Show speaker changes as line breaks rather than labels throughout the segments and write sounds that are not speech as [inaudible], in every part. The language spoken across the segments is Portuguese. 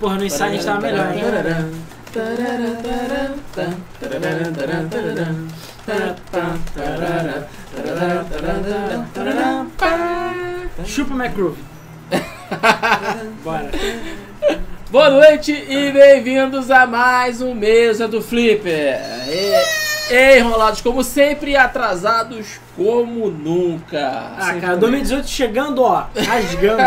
Porra, no ensaio a gente tava melhor, hein? Chupa o McGroove. Bora.
Boa noite e bem-vindos a mais um Mesa do Flipper. E- e enrolados como sempre e atrasados como nunca.
Ah, cara, 2018 chegando, ó, rasgando.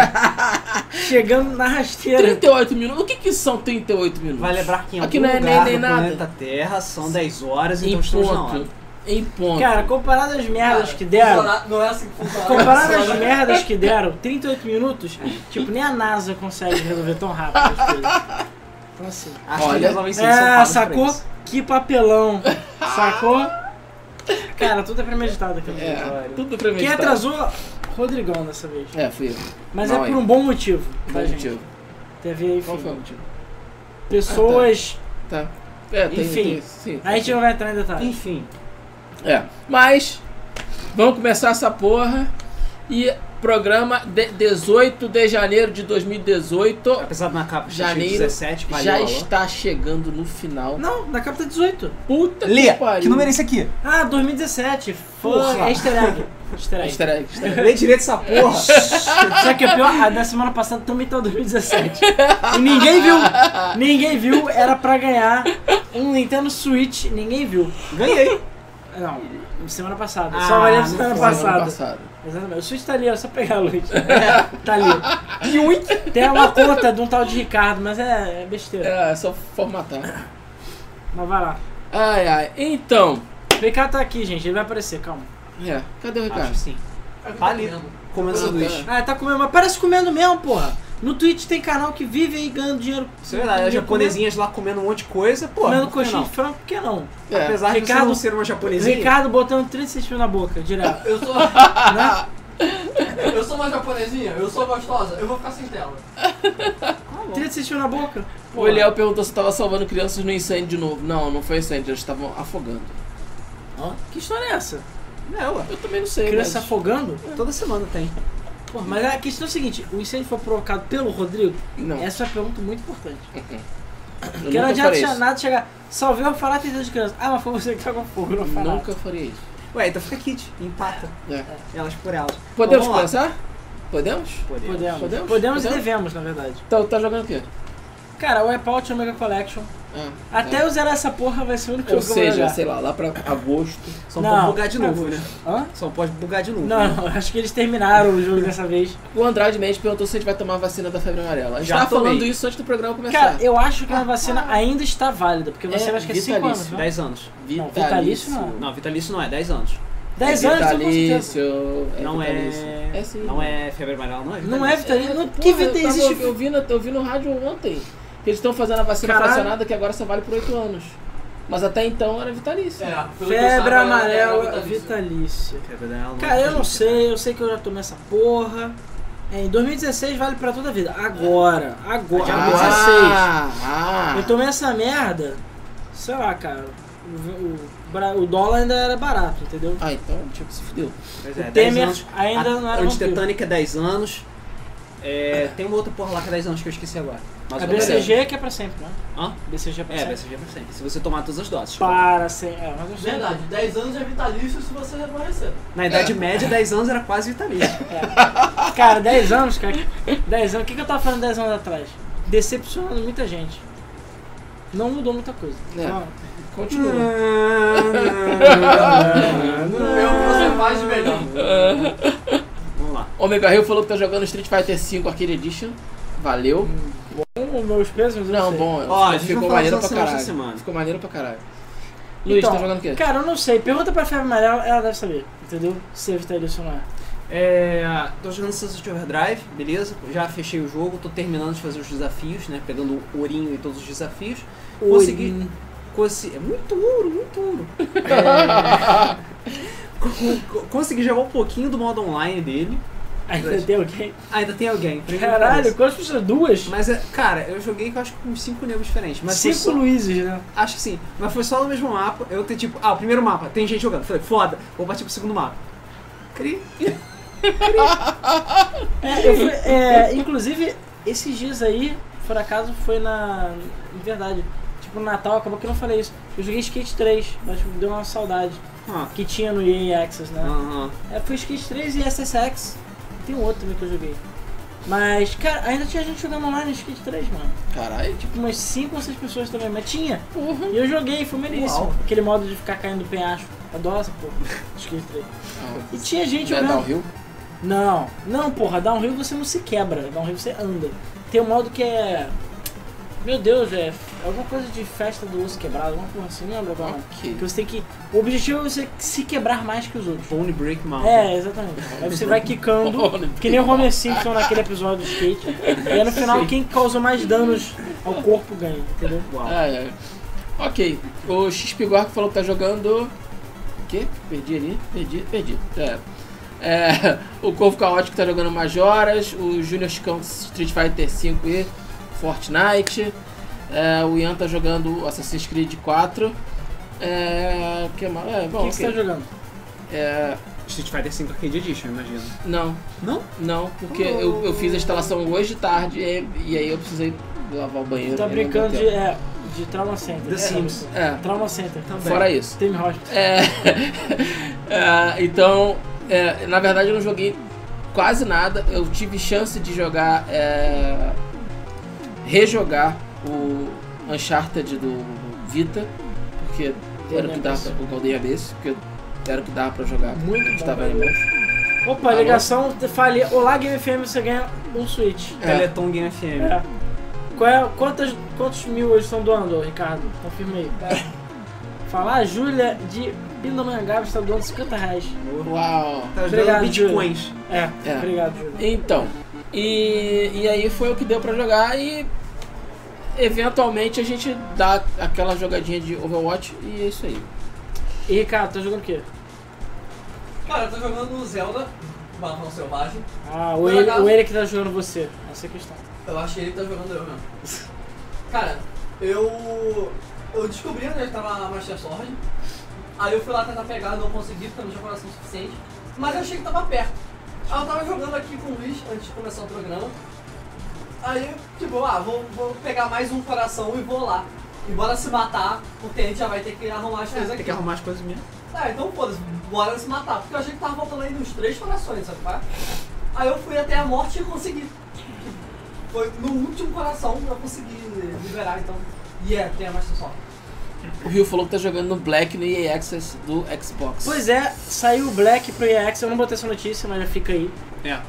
chegando na rasteira.
38 minutos. O que que são 38 minutos?
Vai lembrar que em
Aqui
algum
não é nem-
lugar
nem
do
nada.
planeta tá Terra são 10 horas,
em
então estamos na hora.
ponto. Em ponto.
Cara, comparado às merdas que deram,
Não é assim que funciona.
comparado às merdas que deram, 38 minutos, tipo, nem a NASA consegue resolver tão rápido as coisas. Então assim.
Acho que
Olha.
eles resolvem sim, são
É,
pagos pra
sacou?
isso.
Que papelão. Sacou? Cara, tudo é premeditado aqui no
É,
episódio.
tudo
Quem
premeditado.
atrasou, Rodrigão dessa vez.
É, fui eu.
Mas
Não,
é por
eu.
um bom motivo. tá,
Bom
gente?
motivo.
Teve aí,
Qual foi o
enfim.
motivo?
Pessoas.
Tá. É, tem,
Enfim.
tem- sim.
A gente não vai entrar em detalhes.
Enfim,
É. Mas, vamos começar essa porra. E programa de 18 de janeiro de 2018
apesar de na capa
Janeiro,
Janeiro, 17, valeu,
já
alô.
está chegando no final.
Não, da Capta 18.
Puta
Lê,
que pariu.
que número é esse aqui?
Ah, 2017. Foi.
Porra.
É easter egg. Easter egg.
Easter egg, easter egg.
Lê direito essa porra.
[laughs]
Só que o pior, a da semana passada também tá o 2017. E ninguém viu. Ninguém viu. Era pra ganhar um Nintendo Switch. Ninguém viu.
Ganhei.
Não, semana passada.
Ah,
só valeu
não
semana
foi,
passada.
Ano passado.
Exatamente. O Switch tá ali, ó. Só pegar a luz. tá ali. Tem uma conta de um tal de Ricardo, mas é, é besteira.
É, é só formatar.
Mas vai lá.
Ai, ai. Então,
O Ricardo tá aqui, gente. Ele vai aparecer, calma.
é. Cadê o
Acho
Ricardo?
que sim. Palito. Comendo
Ah,
sanduíche.
Ah, ele tá comendo, mas parece comendo mesmo, porra. No Twitch tem canal que vive aí ganhando dinheiro.
Isso é verdade, as
Comendo-
japonesinhas lá comendo um monte de coisa, pô.
comendo
por que
coxinha
não?
de frango, por que não?
É.
Apesar de você
Ricardo-
não ser uma japonesinha.
Ricardo botando 36 mil na
[laughs]
boca, direto.
Eu sou.
né?
Eu sou uma japonesinha, eu sou gostosa, eu vou ficar sem tela.
36 mil na boca.
O Eliel perguntou se tava salvando crianças no incêndio de novo. Não, não foi incêndio, eles estavam afogando.
Que história é essa?
É, ué.
Eu também não sei,
Criança se
mas...
afogando?
Toda semana tem.
Porra, mas a questão é a seguinte: o incêndio foi provocado pelo Rodrigo?
Não,
Essa é uma pergunta muito importante.
eu
Porque não
nunca
adianta
farei
chegar
isso.
nada chegar. Salvei o falar tem Deus de criança. Ah, mas foi você que tá com fogo, não foi nada.
Nunca farei isso.
Ué, então fica kit, empata.
É.
Elas por elas.
Podemos
Então, vamos lá.
começar? Podemos?
Podemos.
Podemos?
Podemos, e
Podemos?
devemos, na verdade.
Então, tá jogando o quê?
Cara, o Wipeout Omega Collection.
Ah,
Até eu zerar essa porra vai ser o único
Ou
jogo que eu vou
seja,
jogar.
sei lá, lá pra agosto.
Só
Não.
pode bugar de novo, né?
Hã?
Só pode bugar de novo.
Não,
né?
não, acho que eles terminaram o jogo dessa vez.
O Andrade Mendes perguntou se a gente vai tomar a vacina da febre amarela. A gente
Já
tava
tomei.
falando isso antes do programa começar.
Cara, eu acho que a vacina ainda está válida, porque você
É,
acho que é 5
vitalício,
anos, né?
10 anos.
Não, vitalício não.
Não, vitalício não é, 10 anos.
10
é
anos, eu com certeza.
vitalício, é
não
vitalício.
é.
É sim.
Não é febre amarela, não é?
Não é vitalício. Não, que
Porra, eu
vida
tava-
existe?
Eu vi, no, eu vi no rádio ontem que eles estão fazendo a vacina
Caralho.
fracionada que agora só vale por 8 anos. Mas até então era vitalício.
É, pelo que eu
Febre
né?
saiba, é
amarela,
vitalício.
vitalícia.
Febre amarela não
Cara, eu não é sei, eu sei que eu já tomei essa porra. É, em 2016 vale pra toda a vida. Agora, agora,
Já
2016.
ah,
Eu tomei essa merda, sei lá, cara. O, o bra- o dólar ainda era barato, entendeu?
ah, então, tipo, se fudeu.
Pois é,
o
10
Temer
anos.
ainda não era vampiro.
Antitetânica é 10 anos. É, tem uma outra porra lá que é 10 anos que eu esqueci agora. Mas
A
eu vou lembrar.
BCG que é pra sempre, né?
Hã?
BCG é pra
É,
sempre.
BCG é pra sempre. Se você tomar todas as doses.
Para sempre. É, mas eu sei.
Verdade, 10 anos é vitalício se você reconhecer.
Na idade média, 10 anos era quase vitalício.
Cara, 10 anos, cara. 10 anos. O que, que eu tava falando 10 anos atrás? Decepcionando muita gente. Não mudou muita coisa.
É.
Não.
Tipo,
Hum.
Continua.
É o que você faz de melhor.
Vamos lá.
Omega Hill falou que tá jogando Street Fighter V Arcade Edition. Valeu.
Com meus pesos, eu
Não,
sei.
bom,
Ó, a gente vai
ficou
falar
maneiro
só
pra
semana,
caralho.
essa semana.
Ficou maneiro pra caralho. Luiz, tá jogando o quê?
Então, Cara, eu não sei. Pergunta pra Febre Amarela, ela deve saber. Entendeu? Se evitar isso ou não é.
É, tô jogando Sunset Overdrive, beleza? Já fechei o jogo, tô terminando de fazer os desafios, né? Pegando o ourinho em todos os desafios. Consegui. Consi... É muito ouro, muito ouro. É, co- co- Consegui jogar um pouquinho do modo online dele.
Ainda tem alguém?
Ainda tem alguém. por incrível que
Caralho,
pareça.
quantas pessoas? Duas?
Mas, é, cara, eu joguei eu acho que com cinco negros diferentes. Mas foi
Cinco
só-
Luizes, né?
Acho que sim. Mas foi só no mesmo mapa. Eu tenho tipo, ah, o primeiro mapa, tem gente jogando. Falei, foda, vou partir pro segundo mapa. Cri.
É, eu fui- é, inclusive, esses dias aí, por acaso, foi na. Em verdade. Tipo, no Natal, acabou que eu não falei isso. Eu joguei Skate 3, mas me deu uma saudade.
Ah,
Que tinha no EA Access, né?
Ah.
aham.
É, foi Skate 3 e SSX. Tem um outro também que eu joguei. Mas, cara, ainda tinha gente jogando online Skate 3, mano.
Caralho, tipo,
Umas 5 ou 6 pessoas também, mas tinha.
porra.
E eu joguei, foi maneiríssimo.
Uau.
Aquele modo de ficar caindo do penhasco. Adoro essa
[laughs]
porra. Skate 3. E tinha gente
Não é
jogando.
downhill?
Não, não, porra, downhill você não se quebra, downhill você anda. Tem um modo que é. Meu Deus, é alguma coisa de festa do osso quebrado, alguma coisa assim, não lembro agora. não.
Ok.
Que você tem que. O objetivo é você se quebrar mais que os outros.
Bone Break
Ah.
Mountain.
É, exatamente. Aí você vai
[laughs]
quicando, que nem o Homer Simpson naquele episódio do skate. E aí no final, quem causou mais danos ao corpo ganha, entendeu?
Uau.
Ah, é. Ok, o Xpiguar que falou que tá jogando. O quê? Perdi ali? Perdi, perdi. É. É, [laughs] o Corvo Caótico tá jogando Majoras, o Junior Chicão Street Fighter 5 e Fortnite. É, o Ian tá jogando Assassin's Creed 4. É. O que mais? É,
O
bom,
que, que você tá
ok.
jogando?
É,
Street Fighter 5 Arcade Edition, imagino.
não,
Não?
não, porque eu, eu fiz a instalação hoje de tarde e, e aí eu precisei lavar o banheiro.
Tá
aí não
brincando
deu
de,
tempo.
é, de Trauma Center.
The
É,
Sims.
É,
Trauma Center. Também.
fora isso.
Tem Hospital.
É, [laughs] é, então, é, na verdade eu não joguei quase nada. Eu tive chance de jogar, é, rejogar o Uncharted do Vita, porque era o que dava pra, o Golden Abyss, porque era o que dava pra jogar.
Muito bom, né?
estava
velho.
em mãos.
Opa,
Alô?
ligação, falei. Olá, Game FM, você ganha um Switch.
É.
Teleton Game FM.
É. Qual é, quantas, quantos mil eles estão doando, Ricardo? Confirma aí.
É.
Falar, a Júlia de Pindamonhangaba está doando 50 reais.
Uau!
Tá
Obrigado,
jogando Bitcoins.
É,
É.
obrigado, Júlia.
Então, e, e aí foi o que deu pra jogar e eventualmente a gente dá aquela jogadinha de Overwatch e é isso aí.
E Ricardo, tá jogando o quê?
Cara, eu tô jogando Zelda, Marrom Selvagem.
Ah, o
Por
ele,
acaso-
o ele que tá jogando você. Essa é a questão.
Eu acho que ele tá jogando eu mesmo. [laughs] Cara, eu. Eu descobri onde estava a Master Sword. Aí eu fui lá tentar pegar, não consegui, porque eu não tinha coração suficiente. Mas eu achei que tava perto. Aí eu tava jogando aqui com o Luiz antes de começar o programa. Aí, tipo, ah, vou, vou pegar mais um coração e vou lá. E bora se matar, porque a gente já vai ter que arrumar as
É,
coisas
Tem que
aqui.
arrumar as coisas mesmo.
Ah, então foda-se, bora se matar. Porque eu achei que tava faltando aí uns três corações, sabe? qual é? Aí eu fui até a morte e consegui. Foi no último coração eu consegui liberar, então. E yeah, é, tem a Master Sword.
O Rio falou que tá jogando no Black no EA Access do Xbox.
Pois é, saiu o Black pro EX, eu não botei essa notícia, mas já fica aí.
É.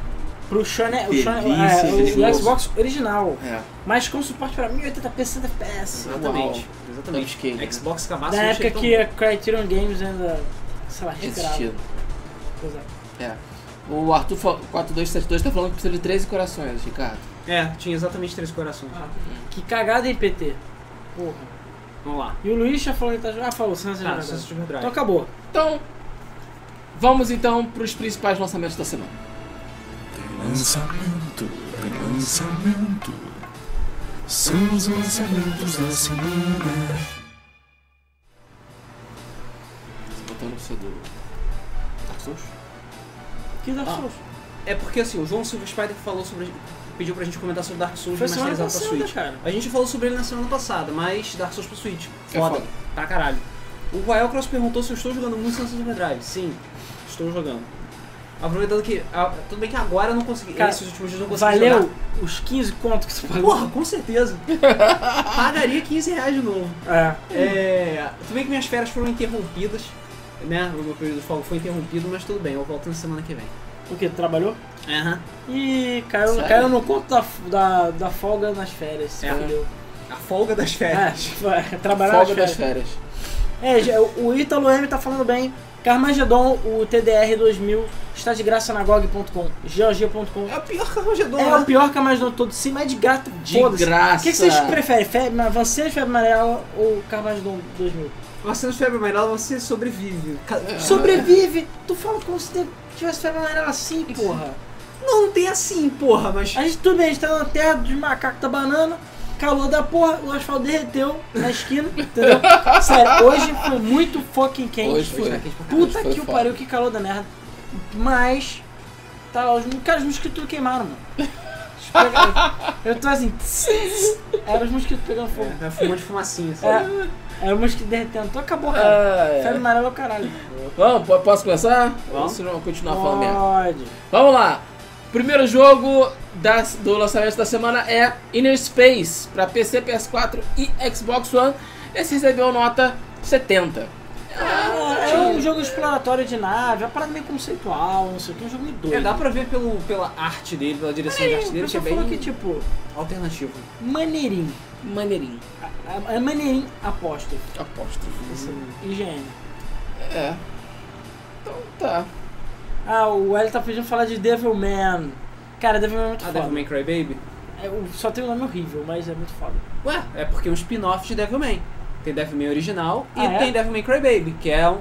Pro Shone, o, Shone,
Delícia,
é, o, o
perigoso.
Xbox original,
É,
mas com suporte para 1080p 60 FPS.
Exatamente.
Tanto que, né?
Exatamente. Xbox Camaço.
Na época que a Criterion Games ainda, sei lá, respirava.
existido.
Pois é.
É. O Arthur fa- 4272 tá falando que precisa de 13 corações, Ricardo.
É, tinha exatamente três corações.
Que cagada, hein, PT? Porra.
Vamos lá.
E o Luiz já falou que tá jogando. Ah, falou, Sunset
Ah,
Overdrive.
Sunset Overdrive.
Então acabou.
Então, vamos então pros principais lançamentos da semana.
Lançamento, lançamento. São os lançamentos da semana.
Esse botão não precisa do Dark Souls?
Que Dark
Ah,
Souls.
É porque assim, o João Silva Spider falou sobre. pediu pra gente comentar sobre Dark Souls
Foi semana
remasterizado pra
passada,
Switch.
cara.
A gente falou sobre ele na semana passada, mas Dark Souls pra Switch.
É
Foda.
foda.
Tá caralho. O Royal Cross perguntou se eu estou jogando muito Sunset Overdrive. Sim, estou jogando. Aproveitando que. ah, tudo bem que agora eu não consegui.
Cara,
esses últimos dias eu não consegui
Valeu
jogar.
os 15 contos que você pagou.
Porra, com certeza.
[laughs]
Pagaria 15 reais de novo.
É.
É, tudo bem que minhas férias foram interrompidas, né? O meu período de folga foi interrompido, mas tudo bem, eu volto na semana que vem.
O que? Trabalhou?
Aham.
E caiu,
Sério?
caiu no conto da, da, da folga nas férias. se
É.
fudeu.
A folga das
É,
férias.
tipo, é, [laughs] trabalhar
Folga
nas
das
férias.
férias.
É, já- o Ítalo M tá falando bem. Carmageddon, o TDR 2000, está de graça na GOG.com, GOG.com.
É a pior carrangedora.
É o pior Carmageddon todo, sim, mas de gato,
De
foda-se.
graça.
O que, que vocês preferem? Febre, Avancei, Febre Amarela ou Carmageddon 2000?
Você não febre amarela, você sobrevive. Ca-
Sobrevive! Tu fala como se tivesse Febre Amarela assim, porra.
Não tem assim, porra, mas.
A gente, tudo bem, a gente tá na terra dos macacos da banana, calor da porra, o asfalto derreteu na esquina,
[laughs]
entendeu? Sério, hoje foi muito fucking quente.
Hoje foi.
quente pra
Puta
Hoje foi
que o
foda.
pariu, que calor da merda. Mas Tá, os, cara, os mosquitos tudo queimaram, mano. Eles pegaram- Eu tô assim. Era os mosquitos pegando fogo.
É, fumou de fumacinha, sabe?
É, era os mosquitos derretendo. Então acabou, cara.
Ah,
Febre
é.
amarela é o caralho.
Vamos, po- posso começar?
Vamos.
Se não,
Tá
continuar falando merda.
Pode.
Vamos lá. Primeiro jogo da- do lançamento da semana é Inner Space para PC, PS4 e Xbox One. Esse recebeu nota 70.
É, é um jogo exploratório de nave, é uma parada meio conceitual, não sei o que, é um jogo meio doido.
É, dá pra ver pelo, pela arte dele, pela direção de
Maneirinho,
arte
o
dele, que é
pessoal
bem
falou que, tipo,
alternativo.
maneirinho.
Maneirinho.
É é maneirinho, aposto.
Apóstrofe.
IGN.
É. Então tá.
Ah, o Hélio tá pedindo falar de Devilman. Cara, Devilman é muito
Ah,
foda.
Devilman Crybaby?
É, o- só tem um nome horrível, mas é muito foda.
Ué, é porque é um spin-off de Devilman. Tem Devilman original e
Ah, é?
tem Devilman Crybaby, que é um-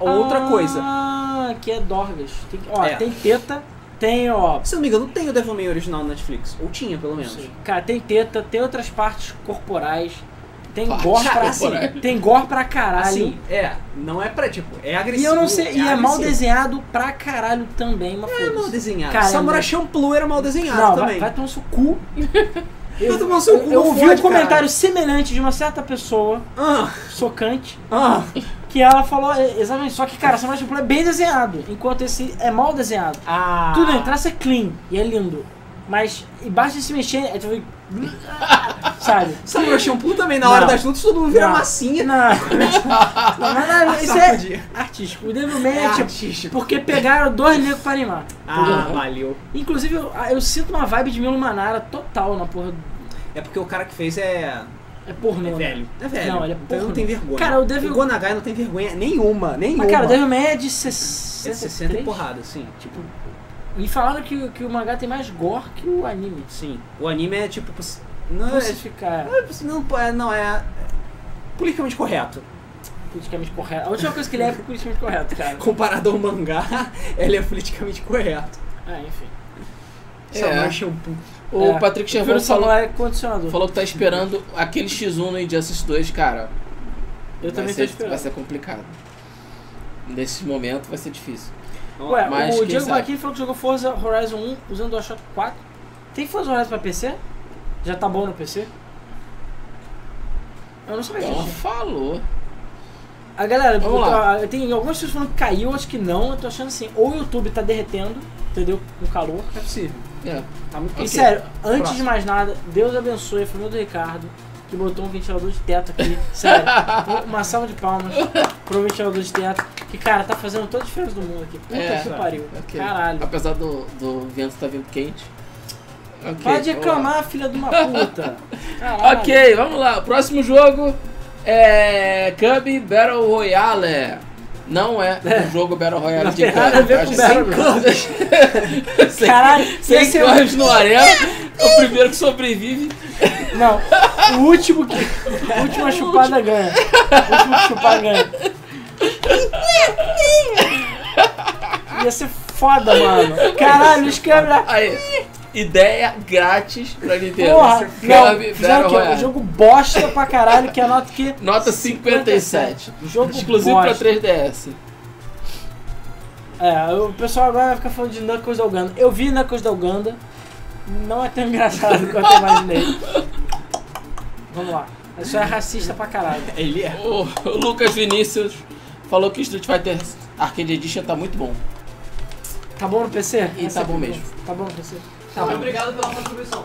outra coisa.
Ah, que é Dorgas. Tem, ó,
É.
tem teta, tem, ó...
Se eu não me engano, tem o Devilman original no Netflix. Ou tinha, pelo
não
menos.
sei. Cara, tem teta, tem outras partes corporais, tem
Partes
gore pra...
corporais.
tem gore pra caralho.
Assim, é, não é pra, tipo, é agressivo.
E eu não sei, e é mal
agressivo.
desenhado pra caralho também, mas
É mal
foda-se.
desenhado.
Cara,
Samurai
é-
Champloo era mal desenhado
Não, vai,
também.
vai tomar seu cu.
Vai tomar no seu cu,
eu
não
ouvi
fode,
um comentário
caralho.
semelhante de uma certa pessoa,
Ah,
socante,
ah.
que ela falou é, exatamente, só que, cara, Samurai Champloo é bem desenhado, enquanto esse é mal desenhado.
Ah.
Tudo em traço é clean e é lindo, mas embaixo de se mexer é tipo... [laughs] sabe?
Samurai Champloo um também, na hora
Não.
das lutas, todo mundo vira
Não.
massinha. né?
Não, não, não, não, isso é
Sacudir.
artístico. O Devilman
Ah, É
é, tipo,
artístico.
porque pegaram dois negros pra animar.
Ah, valeu.
Inclusive, eu, ah, eu sinto uma vibe de Milo Manara total na porra. do-
É porque o cara que fez é.
É pornô.
É
né?
velho. É velho.
Não, ele é
então ele
porno.
não tem vergonha.
Cara, o Devil-
Gonagai não tem vergonha nenhuma, nenhuma.
Mas, cara, o Devilman é de
É
60,
60 e porrada, sim. Tipo,
Me falaram que, que o mangá tem mais gore que o anime.
sim. O anime é tipo. poss- Não, é,
Crucificar
não, é poss- não, é- não é. é Politicamente correto. [laughs]
politicamente correto. A última coisa que ele é é politicamente correto, cara.
Comparado ao mangá, [laughs] ele é politicamente correto. um
Ah, enfim.
É.
Samurai Champloo.
O
É,
Patrick
eu prefiro
Chervon falou,
falar é condicionador.
falou que tá esperando aquele X1 no Injustice 2, cara.
eu
vai
também
ser,
tô esperando.
Vai ser complicado. Nesse momento vai ser difícil.
Ué,
Mas
o
quem
Diego
sabe?
Baquinho falou que jogou Forza Horizon 1 usando o DualShock 4. Tem Forza Horizon pra PC? Já tá bom no PC? Eu não sabia
Ela
disso.
falou.
A galera,
Vamos
eu tô-
lá.
eu tenho algumas pessoas falando que caiu, acho que não. Eu tô achando assim, ou o YouTube tá derretendo, entendeu? Com calor.
É possível.
É.
Tá muito
E
possível.
sério, antes de
Próximo.
mais nada, Deus abençoe a família do Ricardo, que botou um ventilador de teto aqui.
[laughs]
Sério, uma salva de palmas pro ventilador de teto, que, cara, tá fazendo toda a diferença do mundo aqui. Puta
É,
que pariu.
ok.
Caralho.
Apesar do, do vento tá vindo quente. Ok,
Pode
vamos lá.
reclamar, filha de uma puta. Caralho.
Ok, vamos lá. Próximo jogo é Cub Battle Royale. Não
[laughs]
é um jogo Battle Royale
Não
de tá,
tem nada a ver
Acho
com
que
Battle
[laughs]
[laughs]
sem- sem-
Caralho,
[laughs] Sem
esse é o-
cubos no arena, o primeiro que sobrevive.
Não, o último que. A última chupada ganha. O último que chupar ganha. Ia ser foda, mano. Caralho, os câmeras.
Aí, ideia grátis pra Nintendo.
Porra,
Cub
não,
Battle
fizeram que um
Royale.
jogo bosta pra caralho, que é nota que.
Nota 57.
Jogo
Exclusivo pra
bosta.
3DS.
É, o pessoal agora vai ficar falando de Knuckles da Uganda. Eu vi Knuckles da Uganda, não é tão engraçado quanto eu imaginei. Vamos lá. Isso é racista pra caralho.
Ele é.
O o Lucas Vinícius falou que Street Fighter Arcade Edition tá muito bom.
Tá bom no PC?
E
Essa
tá bom
é a
mesmo.
pergunta. Tá bom no PC?
Tá bom.
Obrigado pela contribuição.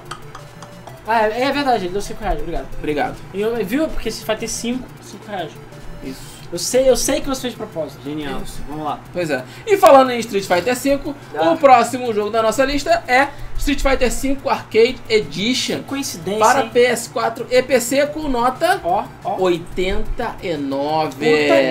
Ah, é, é verdade, ele deu 5 reais, obrigado.
Obrigado.
E eu- viu? Porque se vai ter 5, 5 reais.
Isso.
Eu sei, eu sei que você fez de propósito.
Genial. Vamos lá.
Pois é. E falando em Street Fighter V, o próximo jogo da nossa lista é Street Fighter V Arcade Edition
Coincidência.
para
hein?
PS4 e PC com nota
Ó, ó. Puta
89.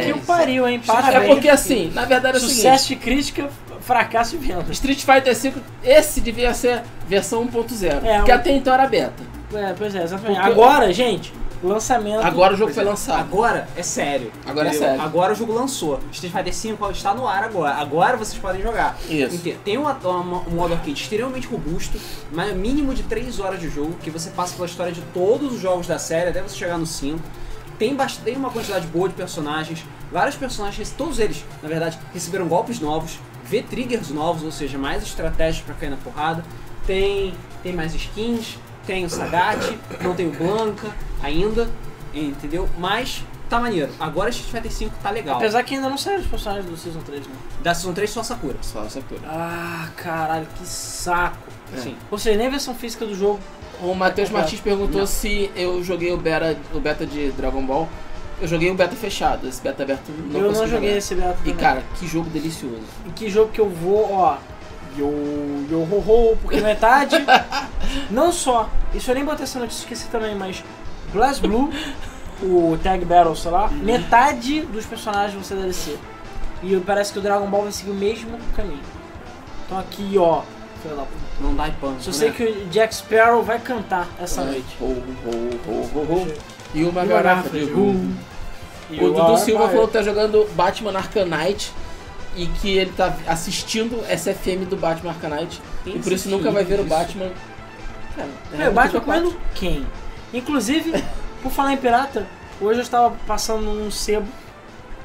que o pariu, hein?
É
Parabéns.
porque assim, na verdade é o seguinte,
Sucesso de crítica, fracasso de vendas.
Street Fighter V, esse devia ser versão 1.0,
É,
que
um-
até então era beta.
É, pois é, exatamente.
Porque-
Agora, gente, lançamento.
Agora o jogo
Pois
foi
é.
lançado.
Agora é sério.
Agora é sério.
Agora o jogo lançou. Street Fighter 5 está no ar agora. Agora vocês podem jogar.
é.
Isso.
Ente- Tem uma- uma- um modo arcade extremamente robusto, mas é mínimo de 3 horas de jogo, que você passa pela história de todos os jogos da série até você chegar no 5. Tem, bast- tem uma quantidade boa de personagens, vários personagens, todos eles, na verdade, receberam golpes novos, vê triggers novos, ou seja, mais estratégias pra cair na porrada. Tem, tem mais skins, tem o Sagat, não tem o Blanca ainda, entendeu? Mas tá maneiro. Agora Street Fighter 5 tá legal.
Apesar que ainda não saíram os personagens do Season 3, né?
Da Season 3 só Sakura.
Só essa coisa.
Ah, caralho, que saco.
É.
Sim.
Ou seja, nem a versão física do jogo.
O
É,
Matheus Martins perguntou
Não.
se eu joguei o beta, o beta de Dragon Ball. Eu joguei o beta fechado, esse beta aberto não
eu não
consegui
joguei
jogar.
esse beta
E
também.
cara, que jogo delicioso.
E que jogo que eu vou, ó. Yo, yo ho ho, porque metade.
[laughs]
não só, isso eu nem botei essa notícia, esqueci também, mas Blast Blue, o Tag Battle, sei lá, metade dos personagens vão ser DLC. E parece que o Dragon Ball vai seguir o mesmo caminho. Então aqui, ó. Filha da puta.
Não dá pano.
Só
Né?
sei que o Jack Sparrow vai cantar né? essa
É.
noite.
Ho, ho, ho, ho, ho. E
E
uma
uma
garrafa de rum. O Dudu Silva falou que tá jogando Batman Arcanite e que ele tá assistindo SFM do Batman Arcanite
Tem
e por isso
sentido
nunca vai ver o
isso.
Batman. É,
Meu, Batman comendo quem? Inclusive, por falar em pirata, hoje eu estava passando num sebo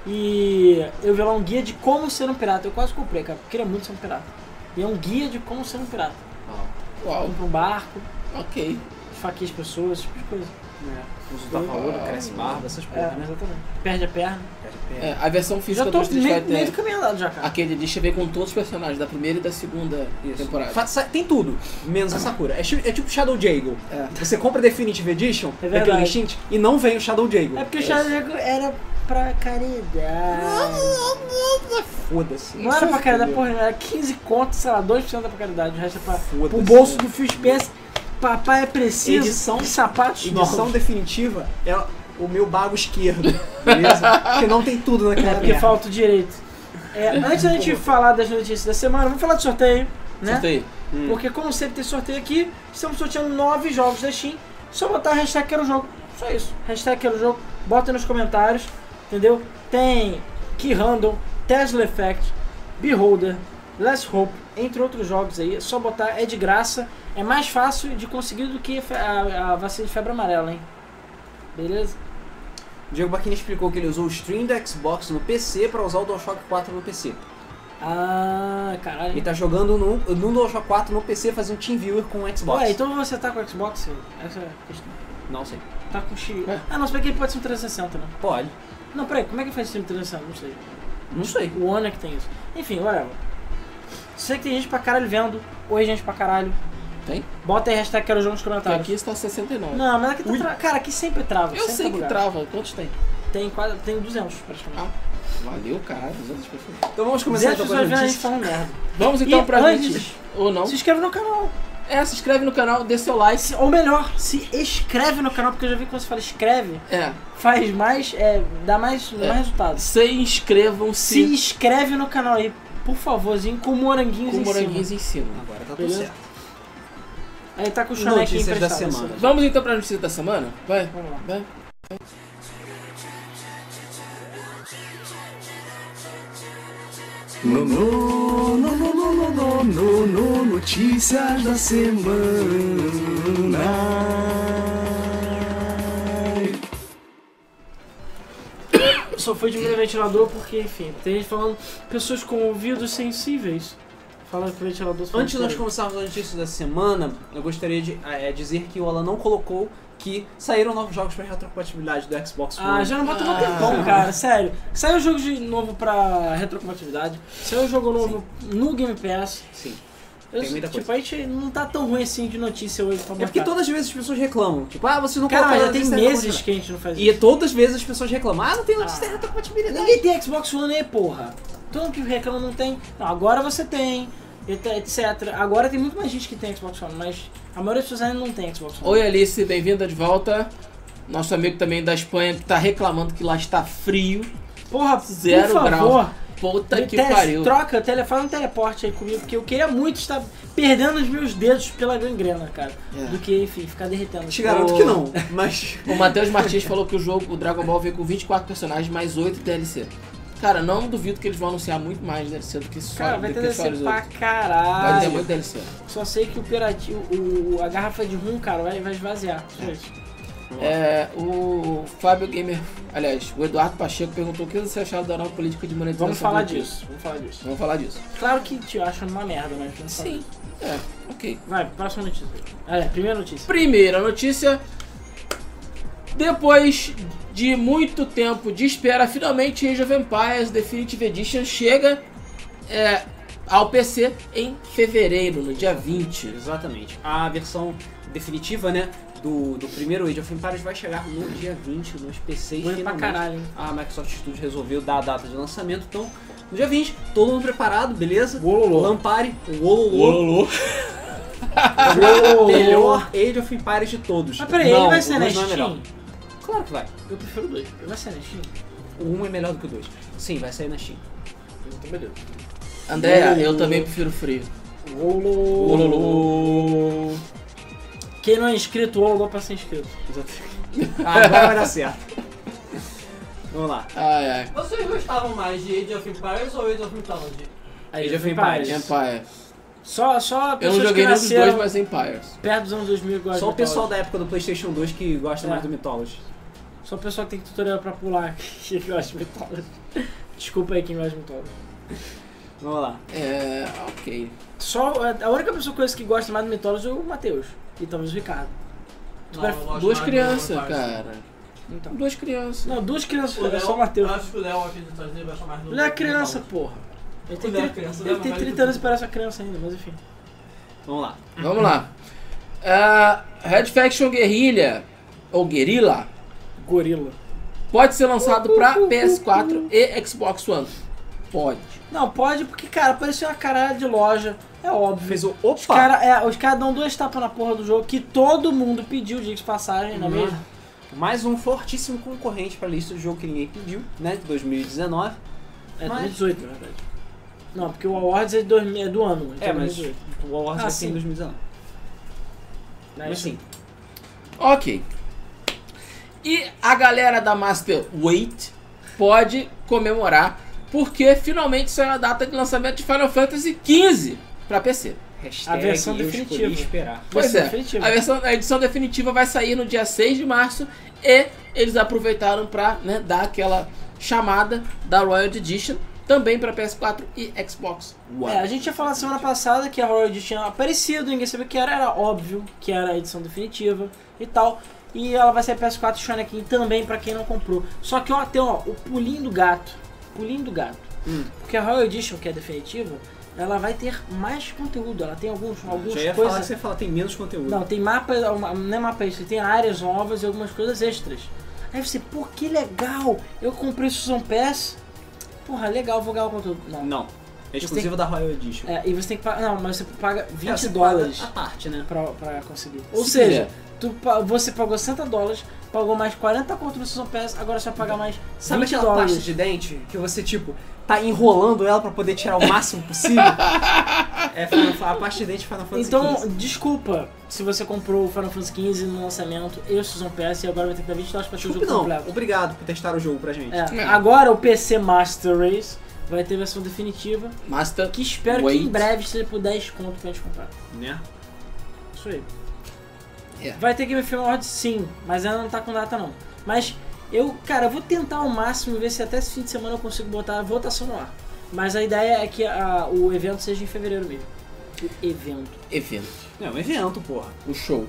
e eu vi lá um guia de como ser um pirata. Eu quase comprei, cara, porque queria muito ser um pirata. E é um guia de como ser um pirata.
Uau,
Compra um barco,
ok.
esfaqueia as pessoas, esse tipo de coisa.
É, usa da Paola, cresce barba, essas
É,
porra, né?
exatamente. Perde a perna.
Cresce perna.
É, a versão física
Já
do
tô
Street
meio, meio do
Fighter. é.
caminho andado já, cara.
Aquele deixa eu ver com todos os personagens da primeira e da segunda
Isso.
É temporada.
Fa- sa- Tem tudo, menos a Sakura. É, chi- é tipo Shadow Jago.
É.
Você compra Definitive Edition,
É verdade.
daquele Instinct, e não vem o Shadow Jago.
É porque o Shadow era pra caridade.
É, Foda-se.
Não era pra caridade, porra, não, era 15 contos, sei lá, 2% da pra caridade, o resto é pra.
Foda-se.
Pro bolso do Phil Spencer. Papai é preciso
Edição-
de sapatos
Edição
novos.
definitiva é o meu bago esquerdo, beleza?
[laughs]
porque não tem tudo
É
naquela
porque
merda.
falta o direito. É, antes da gente falar das notícias da semana, vamos falar de sorteio, né?
Sorteio.
Hum.
Porque como sempre tem sorteio aqui, estamos sorteando nove jogos da Steam. Só botar a hashtag quero jogo. Só isso. Hashtag quero jogo. Bota nos comentários, entendeu? Tem Key Handle, Tesla Effect, Beholder, Last Hope, entre outros jogos aí. É só botar, é de graça. É mais fácil de conseguir do que a, a vacina de febre amarela, hein? Beleza?
Diego Baquini explicou que ele usou o stream da Xbox no PC pra usar o DualShock 4 no PC.
Ah,
Ele
caralho.
tá jogando no, no DualShock 4 no PC fazendo TeamViewer com o Xbox.
Ué, então você tá com o Xbox? Essa é a questão.
Não sei.
Tá com X.
Ué.
Ah, não, se bem que ele pode ser um 360, né?
Pode.
Não, peraí, como é que faz stream 360? Não sei.
Não sei.
O One é que tem isso. Enfim, whatever. Sei que tem gente pra caralho vendo. Oi, gente pra caralho.
Tem?
Bota aí hashtag quero jogo nos
Porque
comentários.
aqui está 69.
Não, mas aqui tá tra... Cara, aqui sempre trava.
eu
sempre
sei
tá
que
bugado.
trava. Quantos tem?
Tem quase... Tem 200, praticamente.
Ah, Valeu, cara. 200 pessoas.
Então vamos começar
200
então
pessoas
com as
vendo a
notícias.
gente falando merda.
Vamos assim, tá [laughs] então
E
pra
antes-
gente. Ou não.
Se inscreve no canal.
É, se inscreve no canal, dê seu like.
Se- Ou melhor, se inscreve no canal, porque eu já vi que quando você fala escreve,
É.
faz mais... É, dá mais,
É.
mais resultados.
Se inscrevam-se.
Se inscreve no canal aí, por favorzinho, com moranguinhos
com
em
moranguinhos em cima.
Agora tá tudo
Beleza?
certo.
cima. Aí tá com o chameque
Notícias
emprestado. assim.
da semana.
Vamos então pra notícia da semana? Vai.
Vamos lá.
Vai.
No, no, no, no, no, no, no, no, no, notícias da semana.
Só foi diminuir o ventilador porque, enfim, tem gente falando pessoas com ouvidos sensíveis. Fala que o ventilador só
Antes de nós
funciona.
começarmos a notícia da semana, eu gostaria de eh, dizer que o Alan não colocou que saíram novos jogos para retrocompatibilidade do Xbox One.
Ah, já não bota um tempão, cara, sério. Saiu jogo de novo pra retrocompatibilidade, saiu jogo novo no Game Pass.
Sim.
Eu,
Tem muita
tipo, a gente não tá tão ruim assim de notícia hoje pra
É
botar.
porque todas as vezes as pessoas reclamam. Tipo, ah, vocês não
tá. Cara, mas
colocaram
já tem
notícia da
meses
retrocompatibilidade.
que a gente não faz
E
isso.
todas as vezes as pessoas reclamam, ah, não tem notícia
Ah.
da retrocompatibilidade.
Ninguém tem Xbox One aí, porra. Todo mundo que reclama não tem. Não, agora você tem, et- etc. Agora tem muito mais gente que tem Xbox One, mas a maioria das pessoas ainda não tem Xbox One.
Oi Alice, bem-vinda de volta. Nosso amigo também da Espanha que tá reclamando que lá está frio.
Porra,
Zero
por favor.
graus. Puta
Tá
Me
que
teste,
pariu.
Troca, telefone um teleporte aí comigo, porque eu queria muito estar perdendo os meus dedos pela gangrena, cara.
É.
Do que, enfim, ficar derretendo.
Te garanto
Ô.
que não, mas.
O Matheus Martins falou que o jogo o Dragon Ball veio com 24 personagens mais 8 DLC. Cara, não duvido que eles vão anunciar muito mais DLC do que só
Cara, vai
do
ter
que só
DLC
os
pra
outros. Vai ter
caralho.
muito DLC.
Só sei que o pirati- o, o- a garrafa de rum, cara, vai, vai esvaziar. Só isso.
É, o Fábio Gamer, aliás, o Eduardo Pacheco perguntou o que você achava da nova política de monetização.
Vamos falar
do Twitch?"
disso. Vamos falar disso.
Vamos falar disso.
Claro que te acha uma merda, mas não fala.
Sim. É, ok.
Vai, próxima notícia. Ah, é, primeira notícia.
Primeira notícia. Depois de muito tempo de espera, finalmente Age of Empires Definitive Edition chega é, ao PC em fevereiro, no dia 20.
Exatamente. A versão definitiva, né, do, do primeiro Age of Empires vai chegar no dia 20 nos PCs
Doeu pra
finalmente.
caralho. hein?
A Microsoft Studios resolveu dar a data de lançamento, então no dia 20, todo mundo preparado, beleza?
Wololô.
Lampare, Wololô, [laughs]
Uou.
melhor Age of Empires de todos.
Mas peraí,
Não,
ele vai ser
o
na
dois não é melhor.
Steam?
Claro que vai.
Eu prefiro dois. Ele vai ser na Steam?
O 1 é melhor do que o 2. Sim, vai sair na Steam.
Então, beleza.
Andréa, eu também prefiro frio. Ololô.
Quem não é inscrito, ou logo pra ser inscrito.
Ah, agora vai dar certo. Vamos lá.
Ai, ai.
Vocês gostavam mais de Age of Empires ou Age of Mythology?
Aí
Age of Empires.
Empires.
Só, só
Eu não
pessoas que
joguei nenhum dos
nasceram
dois, mas Empires.
perto dos anos 2000 gostam
Só o
de
pessoal
Mythology.
da época do PlayStation 2 que gosta
É.
mais do Mythology.
Só o pessoal que tem tutorial pra pular [laughs] que gosta de Mythology. Desculpa aí quem gosta de Mythology.
Vamos lá.
É, ok.
Só, a única pessoa que eu conheço que gosta mais de Mythology é o Matheus. E talvez o Ricardo. Tu prefere-
eu gosto
Duas
mais de
crianças,
Age of Empires.
cara.
Então.
Duas crianças.
Não, duas crianças.
O
É
Léo,
só o Matheus.
Eu acho que o Léo aqui dos Estados Unidos vai chamar mais do
Ele é criança, porra. Ele tem,
Ele é
30
criança,
ele
leva
tem
mais do
30
que
anos e
tu.
parece uma criança ainda, mas enfim.
Vamos lá.
Vamos lá. Ah, Red Faction Guerrilha, ou Guerrilla,
Gorila.
pode ser lançado pra PS4 e Xbox One. Pode.
Não, pode, porque, cara, parecia uma caralho de loja. É óbvio.
Fez o
Os
opa!
caras é, os cara dão duas tapas na porra do jogo que todo mundo pediu diga de passagem,
Uhum.
não é mesmo?
Mais um fortíssimo concorrente pra lista de jogo que ninguém pediu, né? De 2019.
É
Mas-
2018, na verdade. Não, porque o Awards é, de 2000 é do ano. então
É, mas
2018.
o Warlords
Ah,
vai ser em
sim.
2019.
Não,
Mas
isso-
sim,
Ok. E a galera da Master Wait pode comemorar, porque finalmente saiu a data de lançamento de Final Fantasy XV pra PC.
hashtag
A versão
eu
definitiva.
escolhi esperar.
Pois
Versão
é,
definitiva.
a, versão- a edição definitiva vai sair no dia 6 de março e eles aproveitaram para dar aquela chamada da Royal Edition também para PS4 e Xbox One.
É, a gente ia falar semana passada que a Royal Edition tinha aparecido, ninguém sabia o que era, era óbvio que era a edição definitiva e tal. E ela vai ser PS4 Shine King também pra quem não comprou. Só que ó, tem ó, o pulinho do gato. Pulinho do gato.
Hum.
Porque a Royal Edition, que é definitiva, ela vai ter mais conteúdo. Ela tem alguns, algumas
Já ia falar que
coisas.
você fala, tem menos conteúdo.
Não, tem mapas, não é mapa extra, tem áreas novas e algumas coisas extras. Aí você, pô, que legal! Eu comprei o Season Pass. Porra, legal, vou ganhar o conteúdo. Não.
Não. É exclusiva da Royal Edition.
É, e você tem que pagar. Não, mas você paga 20
É, você paga
dólares
A parte, né?
pra, pra conseguir. Ou
Se
seja,
quiser.
tu, pa- você pagou 60 dólares, pagou mais 40 conto no Season Pass, agora você vai pagar mais 20
Sabe aquela
dólares.
pasta de dente que você, tipo, tá enrolando ela pra poder tirar o máximo possível? [laughs] é Final Fa- a pasta de dente Final Fantasy
Então,
XV.
desculpa se você comprou o Final Fantasy XV no lançamento e o Season Pass e agora vai ter que dar 20 dólares pra ter o
Desculpe
jogo
não.
completo.
Obrigado por testar o jogo pra gente.
É,
É.
Agora o PC Master Race vai ter versão definitiva,
Master
que espero
Wait.
que em breve esteja por 10 conto pra gente comprar.
Né?
Isso aí.
É.
Vai ter Game of Awards sim, mas ainda não tá com data não. Mas eu, cara, eu vou tentar ao máximo ver se até esse fim de semana eu consigo botar a votação no ar. Mas a ideia é que a- o evento seja em fevereiro mesmo. O evento.
evento,
É um evento, porra.
o show.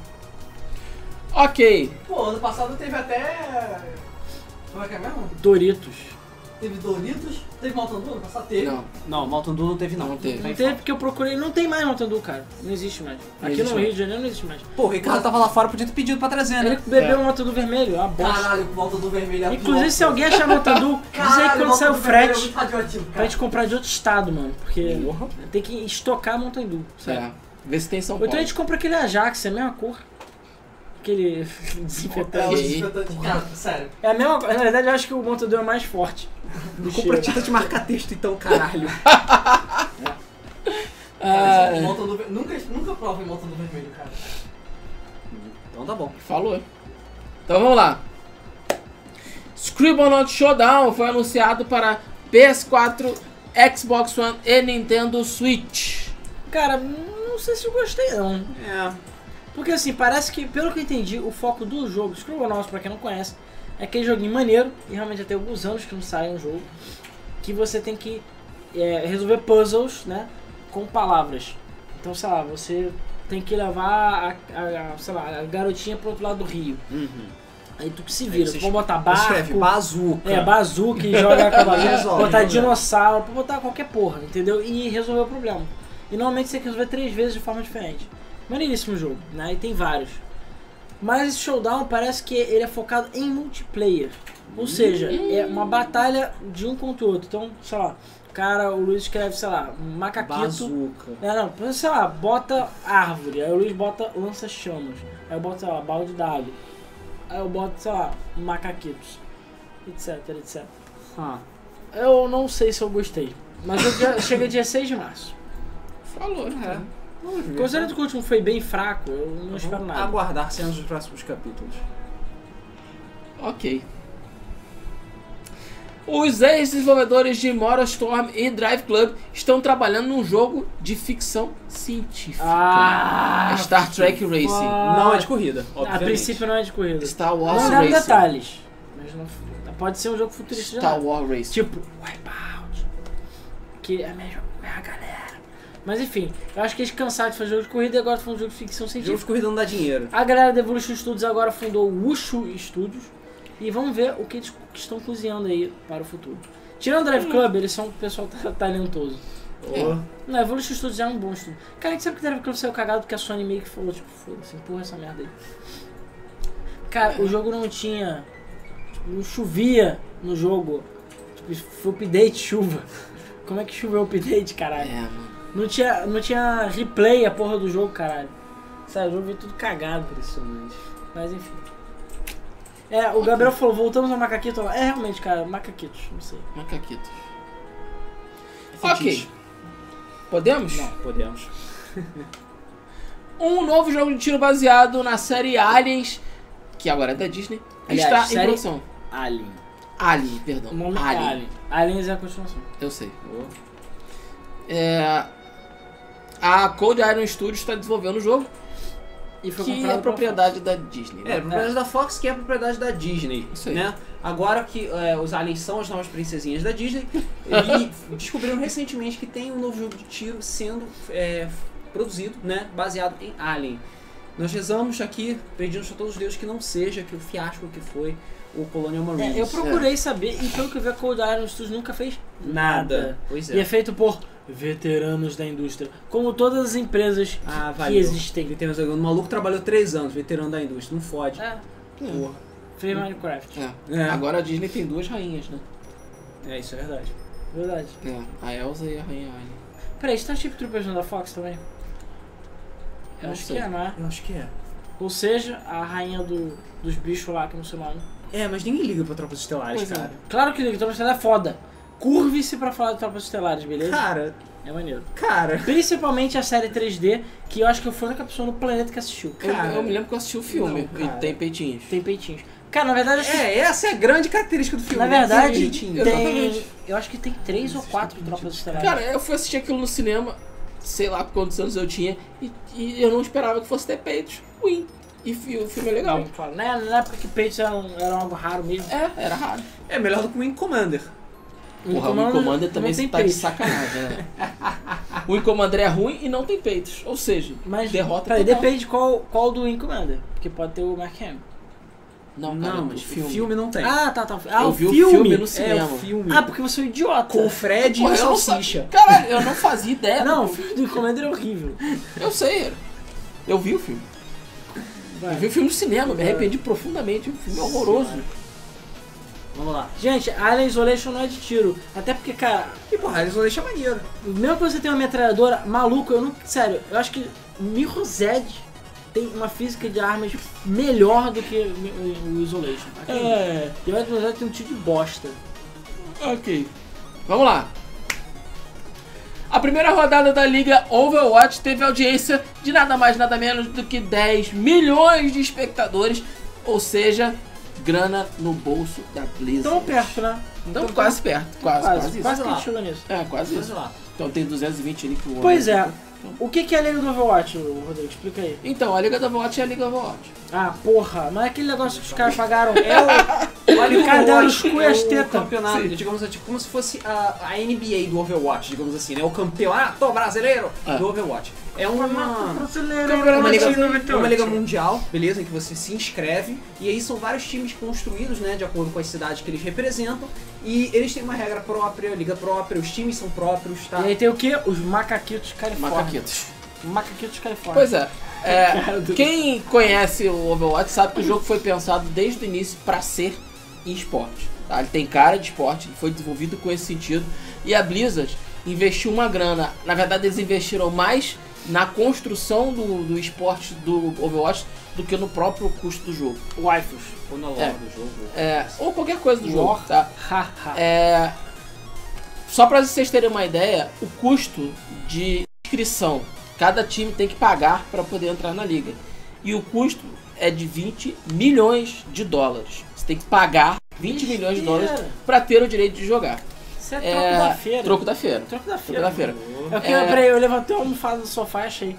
Ok,
Pô, ano passado teve até. Como é que é mesmo?
Doritos.
Teve Doritos, teve Maltandu ano passado? Teve.
não,
Não, Maltandu não teve, não.
Não
Tá
teve.
em
Não teve
falta.
porque eu procurei. Não tem mais Mountain Dew, cara. Não existe mais.
Não
Aqui
existe
no
mais.
Rio de Janeiro não existe mais.
Pô, o Ricardo tava lá fora, podia ter pedido pra trazer,
Ele
né?
bebeu um Mountain Dew vermelho, é uma bosta.
Caralho, o Maltandu vermelho é muito
Inclusive,
louco.
se alguém achar Mountain Dew, diz aí que
Caralho,
quando sai o
Mountain Dew vermelho É
frete
muito radioativo,
pra
cara.
gente comprar de outro estado, mano. Porque
Porra.
tem que estocar Mountain Dew, sabe?
será? É. Vê se tem em São
Ou
Paulo.
então a gente compra aquele Ajax, é a mesma cor. Aquele [laughs]
É,
desinfetante.
os
Ok.
desinfetantes. Cara, sério.
É a mesma Na verdade, eu acho que o Montador é mais forte. Do
Compra
cheiro.
tinta de marcar texto, então, caralho.
Ah,
Cara, Maltandu assim, ver- Nunca, nunca provem Maltandu vermelho, cara.
[laughs] então tá bom.
é. Falou. Então vamos lá. Scribblenauts Showdown foi anunciado para PS4, Xbox One e Nintendo Switch.
Cara, não sei se eu gostei, não.
É.
Porque assim, parece que, pelo que eu entendi, o foco do jogo Scribblenauts, pra quem não conhece, é aquele joguinho maneiro, e realmente já tem alguns anos que não sai um jogo, que você tem que é, resolver puzzles, né, com palavras. Então, sei lá, você tem que levar a, a- a, sei lá, a garotinha pro outro lado do rio.
Uhum.
Aí tu que se
Aí
vira,
você
tu pode botar
Você
barco,
escreve bazuca.
é, bazuca e
[laughs]
joga com a bazuca,
Resolve, né?
botar
resolve.
dinossauro, pode botar qualquer porra, entendeu? E resolver o problema. E normalmente você tem que resolver três vezes de forma diferente. Maneiríssimo jogo, né? E tem vários. Mas esse showdown parece que ele é focado em multiplayer. Ou seja, é uma batalha de um contra o outro. Então, sei lá, o cara, o Luiz escreve, sei lá, um macaquito.
bazuca.
É, não, pensa, sei lá, bota árvore, aí o Luiz bota lança-chamas, aí eu boto, sei lá, balde d'água, aí eu boto, sei lá, macaquitos, etc, etc.
Ah,
Eu não sei se eu gostei, mas eu já cheguei dia 6 de março.
Falou, né?
vamos ver.
Considerando que o último foi bem fraco, eu não espero
Vamos
nada.
Aguardar cenas dos próximos capítulos.
Ok. Os ex-desenvolvedores de Moral Storm e Drive Club estão trabalhando num jogo de ficção científica.
Ah,
É Star Trek Racing.
Ah.
Não é de corrida,
a
obviamente.
princípio não é de corrida.
Star Wars
Não deram
Racing.
detalhes, mas não, pode ser um jogo futurista. já.
Star Wars Racing.
Tipo, Wipeout. Que é a mesma, mesma galera. Mas enfim, eu acho que eles cansaram de fazer jogo de corrida e agora estão fazendo jogo de ficção
Jogo
científica.
de corrida não dá dinheiro.
A galera da Evolution Studios agora fundou o Wushu Studios. E vamos ver o que eles estão cozinhando aí para o futuro. Tirando o Drive Club, eles são um pessoal [laughs] ta- talentoso.
Oh.
Não, Evolution Studios é um bom estúdio. Cara, a gente sabe que o Drive Club saiu cagado porque a Sony meio que falou, tipo, foda-se, empurra essa merda aí. Cara, o jogo não tinha. tipo, não chovia no jogo. Tipo, foi update chuva. [laughs] Como é que choveu update,
É,
caralho?
mano.
Não tinha, não tinha replay a porra do jogo, caralho. Sabe, o jogo veio tudo cagado.
Impressionante.
Mas enfim. É, o Gabriel falou, voltamos ao macaquito. É realmente, cara, macaquitos, não sei.
Macaquitos.
Fetiche.
Ok. Podemos?
Não, podemos.
Um novo jogo de tiro baseado na série Aliens, que agora é da Disney,
Aliás,
está em
série-
produção.
Alien.
Alien, perdão.
O nome
Alien.
é Alien. Aliens é a continuação.
Eu sei. É, a Cold Iron Studios está desenvolvendo o jogo,
E foi
que
comprado
é
pela
propriedade da Disney.
É,
né?
a propriedade da Fox que é a propriedade da Disney.
Isso aí.
Né? Agora que é, os aliens são as novas princesinhas da [laughs] Disney, e descobriram recentemente que tem um novo jogo de tiro sendo é, produzido, né? Baseado em Alien. Nós rezamos aqui, pedimos a todos os deuses que não seja que o fiasco que foi o Colonial Marines.
É, eu procurei saber e pelo que eu vi a Cold Iron Studios nunca fez
É. Nada.
nada.
Pois
E
é.
é feito por veteranos da indústria, como todas as empresas
Ah,
que
valeu.
existem.
Veterano da- O maluco trabalhou três anos, veterano da indústria, não fode.
É,
Porra.
fez Minecraft.
É.
É.
Agora a Disney tem duas rainhas, né?
É, isso é verdade.
Verdade.
É, a Elsa e a Rainha Alien.
Peraí, está Chip Troopers não é da Fox também? Eu
Não
acho
sei.
que é, não é?
Eu acho que é.
Ou seja, a rainha do, dos bichos lá, que eu não sei o nome.
É, mas ninguém liga pra Tropas Estelares,
Pois é.
cara.
Claro que Liga Tropas Estelares é foda. Curve-se pra falar de Tropas Estelares, beleza?
Cara,
É maneiro.
cara.
Principalmente a série 3D, que eu acho que eu fui a única pessoa no planeta que assistiu.
Eu,
Cara.
eu me lembro que eu assisti o filme
Não, cara.
e tem peitinhos.
Tem peitinhos. Cara, na verdade, eu acho que
É, essa é a grande característica do filme.
Na verdade,
Bonitinho.
né? tem.
Exatamente.
Eu acho que tem três ou quatro tropas estelares.
tipo Cara, eu fui assistir aquilo no cinema, sei lá quantos anos eu tinha, e, e eu não esperava que fosse ter peitos. Ruim. E fi- o filme é legal.
Bem, claro, né? Na época que peitos eram, eram algo raro mesmo.
É, era raro.
É melhor do que o Wing Commander.
Porra, o
Commander
Wing Commander
Então não
também
tem
tá de
peito.
sacanagem, né? [laughs] o Wing Commander é ruim e não tem peitos. Ou seja,
Mas
derrota
peraí,
total.
depende qual, qual do Wing Commander. Porque pode ter o Mark Hamill.
Não, cara,
o
mas filme.
não tem.
Ah, tá, tá. Ah,
eu
o
vi
filme.
o filme no
é,
cinema.
o filme.
Ah, porque você é um idiota.
Com o Fred e
Porra,
o
eu não
Salsicha.
sa- Caralho, eu não fazia ideia.
Não, o filme do Wing Commander é horrível.
Eu sei. Eu vi o filme.
Vai.
Eu vi o filme no cinema, me arrependi profundamente. O filme é horroroso.
Vamos lá.
Gente, Alien Isolation não é de tiro. Até porque, cara,
E porra, eles vão deixar maneiro.
mesmo que você tenha uma metralhadora, maluco, eu não. Sério, eu acho que Mirror Zed tem uma física de armas melhor do que o o Isolation. tá?
É.
E o Mirror Zed tem um tiro de bosta.
Ok. Vamos lá. A primeira rodada da Liga Overwatch teve audiência de nada mais nada menos do que 10 milhões de espectadores, ou seja, grana no bolso da Blizzard.
Tão perto, né?
Então, quase perto, quase, quase,
Quase,
isso.
quase que a
lá.
gente chegou nisso.
É, quase
Mas
isso.
lá.
Então tem 220 ali por
Pois é,
Então,
O que, que é a Liga do Overwatch, ô, Rodrigo? Explica aí.
então a Liga da Overwatch é a Liga Overwatch.
Ah, porra, não é aquele negócio que os caras pagaram.
É o, olha
O cara
Overwatch,
deram os cu e as
é o
teta.
campeonato, digamos assim, como se fosse a, a NBA do Overwatch, digamos assim, né? O campeonato brasileiro
É.
do Overwatch. É uma,
Brasileiro,
é uma, liga,
Brasileiro.
é uma liga mundial, beleza? Em que você se inscreve e aí são vários times construídos, né? De acordo com as cidades que eles representam e eles têm uma regra própria, liga própria, os times são próprios, tá?
E aí tem o quê? Os macaquitos Califórnia.
Macaquitos.
Macaquitos Califórnia.
Pois é. é, quem conhece o Overwatch sabe que o jogo foi pensado desde o início para ser esporte. tá? Ele tem cara de esporte, ele foi desenvolvido com esse sentido. E a Blizzard investiu uma grana. Na verdade, eles investiram mais na construção do, do esporte do Overwatch do que no próprio custo do jogo.
Waifus.
Monólogo
É.
do jogo.
É, ou qualquer coisa do jogo,
War.
tá?
Haha.
É, só para vocês terem uma ideia, o custo de inscrição cada time tem que pagar para poder entrar na liga. E o custo é de 20 milhões de dólares. Você tem que pagar 20 milhões de dólares
Mentira.
para ter o direito de jogar.
Isso é troco
É,
da feira.
Troco da feira.
Troco da
Troco
feira.
da feira.
Eu quebrei, eu levantei uma almofada do sofá e achei.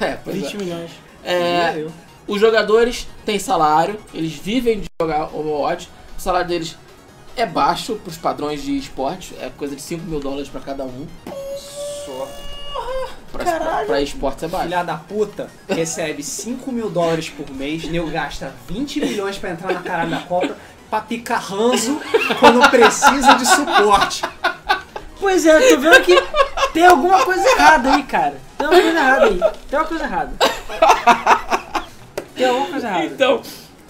É, pois é.
20 milhões.
É,
E eu.
Os jogadores têm salário, eles vivem de jogar Overwatch. O salário deles é baixo para os padrões de esporte, é coisa de 5 mil dólares para cada um.
Só.
Para esportes é baixo.
Filha da puta recebe 5 mil dólares por mês, nego gasta 20 milhões pra entrar na caralho da Copa pra picar ranzo quando precisa de suporte.
Pois é, tô vendo que tem alguma coisa errada aí, cara. Tem alguma coisa errada aí. Tem uma coisa errada. Tem alguma coisa errada.
Então,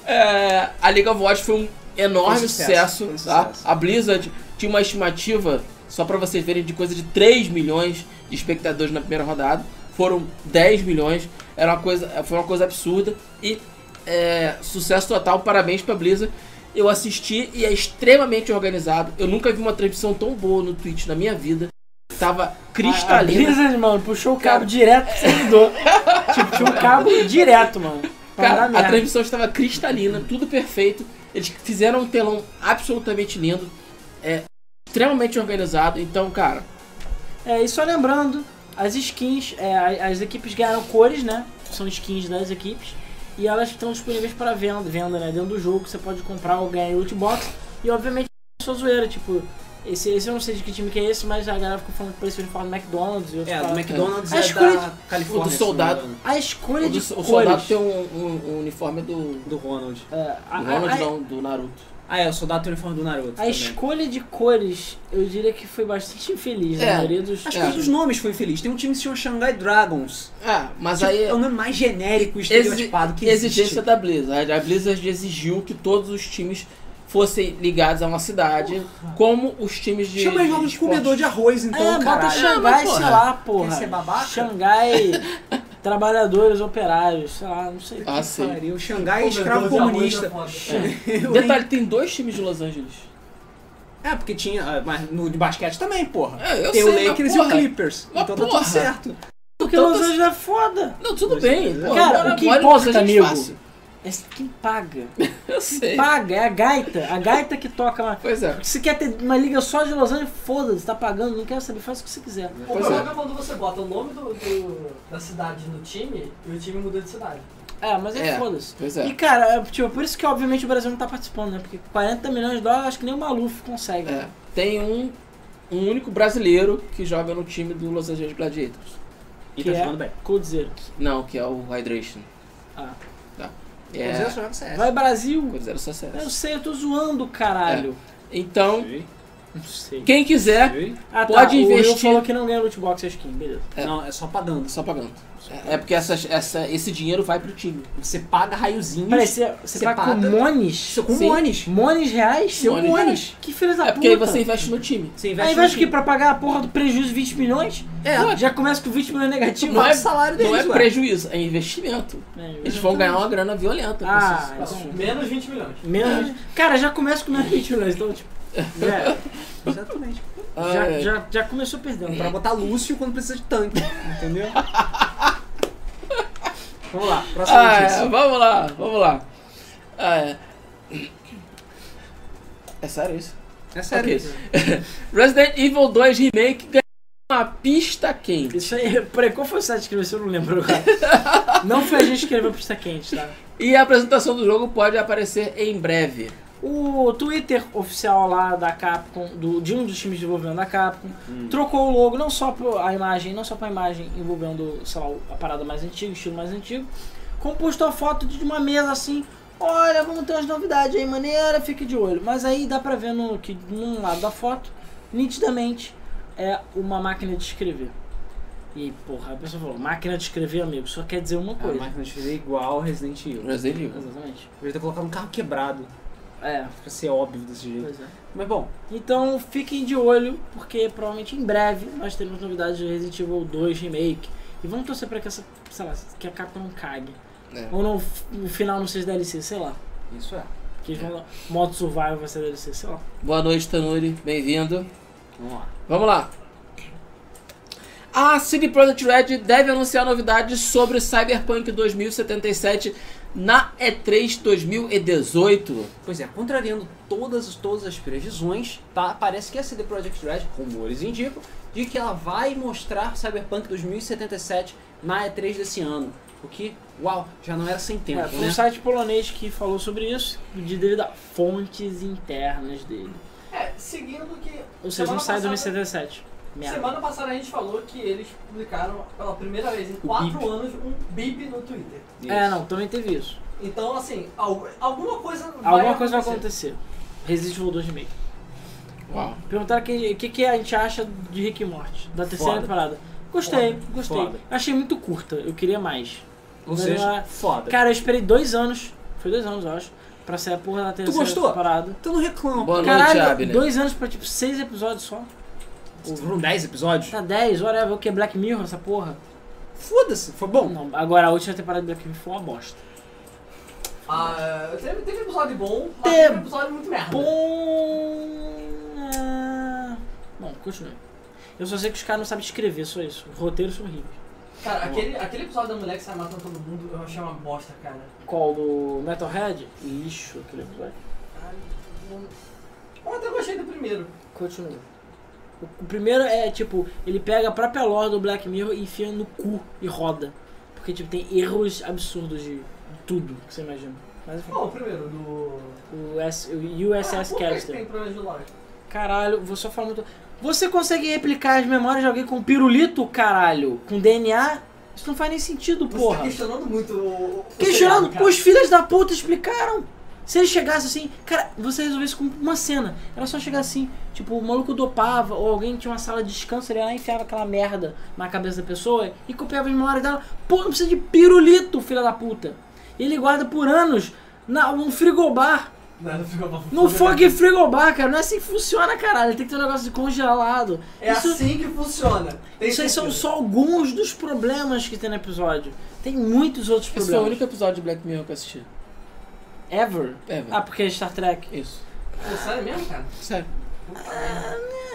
é, a Liga Watch foi um enorme
Foi um sucesso,
sucesso,
foi um
tá?
sucesso.
A Blizzard tinha uma estimativa, só pra vocês verem, de coisa de 3 milhões de espectadores na primeira rodada. Foram 10 milhões, era uma coisa, foi uma coisa absurda. E é, sucesso total, parabéns pra Blizzard. Eu assisti e é extremamente organizado. Eu nunca vi uma transmissão tão boa no Twitch na minha vida. Tava
A- a
cristalina.
Blizzard, mano, puxou o cabo
Cara.
direto pro servidor. tipo, tinha um cabo direto, mano. Pra
Cara,
dar
a
merda.
transmissão estava cristalina, tudo perfeito. Eles fizeram um telão absolutamente lindo, é extremamente organizado. Então, cara,
É, e só lembrando, as skins, é, a- as equipes ganharam cores, né? São skins das equipes. E elas estão disponíveis para venda, venda, né? Dentro do jogo, você pode comprar ou ganhar em loot box. E obviamente é só zoeira, tipo, esse, esse eu não sei de que time que é esse, mas a galera ficou falando que preço de falar do McDonald's e outros
É, do
falam-
McDonald's
A
é,
escolha
da
o
Califórnia.
do
se não me
soldado.
engano.
A
o,
escolha
do-
de
o
cores.
soldado tem um, um- um uniforme do, do
Do Ronald.
é, a, a-
Ronald,
a-
não, do Naruto.
Ah, é, o soldado tem o uniforme do Naruto.
a
também.
escolha de cores, eu diria que foi bastante infeliz, né?
É.
A maioria dos.
A
Acho
escolha um dos nomes foi feliz. Tem um time que se chama Shanghai Dragons.
É, mas
Tipo,
aí
é o nome mais genérico e
exi-
estereotipado que existe.
exigência da Blizzard. A Blizzard exigiu que todos os times fossem ligados a uma cidade, como os times de.
Chama ele logo de
esporte.
comedor de arroz, então,
é, bota
caralho.
Xangai,
Não, mas,
sei
porra,
lá, porra.
quer ser babaca?
Xangai, [laughs] trabalhadores, operários, sei lá, não sei.
Ah, sim.
Pariu, Xangai é
Comedor
escravo
de arroz
comunista.
é
[laughs]
foda.
né? Detalhe, tem dois times de Los Angeles.
É, porque tinha. ah, Mas no de basquete também, porra.
É, eu
Tem
sei,
o
mas
Lakers e o
porra.
Clippers.
Mas
então tá
porra.
tudo certo.
Porque
Tantas-
Los Angeles é foda.
Não, tudo bem. pô,
Cara,
agora-
o que
agora Los
importa, tá
Angeles
amigo?
fácil. [laughs]
É quem paga.
Eu sei.
Paga, é a gaita. A gaita que toca. Mas...
Pois é.
Se quer ter uma liga só de Los Angeles, foda-se, tá pagando, não quero saber, faz o que você quiser.
O
Pois
problema é quando você bota o nome do, do- da cidade no time e o time muda de cidade.
É, mas é,
É.
foda-se.
Pois é.
E cara, é, tipo, por isso que obviamente o Brasil não tá participando, né? Porque 40 milhões de dólares acho que nem o Maluf consegue. né?
É. Tem um, um único brasileiro que joga no time do Los Angeles Gladiators.
E
Que
tá
é?
jogando bem.
Coldzera.
Não, que é o Hydration.
Ah.
Tá.
É.
É.
Vai Brasil!
Coisa zero
Eu
sucesso.
sei, eu tô zoando, caralho.
Então,
Não sei.
quem quiser,
Ah, tá,
Pode
o Will
investir.
falou que não ganha loot box e skin, beleza.
É.
Não, é só pagando.
só pagando. É é porque essa, essa, esse dinheiro vai pro time.
Você paga raiozinhos.
Peraí, você, você tá com
paga.
mones?
Você com
Sim.
mones.
Mones reais?
Seu
Mones.
mones.
Que filha da
É
Tá puta.
porque aí você investe no time.
Você
Aí
investe
investe o
no
quê?
time.
Pra pagar a porra do prejuízo de 20 milhões?
É.
Já começa com 20 milhões negativo.
Não é,
o salário
não
deles,
é
ué.
prejuízo, é investimento. Eles vão ganhar uma grana violenta. com
Ah,
esses- com esses
então-
times.
Menos 20 milhões.
Menos... Cara, já começa com menos 20 milhões, então
[laughs]
tipo... né,
Exatamente.
Ah,
já,
é.
já, já começou perdendo. tá
Pra botar Lúcio quando precisa de tanque.
[laughs]
Entendeu? Vamos lá, próxima
Ah, é,
notícia.
vamos lá, vamos lá. Ah, é. é sério isso?
É sério.
[laughs] Ok. Resident Evil 2 Remake ganhou uma a pista quente.
Isso aí, [laughs] peraí, qual foi o site que escreveu? isso? Eu não lembro
[laughs]
agora. Não foi a gente que escreveu pista quente, tá?
E a apresentação do jogo pode aparecer em breve.
O Twitter oficial lá da Capcom, do, de um dos times de desenvolvimento da Capcom, trocou o logo não só pro- a imagem, não só para a imagem envolvendo, sei lá, a parada mais antiga, o estilo mais antigo, como postou a foto de uma mesa assim, olha, vamos ter umas novidades aí, maneira, fique de olho. Mas aí dá pra ver no, que num lado da foto, nitidamente, é uma máquina de escrever. E, porra, a pessoa falou, máquina de escrever, amigo, só quer dizer uma
A
coisa.
máquina de escrever é igual Resident Evil.
Resident Evil.
Exatamente.
Devia ter colocado um carro quebrado,
É,
pra ser óbvio desse jeito.
pois é.
Mas bom,
Então fiquem de olho, porque provavelmente em breve nós teremos novidades de Resident Evil 2 Remake. E vamos torcer pra que essa, sei lá, que a Capcom não cague.
É.
Ou não, no final não seja DLC, sei lá.
isso é.
Que eles vão, modo survival vai ser DLC, sei lá.
Boa noite, Tanuri. Bem-vindo.
Vamos lá.
Vamos lá. A CD Projekt Red deve anunciar novidades sobre Cyberpunk 2077 na E3 2018.
Pois é, contrariando todas, todas as previsões, tá? Parece que a CD Projekt Red, rumores indicam, de que ela vai mostrar Cyberpunk 2077 na E3 desse ano. O que, uau, já não era sem tempo,
É, foi
né?
um site polonês que falou sobre isso, de devido a fontes internas dele.
É, seguindo o que.
Ou seja, não
semana
sai do
passada-
2077. Merda.
Semana passada a gente falou que eles publicaram pela primeira vez em 4 anos um bip no Twitter.
É, não, também teve isso.
Então, assim, al- alguma coisa vai
Alguma coisa vai acontecer. Resident Evil 2 Remake.
Uau.
Perguntaram o que, que, que a gente acha de Rick e Morty, da terceira
Foda.
temporada. Gostei,
Foda.
gostei.
Foda.
Achei muito curta, eu queria mais.
Ou
Mas
seja,
ela-
foda.
é. Cara, eu esperei dois anos, foi dois anos, eu acho, pra sair a porra da terceira
gostou? né?
temporada.
Então não reclama.
Boa noite,
Caralho,
Abner.
dois anos pra tipo seis episódios só.
Foram 10 episódios?
Tá dez, whatever, o que? Black Mirror, essa porra?
Foda-se, foi bom.
Não, agora a última temporada de Black Mirror foi uma bosta.
Ah, teve, teve episódio bom, mas
Teve.
teve um episódio muito merda.
Bom. ah, Bom, continue. Eu só sei que os caras não sabem escrever, só isso. Os roteiros são horríveis.
Cara, aquele, aquele episódio da mulher que sai matando todo mundo, eu achei uma bosta, cara.
Qual do Metalhead? Lixo aquele episódio.
Ah, não- Eu até gostei do primeiro.
Continua. O- O primeiro é tipo, ele pega a própria lore do Black Mirror e enfia no cu e roda. Porque tipo, tem erros absurdos de tudo que você imagina. Mas enfim,
Qual o primeiro? Do.
o, S, o USS
ah, por que que tem
Callister.
problemas de lore?
Caralho, vou só falar muito. Você consegue replicar as memórias de alguém com pirulito, caralho? Com DNA? Isso não faz nem sentido,
Você
porra.
tá questionando muito o. o seriado,
Questionando,
cara.
pô, os filhos da puta explicaram. Se ele chegasse assim, cara, você resolvesse com uma cena. Era só chegar assim, tipo, o maluco dopava, ou alguém tinha uma sala de descanso, ele ia lá e enfiava aquela merda na cabeça da pessoa e copiava as memórias dela. Pô, não precisa de pirulito, filha da puta. E ele guarda por anos na, num frigobar.
Não, não ficou bom.
No fog frigobar, cara. Não é assim que funciona, caralho. Tem que ter um negócio de congelado.
É
Isso-
assim que funciona. Tem
Isso aí são
certeza.
só alguns dos problemas que tem no episódio. Tem muitos outros
é
Esse foi o
problemas.
único episódio de Black Mirror que eu assisti.
Ever.
É, velho.
Ah, porque é Star Trek.
Isso.
Pô, sério mesmo, cara?
Sério.
Puta
Ah,
merda.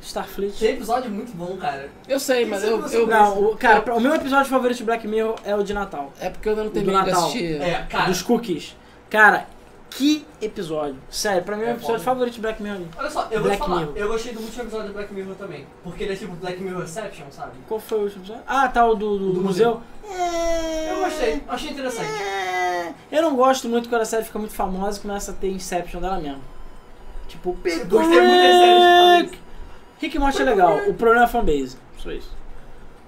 Starfleet.
Tem episódio muito bom, cara.
Eu sei,
Quem
mas
sabe
eu,
você
eu-
Não, o, cara, pra- o meu episódio favorito de Black Mirror é o de Natal.
É porque eu não
do
terminei de
Natal.
assistir.
É, cara.
Dos cookies. Cara, que episódio. Sério, pra mim é o
É
episódio
bom.
favorito de Black Mirror.
Olha só, eu vou
Black
te falar,
Mirror.
eu gostei do último episódio do Black Mirror também. Porque ele é tipo Black Mirror Reception, sabe?
Qual foi o último episódio? Ah, tá, o do, do-
Do
do museu.
museu.
É...
Eu gostei, achei interessante.
É... Eu não gosto muito quando a série fica muito famosa e começa a ter Inception dela mesmo. Tipo,
Eu gostei muito das séries de fazer
Rick e Morty é legal. O problema é a fanbase. Só isso.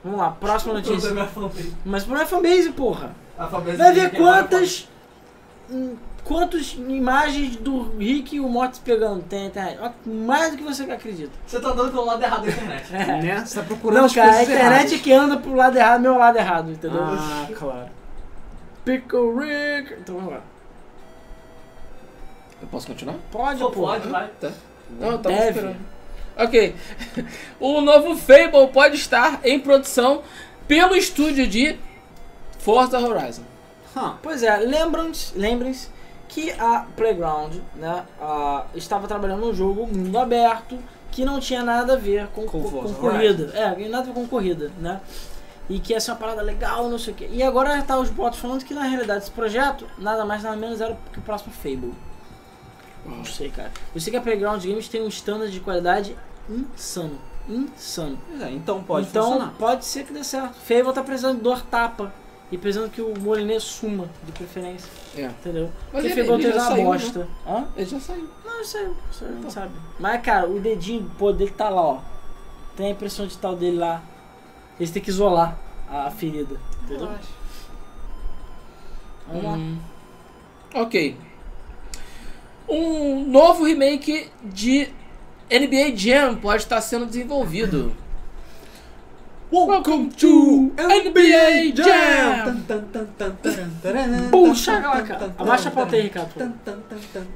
Vamos lá, próxima
isso. Tudo é
notícia.
minha fanbase.
Mas o problema é a fanbase, porra.
A fanbase
Vai
do
ver
Rick agora
quantas. hum, Quantas imagens do Rick e o Morty se pegando tem na internet. Ó, Mais do que você acredita.
pode- Você tá dando pelo lado errado da [laughs] internet.
Né? Você tá procurando
Não,
as
cara, a
coisas
internet
erradas.
é que anda pro lado errado, meu lado errado, entendeu?
Ah, claro.
Pickle Rick. Então vamos lá.
Eu posso continuar?
Pode,
Pô,
porra.
pode, vai.
Tá. Não, eu tava
Deve.
esperando. Ok. [laughs] o novo Fable pode estar em produção pelo estúdio de Forza Horizon.
Hum.
Pois é, lembram-se lembrem-se que a Playground né, a- estava trabalhando num jogo mundo aberto que não tinha nada a ver com,
Com
com- com
Forza
corrida. É, que nada a ver com corrida, né? E que essa é uma parada legal, não sei o quê. E agora tá os bots falando que na realidade esse projeto nada mais nada menos era que o próximo Fable. Não sei, cara. Eu sei que a Playground Games tem um standard de qualidade insano. insano.
Pois é, então pode
então
funcionar.
pode ser que dê certo. Fable tá precisando de dor tapa e precisando que o Moliné suma, de preferência,
É.
entendeu?
Mas
Porque
ele-
Fable
ele
teve
já
uma
saiu, né?
bosta. Hã?
Ele já saiu.
Não, isso aí, isso aí a gente sabe. Mas, cara, o dedinho, pô, dele tá lá, ó. Tem a impressão digital dele lá. Eles têm que isolar a ferida, entendeu? Vamos lá.
Hum. Ok. Um novo remake de NBA Jam pode estar sendo desenvolvido. Welcome to NBA Jam!
Pum, chega lá, cara. Abaixa a pauta aí, Ricardo.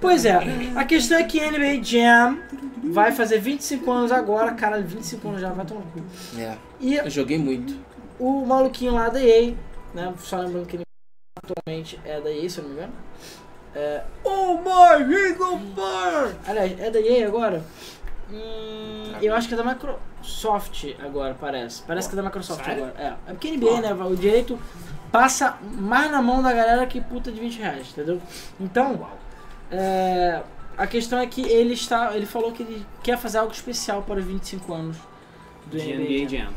Pois é, a questão é que NBA Jam vai fazer 25 anos agora. Caralho, 25 anos já, vai tomar no cu.
É,
E
eu joguei muito.
o maluquinho lá da EA, né? Só lembrando que ele atualmente é da EA, se eu não me engano. É,
Oh my Eagle Bird!
aliás, é da EA agora? Hum, eu acho que é da Microsoft agora, parece. Parece que é da Microsoft agora. É, é porque NBA, né? O direito passa mais na mão da galera que puta de 20 reais, entendeu? Então, é, a questão é que ele está. Ele falou que ele quer fazer algo especial para os 25 anos do
De
NBA.
NBA
Jam.
Jam.
né?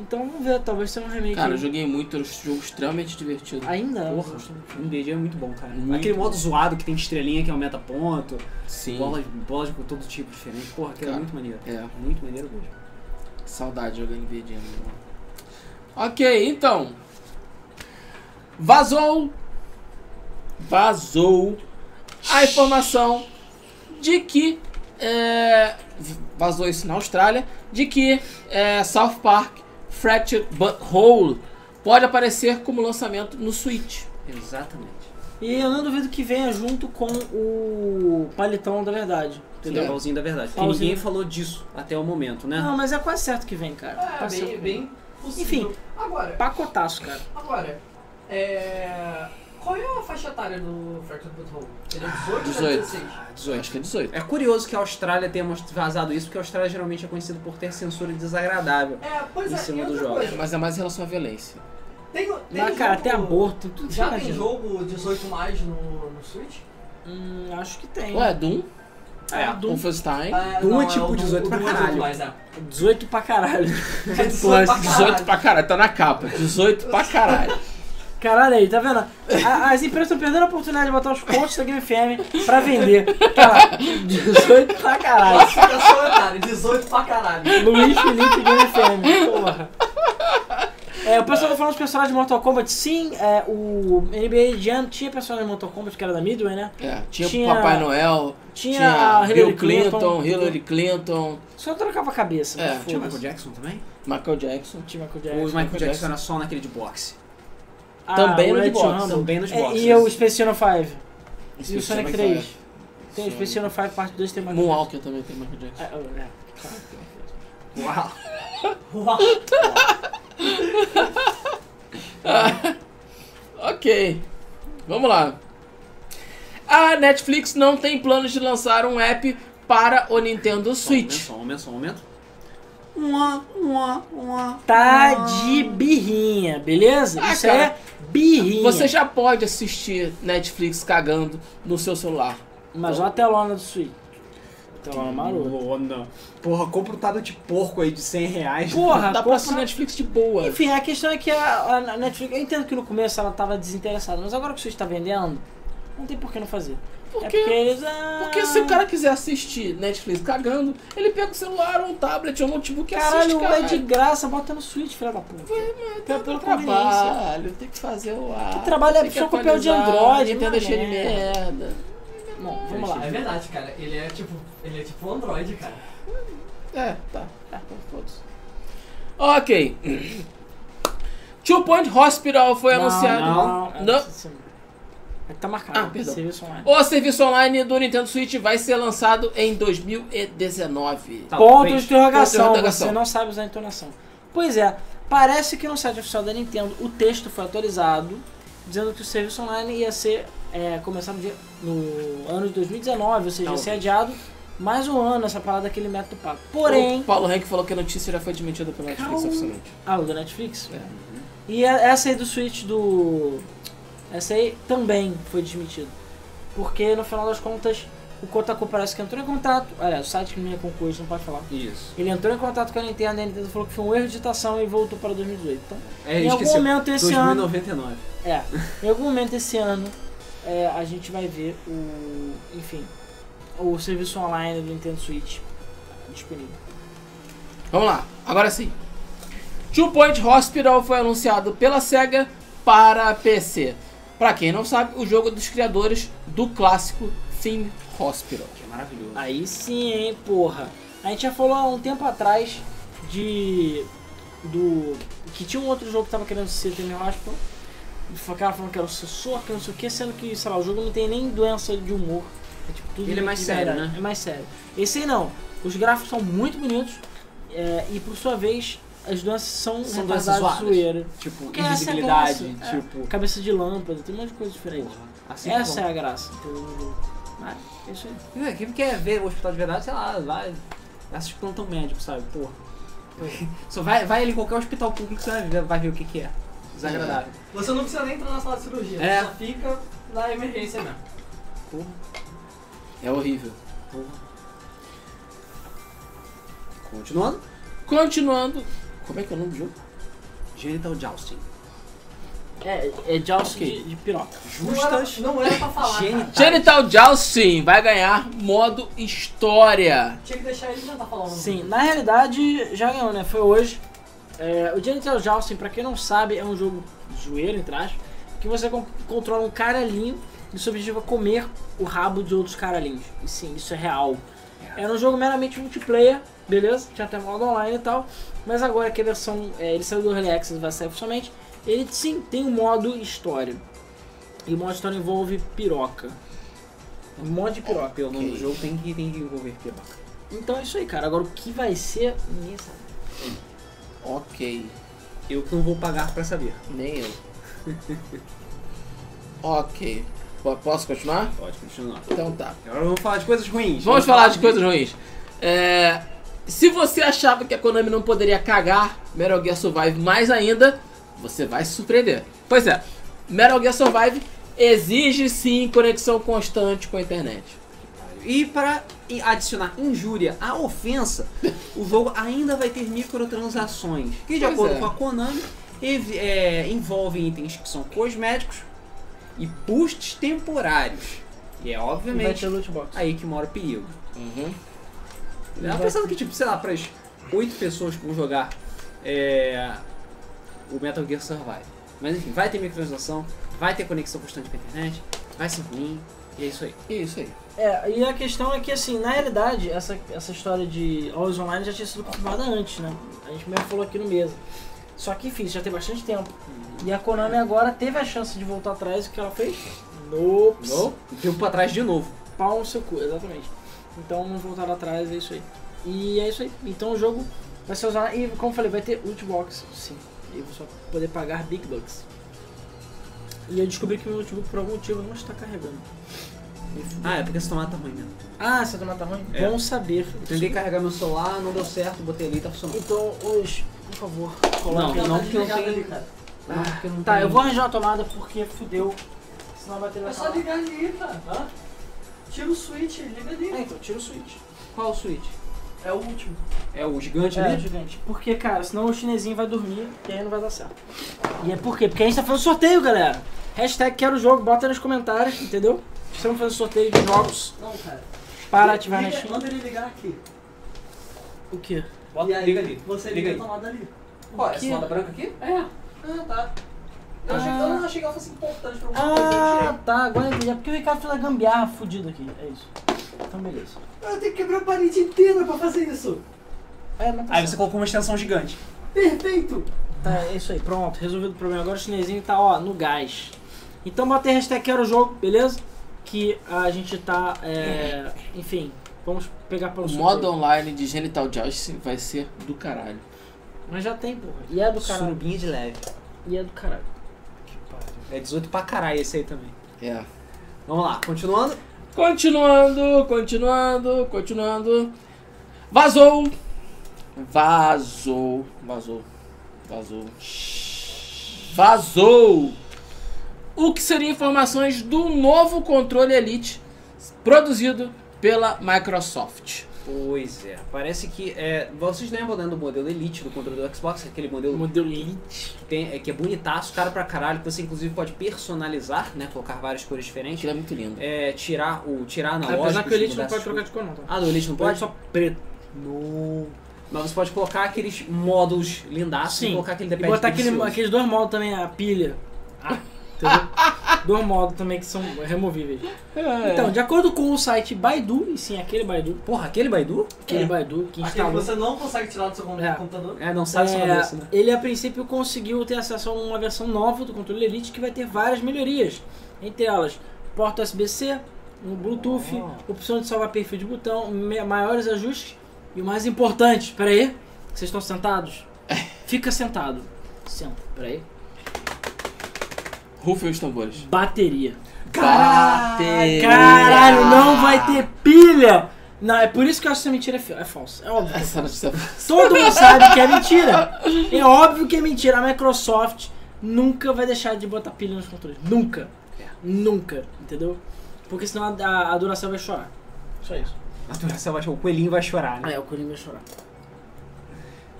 Então vamos ver, talvez seja um remake.
Cara, eu joguei muito, era um jogo extremamente divertido.
Ainda.
Porra, NBA Jam é muito bom, cara.
Muito
Aquele modo zoado que tem estrelinha que aumenta ponto,
Sim.
bolas, bolas com todo tipo diferente. Porra, aquilo é
Cara.
muito maneiro.
É,
Muito maneiro mesmo.
saudade de jogar NBA Jam. Ok, então. Vazou. Vazou a informação de que. é, vazou isso na Austrália. De que é, South Park Fractured But Whole pode aparecer como lançamento no Switch.
Exatamente.
E eu não duvido que venha junto com o Palitão da Verdade,
Entendeu?
entendeu?
É. Pauzinho da verdade. Porque
Pauzinho.
ninguém falou disso até o momento, né?
Não, mas é quase certo que vem, cara.
É,
Quase
bem,
certo.
bem possível. Enfim. Agora,
Pacotaço, cara.
agora, é... Qual é a faixa etária do Fractured But Whole? Ele é 18 ou é
18.
16?
Ah, 18. Acho que é 18.
É curioso que a Austrália tenha most- vazado isso, porque a Austrália geralmente é conhecida por ter censura desagradável.
É, pois
Em
é,
cima
e
do
outra
jogo.
coisa,
Mas é mais em relação à violência.
Tem, tem um
Mas, Ah, cara, até
jogo-
aborto, tem tudo que
Já
você
tem
imagina.
jogo 18 mais no, no Switch?
Hum, acho que tem.
Ué, Doom?
é, do
Wolfenstein?
Ah,
Doom é
não,
tipo
o Doom-
18
o
pra
Doom é
caralho.
mais, é.
18 pra caralho.
É 18 pra
18
caralho.
pra caralho, tá na capa. 18 pra caralho.
Caralho aí, tá vendo? A- as empresas estão perdendo a oportunidade de botar os pontos da Game FM pra vender. Cara, 18 pra caralho.
Classificação etária, 18 pra caralho.
Luiz Felipe Game FM, porra. É, o pessoal tá falando dos personagens de Mortal Kombat. Sim, é, o NBA Jam tinha personagem de Mortal Kombat que era da Midway, né?
É, tinha,
Tinha-
Papai Noel,
tinha
tinha,
a Hillary
Bill Clinton,
Clinton,
Hillary Clinton,
Só trocava a cabeça.
É,
mas
Tinha o
foda-se.
Michael Jackson também?
Michael Jackson.
Tinha Michael
Ou o
Jackson.
Michael Jackson
Jackson.
era só naquele de boxe?
Ah,
Também
o
no
Red
de boxe,
Rumble.
Também nos
É,
boxes.
e o Space Channel 5. E o
Space
Sonic
Jam,
3. Tem o
Sonic.
Space Channel 5 parte 2 tem
é.
mais.
Moonwalker também tem Michael Jackson.
É, é.
Uau.
Uau.
É.
Ok, vamos lá. A Netflix não tem planos de lançar um app para o Nintendo Switch.
Só um momento, só um momento. Uma, uma, uma.
Tá de birrinha, beleza?
Ah,
Isso
cara.
é birrinha.
Você já pode assistir Netflix cagando no seu celular. Então-
Mas olha a telona do Switch. Telona
um
marota.
Lona. Porra, compra um tado de porco aí de 100 reais. [laughs]
Porra,
Dá pra
Ah, porra.
assistir Netflix de boa.
Enfim, a questão é que a, a Netflix. Eu entendo que no começo ela tava desinteressada, mas agora que o Switch tá vendendo, não tem por que não fazer.
Porque-
É porque eles. ah,
Porque se o cara quiser assistir Netflix cagando, ele pega o celular, um tablet ou um notebook e
Caralho,
assiste, cara.
é de graça, bota no Switch, filha da puta.
Tem
pela
pelo
conveniência.
trabalho, tem que fazer o ar.
Que trabalho é
tem que
só papel de
atualizar,
Android, né?
Nintendo
uma
é cheio de
merda.
merda.
Bom, vamos lá.
É verdade, cara. Ele é tipo. Ele é tipo um Android, cara.
É, tá. É, foda-se. Ok. Two Point Hospital foi
Não,
É anunciado.
Não, não.
Não.
Essa semana. É que tá marcado.
Ah, perdão.
Serviço online.
O serviço online do Nintendo Switch vai ser lançado em 2019.
Tá,
Ponto de interrogação.
Ponto de interrogação.
Você não sabe usar a entonação. Pois é, parece que no site oficial da Nintendo o texto foi atualizado, dizendo que o serviço online ia ser é, começar no, dia- no ano de 2019, ou seja, ia ser adiado mais um ano essa parada aquele método pago. Porém,
O Paulo Henrique falou que a notícia já foi desmentida pela Netflix
Calma.
oficialmente.
Ah, o da Netflix?
É.
E a- essa aí do Switch do. Essa aí também foi desmentida. Porque no final das contas, O Kotaku parece que entrou em contato. Olha, o site que não é concurso, não pode falar.
Isso.
Ele entrou em contato com a Nintendo, a Nintendo falou que foi um erro de digitação e voltou para 2018. Então,
É,
em algum
esqueceu.
momento esse ano.
2099.
É, em algum momento esse ano é, a gente vai ver o. Enfim, o serviço online do Nintendo Switch disponível.
Vamos lá, agora sim. Two Point Hospital foi anunciado pela SEGA para PC. Pra quem não sabe, o jogo dos criadores do clássico Theme Hospital.
Que é maravilhoso.
Aí sim, hein, porra. A gente já falou há um tempo atrás de. do. que tinha um outro jogo que tava querendo ser Theme Hospital. E o cara falando que era o sucessor, que não sei o que, sendo que, sei lá, o jogo não tem nem doença de humor. É tipo, tudo
Ele é
meio
mais
que
sério,
verdade.
né?
É mais sério. Esse aí não. Os gráficos são muito bonitos. é, e por sua vez, as doenças são,
São
retardadas
doenças
de
zoadas.
zoeira.
Tipo,
Porque essa é a
invisibilidade,
graça, é.
tipo.
Cabeça de lâmpada, tem um monte de coisa diferente.
Porra, assim
Essa
que
é a graça.
Hum.
entendeu? Mas, é isso aí.
bom. É, Quem quer ver o hospital de verdade, sei lá, vai. Essas que não tão médico, sabe? Porra. [laughs] Só vai, vai ali em qualquer hospital público você vai ver, vai ver o que, que é. Desagradável.
Você não precisa nem entrar na sala de cirurgia,
É.
você só fica na emergência mesmo.
Porra,
É horrível.
porra. Continuando.
Continuando. Como é que é o nome do jogo?
Genital Jousting.
É, é Joust
Ok.
de, de piroca.
Justas.
Não era, não era pra falar, cara.
Genitais.
Genital Jousting vai ganhar modo história.
Tinha que deixar ele tentar falar o nome.
Sim, na realidade já ganhou, né? Foi hoje. É, o Genital Jousting, pra quem não sabe, é um jogo zoeiro, entre aspas, que você con- controla um caralhinho e seu objetivo é comer o rabo de outros caralhinhos. E sim, isso é real. Era um jogo meramente multiplayer, beleza? Tinha até modo online e tal. Mas agora que a versão. é, ele saiu do Early Access, vai sair oficialmente. Ele sim tem um modo história. E o modo história envolve piroca. Um monte de piroca.
Pelo nome do jogo tem que, tem que envolver piroca.
Então é isso aí, cara. Agora o que vai ser, ninguém sabe.
Ok.
Eu que não vou pagar pra saber.
Nem eu. [laughs] ok. Po- Posso continuar?
Pode continuar.
Então tá.
Agora vamos falar de coisas ruins.
Vamos falar de coisas ruins. É, se você achava que a Konami não poderia cagar Metal Gear Survive mais ainda, você vai se surpreender. Pois é, Metal Gear Survive exige sim conexão constante com a internet.
E para e- adicionar injúria à ofensa, o jogo ainda vai ter microtransações, que de
Pois
acordo
é.
com a Konami ev- é, envolvem itens que são cosméticos e boosts temporários. E é
Vai ter
obviamente
loot box.
aí que mora o perigo. Eu tava pensando que, tipo, sei lá, para as oito pessoas que vão jogar é, o Metal Gear Survive. Mas enfim, vai ter microtransação, vai ter conexão constante com a internet, vai ser ruim, e é isso aí.
Isso aí.
É, e a questão é que, assim, na realidade, essa, essa história de Always Online já tinha sido confirmada antes, né? A gente mesmo falou aqui no mesa. Só que, enfim, isso já tem bastante tempo. E a Konami agora teve a chance de voltar atrás, o que ela fez? Nope.
Não? Deu pra trás de novo.
Pau no seu cu, exatamente. Então, não voltaram atrás, é isso aí. E é isso aí. Então, o jogo vai ser usado. E, como eu falei, vai ter loot box, sim. E você vai poder pagar big bucks. E eu descobri que meu notebook, por algum motivo, não está carregando. Me fudeu.
Ah, é porque esse tomate tá ruim mesmo.
Ah, essa tomada tá ruim?
É.
Bom saber.
Tentei carregar meu celular, não deu certo, botei ali e tá funcionando.
Então, hoje, por favor,
Não,
coloque.
não,
tá
que eu
desligado
tenho-
ali, cara.
Não, porque não
Tá,
tem-
eu vou arranjar a tomada porque fudeu. Senão a bateria
É
vai
só
acabar.
ligar ali, cara. Hã? Tira o switch, liga
É,
ali.
então, tira o switch.
Qual o switch?
É o último.
É o gigante
É,
ali?
gigante. Porque, cara, senão o chinesinho vai dormir e aí não vai dar certo. E é por quê? Porque a gente tá fazendo sorteio, galera. Hashtag quero o jogo, bota aí nos comentários, entendeu? Estamos fazendo sorteio de jogos
Não, cara.
para ativar na
Liga-
Steam.
Manda ele ligar aqui.
O quê?
Bota,
liga ali.
Você
Liga
liga,
aí.
a tomada ali.
Ó,
Que?
essa lata branca aqui?
É. Ah, tá. Eu achei que
Ah.
eu não achei que ela fosse importante pra alguma coisa. eu
Ah, tá, agora eu entendi. É porque o Ricardo fez a gambiarra fudida aqui. É isso. Então, beleza.
tirei. Eu tenho que quebrar a parede inteira pra fazer isso.
É, mas tá
Aí
certo.
você colocou uma extensão gigante.
Perfeito.
Tá, é isso aí, pronto, resolvido o problema. Agora o chinesinho tá, ó, no gás. Então bota aí hashtag quero o jogo, beleza? Que a gente tá, é, enfim, vamos pegar um pelo
O
sorteio.
modo online de Genital Jousting vai ser do caralho.
Mas já tem, porra. E é do caralho.
Surubinha de leve.
E é do caralho.
É 18 pra caralho esse aí também.
É.
Vamos lá, continuando.
Continuando, continuando, continuando. Vazou! Vazou, vazou, vazou. Vazou! O que seriam informações do novo controle Elite produzido pela Microsoft.
Pois é, parece que. É, vocês lembram né, do modelo Elite do controle do Xbox, aquele
O
modelo
modelo Elite.
que, tem, é, que é bonitaço, cara pra caralho, que você inclusive pode personalizar, né? Colocar várias cores diferentes.
Aquilo é muito lindo.
É, tirar o tirar analógico.
Apesar que o Elite
mudar
não pode
essas
trocar de cor, não. Tá?
Ah, não, Elite não
Pode
pode? Só preto. No. Mas você pode colocar aqueles módulos lindaços e
Sim.
colocar aquele
E
depende
botar aquele, aqueles dois modos também, a [laughs] pilha. Ah, Entendeu? dois modos também que são removíveis. Então, de acordo com o site Baidu, e sim, aquele Baidu,
Porra, aquele Baidu?
É. aquele Baidu que
Aquele que
instalou,
você não consegue tirar do seu
É.
computador.
É, não sabe sobre
é,
isso, né?
ele a princípio conseguiu ter acesso a uma versão nova do controle Elite que vai ter várias melhorias. Entre elas, porta USB-C, um Bluetooth,
Ah.
opção de salvar perfil de botão, me- maiores ajustes e o mais importante, peraí, vocês estão
[laughs]
sentados? Fica sentado. Senta, peraí.
Rufem os tambores.
Bateria.
Caralho!
Caralho, não vai ter pilha! Não, é por isso que eu acho que essa mentira é, fi- é falsa. É óbvio.
Essa notícia
Todo mundo sabe que é mentira. É óbvio que é mentira. A Microsoft nunca vai deixar de botar pilha nos controles. Nunca. Nunca. Entendeu? Porque senão a, a, a Duracell vai chorar. Só isso.
A duração vai chorar, o coelhinho vai chorar, né?
É, o Coringa vai chorar.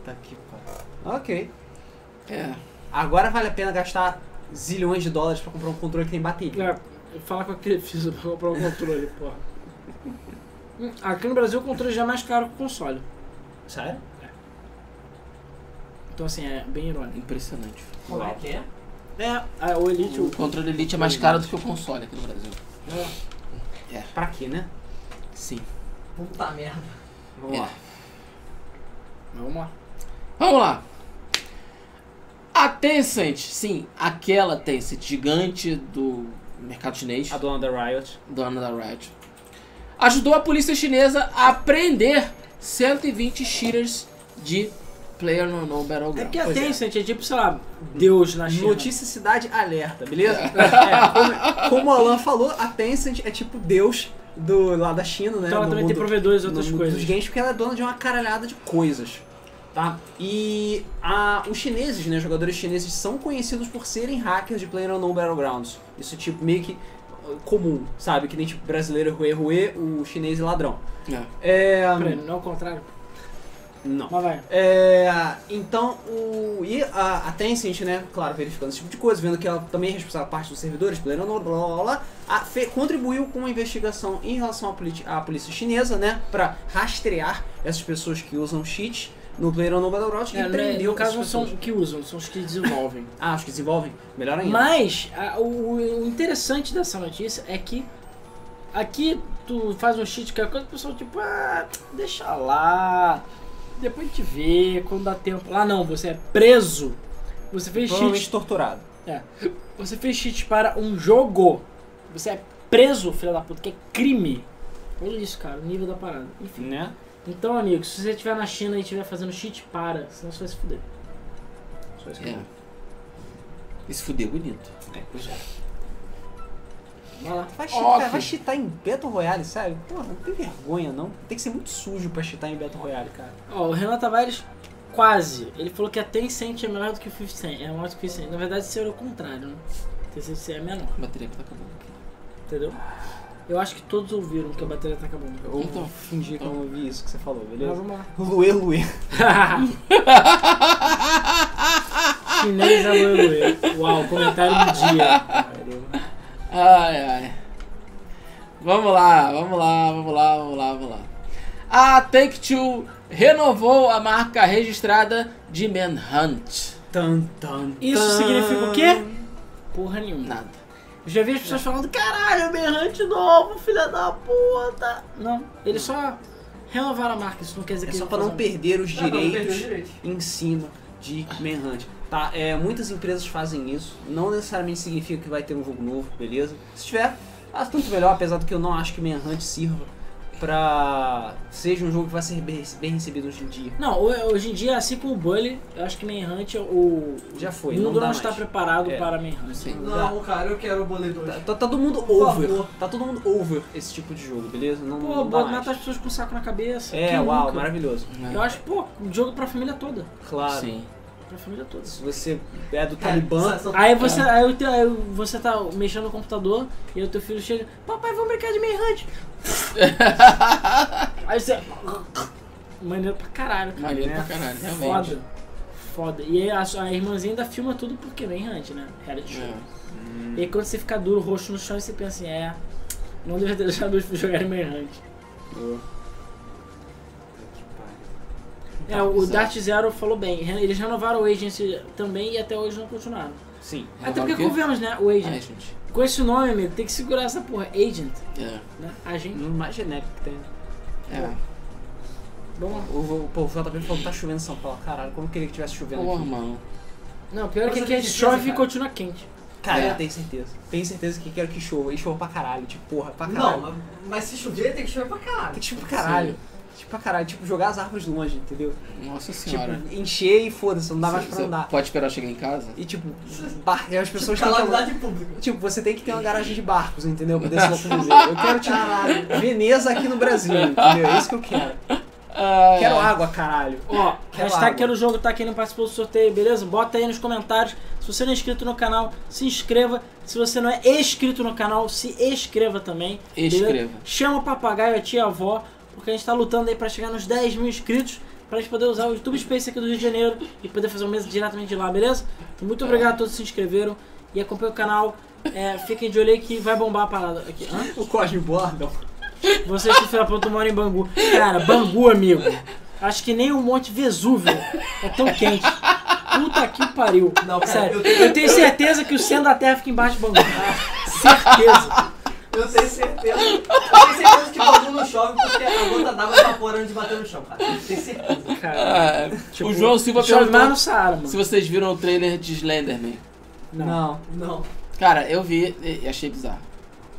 Tá que Ok.
É.
Agora vale a pena gastar zilhões de dólares pra comprar um controle que tem bateria.
É, falar com a Crefisa pra comprar um controle, porra. Hum, Aqui no Brasil o controle já é mais caro que o console. É.
Sério?
Então assim, é bem irônico.
Impressionante.
Como é que é?
É, a- o Elite, o
O controle Elite é mais caro do que o console aqui no Brasil.
Pra quê, né?
Sim.
Puta [laughs] merda.
Vamos
É.
lá.
Vamos lá.
Vamos lá. A Tencent, sim, aquela Tencent gigante do mercado chinês,
A dona da Riot.
dona da Riot, ajudou a polícia chinesa a prender 120 cheaters de Player No
É
Battleground.
porque a Tencent é. tipo, sei lá, Deus na China.
Notícia Cidade Alerta, beleza? É, como, como o Alan falou, a Tencent é tipo Deus do, lá da China, né?
Então ela
no
também
mundo,
tem provedores de
no
outras
mundo
coisas.
dos games, porque ela é dona de uma caralhada de coisas. Tá? E a- os chineses, né? Jogadores chineses são conhecidos por serem hackers de PlayerUnknown's Battlegrounds. Isso tipo meio que uh, comum, sabe? Que nem tipo brasileiro ruê ruê, o chinês é ladrão.
É.
É...
Peraí, não é o contrário.
Não.
Mas vai.
É, então, o, e a, a Tencent, né, claro, verificando esse tipo de coisa, vendo que ela também é responsável por parte dos servidores, blá, blá, blá, blá, blá, blá, a, fe- contribuiu com uma investigação em relação à, politi- à polícia chinesa, né, pra rastrear essas pessoas que usam cheat no PlayerUnknown's Battlegrounds
É,
e
não é-
prendeu
no caso não
essas
são
pessoas.
os que usam, são os que desenvolvem.
Ah, os que desenvolvem? Melhor ainda.
Mas a- o, o interessante dessa notícia é que aqui tu faz um cheat que é coisa, o pessoal tipo, ah, deixa lá, depois a gente vê, quando dá tempo. Lá não, você é preso. Você fez cheat
Provavelmente torturado.
É. Você fez cheat para um jogo. Você é preso, filho da puta, que é crime. Olha isso, cara, o nível da parada. Enfim.
Né?
Então, amigo, se você estiver na China e estiver fazendo cheat, para. Senão você vai se fuder.
Só isso que eu
é. Esse fudeu bonito.
É, pois é.
Vai lá.
Vai
Óbvio.
cheatar, vai cheatar em Battle Royale, sério? Porra, não tem vergonha, não. Tem que ser muito sujo pra cheatar em Battle Royale, cara.
Ó, o Renan Tavares quase. Ele falou que a Tencent é melhor do que o 50 Cent. É melhor do que o 50 Cent. Na verdade, isso era o contrário, né? A Tencent é menor,
A bateria que tá acabando aqui.
entendeu? Eu acho que todos ouviram que a bateria tá acabando.
Eu
Então.
vou fingir que eu não ouvi isso que você falou,
Mas
beleza?
vamos lá.
Luê, Luê.
Ah! Chinês aloe. Uau, comentário do dia.
Ai, ai. Vamos lá, vamos lá, vamos lá, vamos lá, vamos lá. A Take-Two renovou a marca registrada de Manhunt.
Tan, tan,
Isso
tan.
significa o quê? Porra nenhuma.
Nada.
Eu já vi as pessoas falando, caralho, berrante novo, filha da puta. Não, eles só renovaram a marca, isso não quer dizer
É
que
só
eles um
pra não
fizeram.
perder os
Não, não, perdeu o
direitos
direito.
em cima de Manhunt. Tá, é, muitas empresas fazem isso, não necessariamente significa que vai ter um jogo novo, beleza? Se tiver, ah, tanto melhor, apesar do que eu não acho que Manhunt sirva pra... seja um jogo que vai ser bem, bem recebido hoje em dia.
Não, ho- hoje em dia, assim como o Bully, eu acho que Manhunt, é o
Já foi,
o
não
mundo
dá
não
mais.
está preparado
É.
para Manhunt.
Sim.
Não, cara, eu quero o Bolê 2.
Tá, tá todo mundo
Por
over,
favor.
tá todo mundo over esse tipo de jogo, beleza? Não,
Pô,
não dá
bota-
mais.
mata as pessoas com o saco na cabeça.
É,
Quem
uau,
nunca?
maravilhoso.
Eu acho, pô, um jogo pra família toda.
Claro.
Sim.
Pra família toda.
Se você é do
Tá
Talibã,
Aí você,
É.
aí,
[laughs]
o teu- aí você tá mexendo no computador e aí o teu filho chega, papai, vamos brincar de Manhunt. Aí você. Maneiro pra caralho, cara.
Maneiro
né?
pra caralho, realmente.
Foda. Foda. E aí a, sua- a irmãzinha ainda filma tudo porque vem Hunt, né? Reality show.
É.
E aí quando você fica duro, roxo no chão, você pensa assim, é. Não devia ter deixado os [laughs] filhos jogarem Manhunt. É, o
Exato.
Dart Zero falou bem. Re- Eles renovaram o Agency também e até hoje não continuaram.
Sim.
Até
Renovaram
porque
o quê?
convenhamos, né? O Agent.
Ai, gente.
Com esse nome, amigo, tem que segurar essa porra. Agent,
É.
né? Agente.
No mais genérico que tem.
É.
Vamos lá.
O, o, pô, o JP falou que tá chovendo em São Paulo. Caralho, como eu queria que tivesse chovendo
Porra,
aqui?
mano.
Não, pior é que
Coisa
aqui a
de
gente
defesa,
chove e
cara.
continua quente.
Cara,
É.
eu tenho certeza. Tenho certeza que quero que chova. E chova pra caralho, tipo, porra, pra
Não,
caralho.
mas, mas se chover, tem que chover pra
Que
caralho.
tipo pra caralho. Tipo pra caralho, tipo, jogar as árvores longe, entendeu?
Nossa senhora.
Tipo, encher e foda-se, não dá mais pra
Você
andar.
Pode esperar eu chegar em casa?
E tipo, bar... e as pessoas têm que-
Calamidade pública.
Tipo, você tem que ter uma garagem de barcos, entendeu? Pra descer lá pro museu. Eu quero, tipo, Veneza aqui no Brasil, entendeu? É isso que eu quero.
Ah,
Quero água, caralho.
Ó,
Quero
hashtag
água.
Quero Jogo tá aqui, não participou do sorteio, beleza? Bota aí nos comentários. Se você não é inscrito no canal, se inscreva. Se você não é inscrito no canal, se inscreva também. beleza?
Escreva.
Chama o papagaio, a tia, a avó, porque a gente tá lutando aí pra chegar nos 10 mil inscritos. Pra gente poder usar o YouTube Space aqui do Rio de Janeiro e poder fazer um mês diretamente de lá, beleza? Então, muito obrigado a todos que se inscreveram e acompanha o canal. É, fiquem de olho aí que vai bombar a parada aqui. Hã?
O Cosme Bordão.
Vocês que é filha da puta moram em Bangu. Cara, Bangu, amigo. Acho que nem o Monte Vesúvio é tão quente. Puta que pariu.
Não, cara,
Sério,
eu
eu,
tenho-
tenho certeza que o centro da terra fica embaixo de Bangu. certeza.
Eu tenho certeza. Eu tenho [laughs] certeza que Bangu não chove porque a gota d'água evaporando de bater no chão, cara. Eu tenho certeza.
Cara, tipo,
Ah,
Tipo,
o João Silva
chove mais no
perguntou
Saara, mano.
se vocês viram o trailer de Slenderman.
Não.
Não.
Não.
Cara, eu vi e e achei bizarro.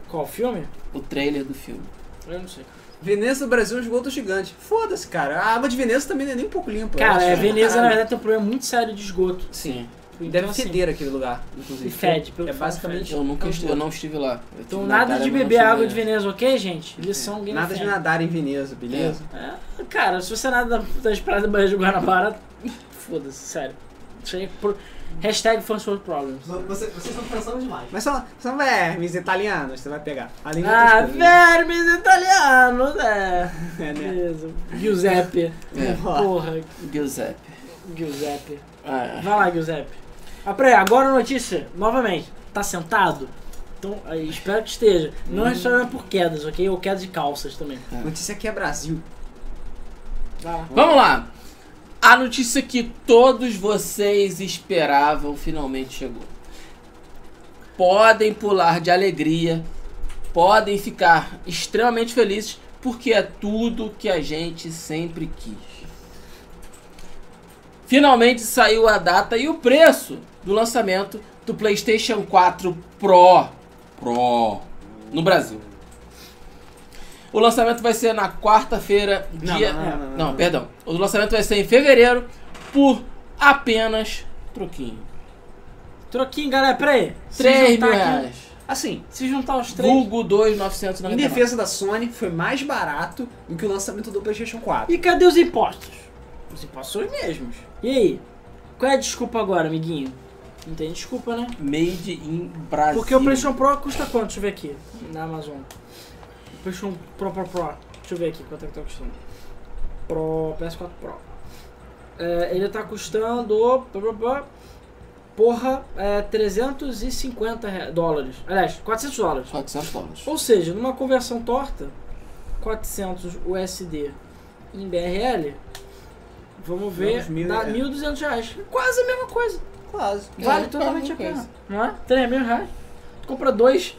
Qual filme?
O trailer do filme.
Eu não sei.
Veneza do Brasil é um esgoto gigante. Foda-se, cara. A água de Veneza também não é nem um pouco limpa.
Cara,
Eu
é,
acho,
Veneza,
caralho.
na verdade, tem um problema muito sério de esgoto.
Sim.
Então,
Deve
assim,
feder aquele lugar, inclusive.
E fede, pelo
É
que falam,
basicamente.
Eu nunca
é um
estive, eu não estive lá. Eu
Então,
tive na
nada
Itália,
de
mas não
beber
estive
água
lá.
de Veneza, ok, gente? Lição Game
né? Nada
of
de
Thrones.
nadar em Veneza, beleza?
É, cara, se você nada das paradas banhas de Guanabara, foda-se, sério. Isso aí é pro- Hashtag first world problems.
Você- vocês estão pensando demais.
Mas só, são vermes italianos, você vai pegar. Além de
Ah,
outras coisas.
vermes italianos, é.
É, né?
Beleza. Giuseppe.
É,
Ó,
Porra,
Giuseppe.
Giuseppe.
Ah,
Vai lá, Giuseppe. Ah, peraí, agora a notícia, novamente. Tá sentado? Então, aí, espero que esteja.
Hum.
Não é só por quedas, ok? Ou quedas de calças também.
Notícia aqui é Brasil.
Vai lá.
Vamos lá. A notícia que todos vocês esperavam finalmente chegou. Podem pular de alegria, podem ficar extremamente felizes, porque é tudo que a gente sempre quis. Finalmente saiu a data e o preço do lançamento do PlayStation 4 Pro. Pro. No Brasil. O lançamento vai ser na quarta-feira,
Não,
dia.
não, não, não, não, não.
perdão. O lançamento vai ser em fevereiro por apenas troquinho.
Troquinho, galera, peraí. Se
3
juntar
mil
aqui-
reais.
Assim,
Se juntar os três.
Vulgo
é
em
2,999.
defesa da Sony, foi mais barato do que o lançamento do PlayStation 4.
E cadê os impostos?
Os impostos são os mesmos.
E aí? Qual é a desculpa agora, amiguinho? Não tem desculpa, né?
Made in Brasil.
Porque o PlayStation Pro custa quanto? Deixa eu ver aqui. Na Amazon. O PlayStation Pro Pro Pro. Deixa eu ver aqui quanto é que tá custando. Pro PS4 Pro. É, ele tá custando. pá, pá, pá, Porra, é, 350 re- dólares. Aliás, 400 dólares.
400 dólares.
Ou seja, numa conversão torta, 400 USD em BRL, vamos ver,
Uns mil,
dá
é.
1.200 reais. Quase a mesma coisa.
Quase.
Vale
É,
totalmente a
quase a mesma
pena. Não é? 3 mil reais. Tu compra dois,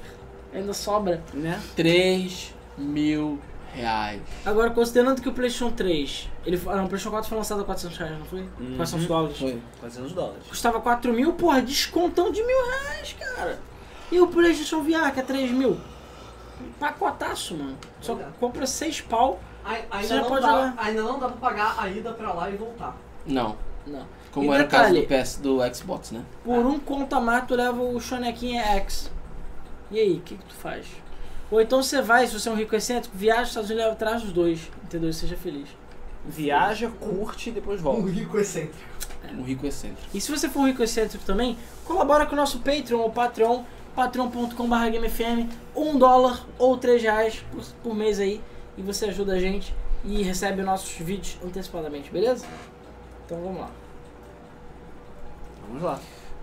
ainda sobra.
Né?
3 mil reais.
Agora, considerando que o PlayStation 3, ele, foi- ah, não, o PlayStation 4 foi lançado a 400 reais, não foi?
Uhum.
400 dólares.
Foi.
400 dólares.
Custava 4 mil, porra, descontão de mil reais, cara. E o PlayStation VR, que é 3 mil? Pacotaço, mano. Só
Olha.
compra 6 pau.
Ai-
Você
Ainda
já
não,
pode
dá,
jogar.
ainda não dá pra pagar a ida pra lá e voltar.
Não.
Não.
Como
E
era
detalhe-
o caso do PS do Xbox, né?
Por um conta-mato leva o Chonequinha X. E aí, o que, que tu faz? Ou então você vai, se você é um rico excêntrico, viaja os Estados Unidos e leva- traz os dois. Entendeu? E Seja feliz.
Viaja, curte e depois
Um
volta.
rico excêntrico.
Um rico excêntrico.
E se você for um rico excêntrico também, colabora com o nosso Patreon ou Patreon, patreon.com.br GameFM, um dólar ou três reais por, por mês aí, e você ajuda a gente e recebe nossos vídeos antecipadamente, beleza? Então vamos lá.
Vamos lá.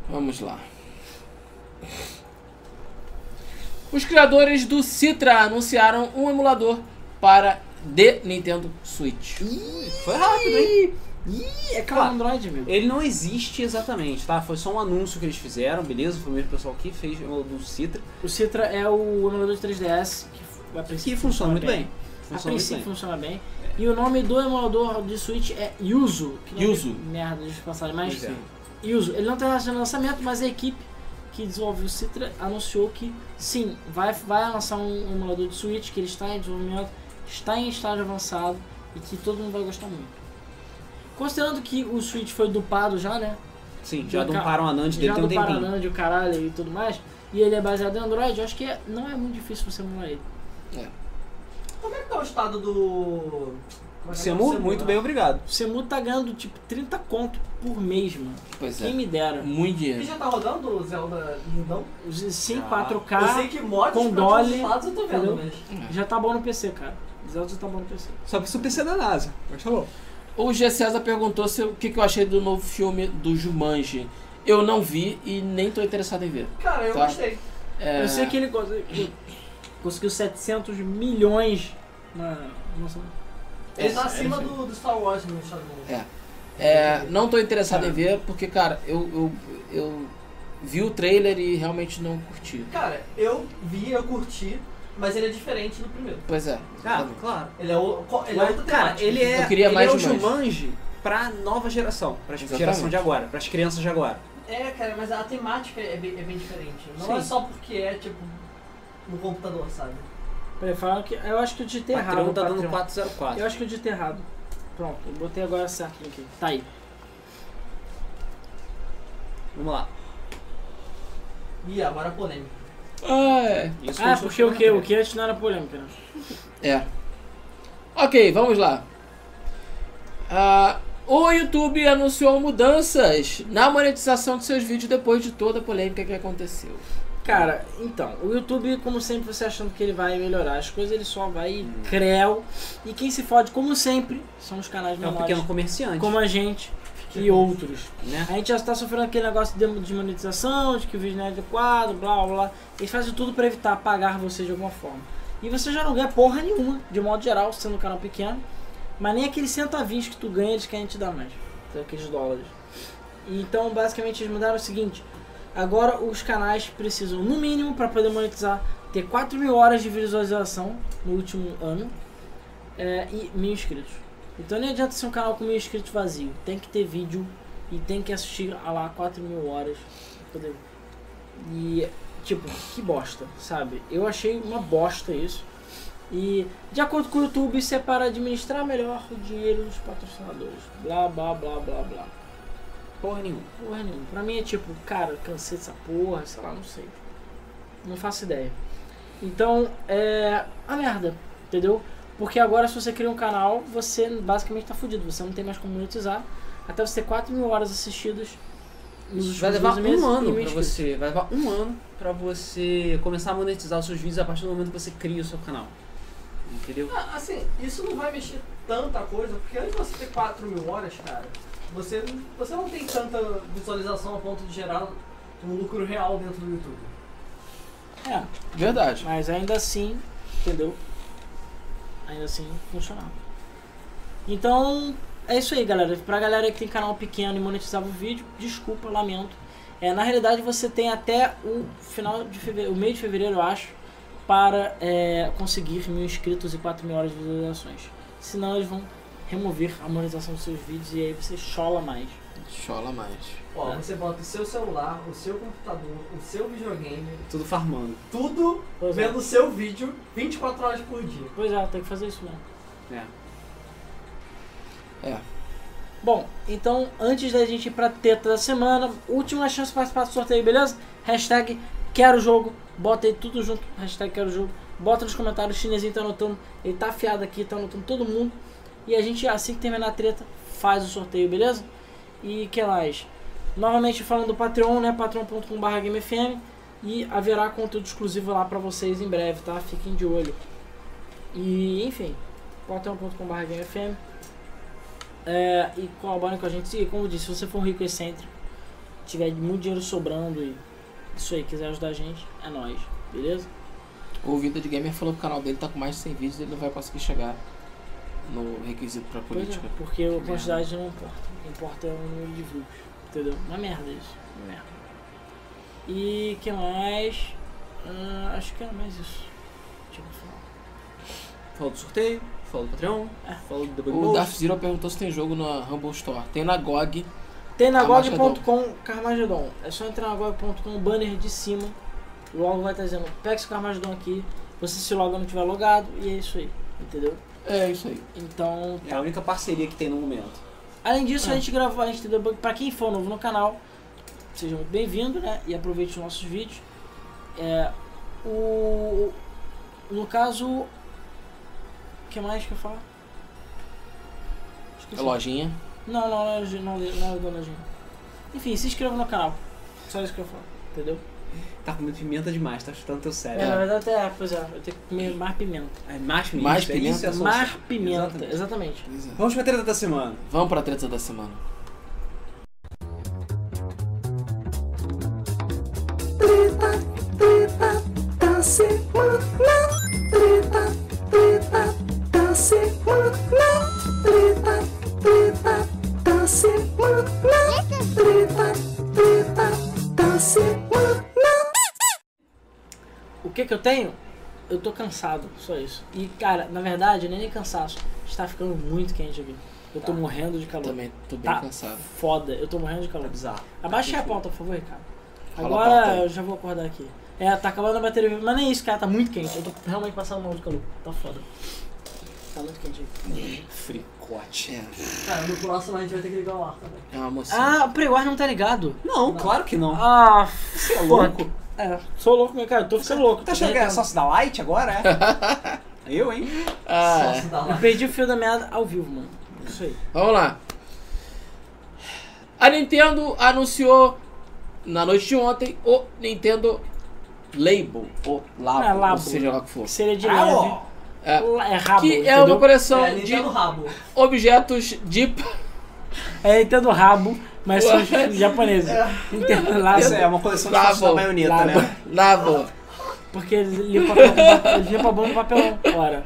Vamos lá. Os criadores do Citra anunciaram um emulador para The Nintendo Switch.
Foi rápido, hein?
Ih, é
claro.
claro Android, amigo.
Ele não existe exatamente, tá? Foi só um anúncio que eles fizeram, beleza? Foi o mesmo pessoal que fez o do Citra,
O Citra é o emulador de 3DS que, a princípio,
que funciona muito bem.
A
Funciona muito
princípio
bem.
funciona bem. E o nome do emulador de Switch é Yuzu. Que nome
Yuzu.
de Merda, deixa eu passar mais.
Pois é.
Yuzu. Ele não tem relação de lançamento, mas a equipe que desenvolveu o Citra anunciou que sim, vai, vai lançar um emulador de Switch, que ele está em desenvolvimento, está em estágio avançado e que todo mundo vai gostar muito. Considerando que o Switch foi dupado já, né?
Sim, já
Já
domparam a Nand dele
já
tem um
do
tempinho.
Paranã, de o caralho e tudo mais, e ele é baseado em Android, eu acho que é- não é muito difícil você emular ele.
Como é que tá o estado do. Como é que é o nome do
Semu, muito bem,
né?
obrigado.
O Semu tá ganhando tipo 30 conto por mês, mano.
Pois
Quem
é.
me dera.
Muito
Ele
dinheiro.
já tá rodando o Zelda lindão?
Os Sim,
Ah,
4K
eu sei que mods
com
pra todos
Dolly,
os lados eu tô vendo,
entendeu?
mas.
já tá bom no PC, cara. Zelda já tá bom no PC.
Só que isso PC é da NASA. Mas tá bom.
O G. César perguntou se, eu- o que, que eu achei do novo filme do Jumanji. Eu não vi e nem tô interessado em ver.
Cara, eu
Tá.
gostei.
É,
Eu sei que ele cons- ele conseguiu 700 milhões na. Nossa,
Ele
É,
tá
é,
acima
é.
do, do Star Wars no estado do
É. é, não tô interessado em ver porque, cara, eu, eu, eu vi o trailer e realmente não curti.
Cara, eu vi, eu curti, mas ele é diferente do primeiro.
Pois é.
Ah,
exatamente.
claro.
Ele é, o, co- ele é outra
Mas, cara,
temática.
ele é,
Eu queria
ele
mais
é o
Jumanji.
Jumanji pra nova geração. Pra
Exatamente.
geração de agora, pras crianças de agora.
É, cara, mas a temática é bem, é bem diferente. Não
Sim.
é só porque é, tipo, no computador, sabe?
Peraí, falaram que. Eu acho que eu digitei errado.
Patreon tá dando
Patreon.
404.
Eu acho que eu digitei errado. Pronto, eu botei agora certo aqui. Tá aí.
Vamos lá.
Ih, agora a polêmica.
Ah,
Isso continua
Ah, porque o que?
na
O que antes não era polêmica, né?
é. É. Ok, vamos lá. Ah, o YouTube anunciou mudanças na monetização de seus vídeos depois de toda a polêmica que aconteceu.
Cara, então, o YouTube, como sempre, você achando que ele vai melhorar as coisas, ele só vai
Hum.
creu. E quem se fode, como sempre, são os canais
É um
menores,
pequeno comerciante,
como a gente e outros.
né?
A gente já tá sofrendo aquele negócio de desmonetização, de que o vídeo não é adequado, blá blá blá. Eles fazem tudo pra evitar pagar você de alguma forma. E você já não ganha porra nenhuma, de modo geral, sendo um canal pequeno. Mas nem aqueles centavinhos que tu ganha, eles querem te dar mais. Então, aqueles dólares. E Então, basicamente, eles mudaram o seguinte. Agora, os canais precisam, no mínimo, pra poder monetizar, ter 4 mil horas de visualização no último ano. é, e mil inscritos. Então, nem adianta ser um canal com mil inscritos vazio. Tem que ter vídeo e tem que assistir a lá 4 mil horas. pra poder- E, tipo, que bosta, sabe? Eu achei uma bosta isso. E, de acordo com o YouTube, isso é para administrar melhor o dinheiro dos patrocinadores. Blá, blá, blá, blá, blá.
Porra nenhuma.
Porra nenhuma. Pra mim é tipo, cara, cansei dessa porra, sei lá, não sei. Não faço ideia. Então, é. A merda, entendeu? Porque agora, se você cria um canal, você basicamente tá fudido. Você não tem mais como monetizar. Até você ter 4 mil horas assistidas. nos últimos
Vai levar
12
um
meses e
ano
mil
pra
inscritos.
você. Vai levar um ano pra você começar a monetizar os seus vídeos a partir do momento que você cria o seu canal. Entendeu?
Ah, assim, isso não vai mexer tanta coisa, porque antes de você ter 4 mil horas, cara, você, você não tem tanta visualização a ponto de gerar um lucro real dentro do YouTube.
É,
Verdade.
mas ainda assim, entendeu? Ainda assim funcionava. Então, é isso aí, galera. Pra galera que tem canal pequeno e monetizava o vídeo, desculpa, lamento. É, na realidade, você tem até o final de fevereiro, o meio de fevereiro, eu acho, para é, conseguir mil inscritos e 4 mil horas de visualizações. Senão, eles vão remover a monetização dos seus vídeos e aí você chola mais.
Chola mais.
Ó,
É.
você bota o seu celular, o seu computador, o seu videogame,
Tudo farmando.
tudo
Pois é.
vendo o seu vídeo 24 horas por dia.
Pois é, tem que fazer isso mesmo.
É.
É.
Bom, então antes da gente ir pra teta da semana, última chance de participar do sorteio, beleza? Hashtag quero jogo, bota aí tudo junto, hashtag quero jogo, bota nos comentários, o chinesinho tá anotando, ele tá afiado aqui, tá anotando todo mundo. E a gente, assim que terminar a treta, faz o sorteio, beleza? E que mais? Novamente falando do Patreon, né? patreon.com.br GameFM. E haverá conteúdo exclusivo lá pra vocês em breve, tá? Fiquem de olho. E, enfim, patreon.com.br é, e colaborem com a gente. E, como eu disse, se você for um rico excêntrico, tiver muito dinheiro sobrando e isso aí, quiser ajudar a gente, é nóis, beleza?
O Vintage Gamer falou que o canal dele tá com mais de 100 vídeos, ele não vai conseguir chegar no requisito pra
Pois é,
política.
porque a
merda.
quantidade não importa. O que importa é o número de views, entendeu? Uma merda isso, uma merda. E que mais? Ah, acho que é mais isso. Deixa eu falar.
Falou do sorteio, falou do Patreon,
É.
falou do Debug
O
Mode.
Darth Zero perguntou se tem jogo na Humble Store. Tem na GOG.
Tem na GOG.com Carmageddon. É só entrar na GOG.com, o banner de cima. Logo vai estar dizendo, pega esse Carmageddon aqui. Você se loga não tiver logado. E é isso aí, entendeu?
É isso aí.
Então,
É a única parceria que tem no momento.
além disso, a gente gravou, a gente tem debug. Pra quem for novo no canal, seja muito bem-vindo, né? E aproveite os nossos vídeos. É, o. No caso. O que mais que eu falo?
É lojinha.
Não, não, não, não, não, não, não, não. Enfim, se inscreva no canal. Só isso que eu falo, entendeu?
Tá comendo pimenta demais, tá chutando teu
É,
cérebro.
na verdade é, pois é, eu tenho que comer mais pimenta.
É. mais pimenta.
Mais
é isso,
pimenta,
é só-
Mais pimenta,
Exatamente.
exatamente.
Vamos pra treta da semana.
Vamos pra treta da semana.
da semana. Treta, treta da semana. Treta, treta da semana. Treta, treta da semana.
O que que eu tenho? Eu tô cansado, só isso. E cara, na verdade, é nem nem cansaço. Está ficando muito quente aqui. Eu tô morrendo de calor.
Também tô bem
Tá.
cansado.
Foda, eu tô morrendo de calor.
Bizarro.
Abaixa aí a pauta, por favor, Ricardo.
Fala a pauta
Agora
aí.
eu já vou acordar aqui. É, tá acabando a bateria, viva, mas nem isso, cara, tá muito quente. Eu tô realmente passando mal de calor. Tá foda. Tá muito quente aqui.
Fricote.
Cara, no próximo a gente vai ter que ligar o ar também.
É uma mocinha.
Ah, o pre-war não tá ligado.
Não, claro que não.
Ah,
Você é louco.
É, sou louco, meu cara. Eu tô ficando louco.
Tá
tô
achando que é
derretendo.
sócio da Light agora, é? Eu, hein?
Ah, é.
Sócio da
Eu
live.
perdi o fio da meada ao vivo, mano. Isso aí.
Vamos lá. A Nintendo anunciou na noite de ontem o Nintendo Label, ou Labo,
É, Labo.
ou seja lá o que for.
Que seria de
Ah,
leve.
ó.
É,
É rabo,
que é
entendeu?
uma coleção
É,
de
Nintendo Rabo.
objetos de.
É Nintendo rabo, mas são os [laughs]
Ué.
japoneses. Nintendo lá,
Isso é uma coleção de sócios da
Labo,
baioneta,
Labo,
né?
[laughs] Labo.
porque eles limpam papel- [laughs] eles limpam a bomba no papelão. Ora.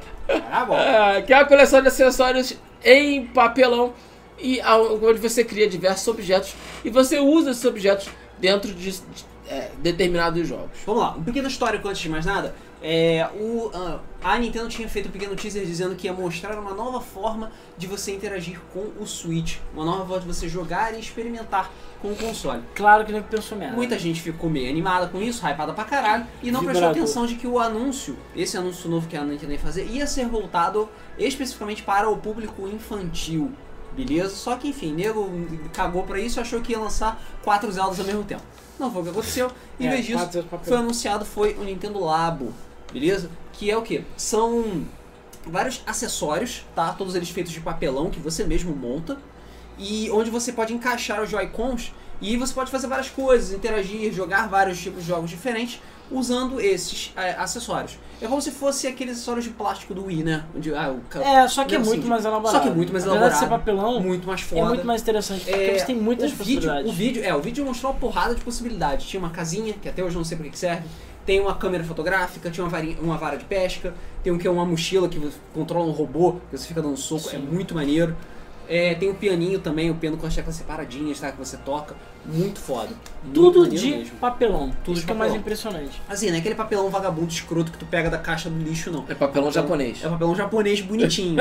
Ah, bom.
É, que é uma coleção de acessórios em papelão e a- onde você cria diversos objetos e você usa esses objetos dentro de, de, é, determinados jogos.
Vamos lá, um pequeno histórico antes de mais nada. É, o, ah, a Nintendo tinha feito um pequeno teaser dizendo que ia mostrar uma nova forma de você interagir com o Switch. Uma nova forma de você jogar e experimentar com o console.
Claro que nem pensou merda.
Muita gente ficou meio animada com isso, hypada pra caralho, e não prestou
Vibrador.
atenção de que o anúncio, esse anúncio novo que a Nintendo ia fazer, ia ser voltado especificamente para o público infantil. Beleza? Só que enfim, nego cagou pra isso e achou que ia lançar quatro Zeldas ao mesmo tempo. Não foi o que aconteceu. Em
É,
vez disso,
quatro papel.
foi anunciado foi o Nintendo Labo, beleza? Que é o que? São vários acessórios, tá? Todos eles feitos de papelão que você mesmo monta e onde você pode encaixar os Joy-Cons e você pode fazer várias coisas, interagir, jogar vários tipos de jogos diferentes usando esses é, acessórios. É como se fosse aqueles acessórios de plástico do Wii, né? Onde, ah, o ca-
É, só que é
Lembra,
muito
assim,
mais elaborado.
só que é muito mais
Na verdade, ser
elaborado,
papelão
muito mais foda.
é muito mais interessante, porque
É,
eles têm muitas
o vídeo,
possibilidades.
o vídeo, é, o vídeo mostrou uma porrada de possibilidades. Tinha uma casinha, que até hoje eu não sei pra que que serve. Tem uma câmera fotográfica, tinha uma, varinha- uma vara de pesca, tem o que uma mochila que você controla um robô, que você fica dando soco, é
Sim.
muito maneiro. É, tem o pianinho também, o piano com as teclas separadinhas, tá? Que você toca. Muito foda. Muito
Tudo
é maneiro
de
mesmo.
papelão.
Tudo
Isso
de
que é o mais
papelão.
impressionante.
Assim, não é aquele papelão vagabundo escroto que tu pega da caixa do lixo, não.
É papelão japonês.
É papelão japonês
[laughs]
bonitinho.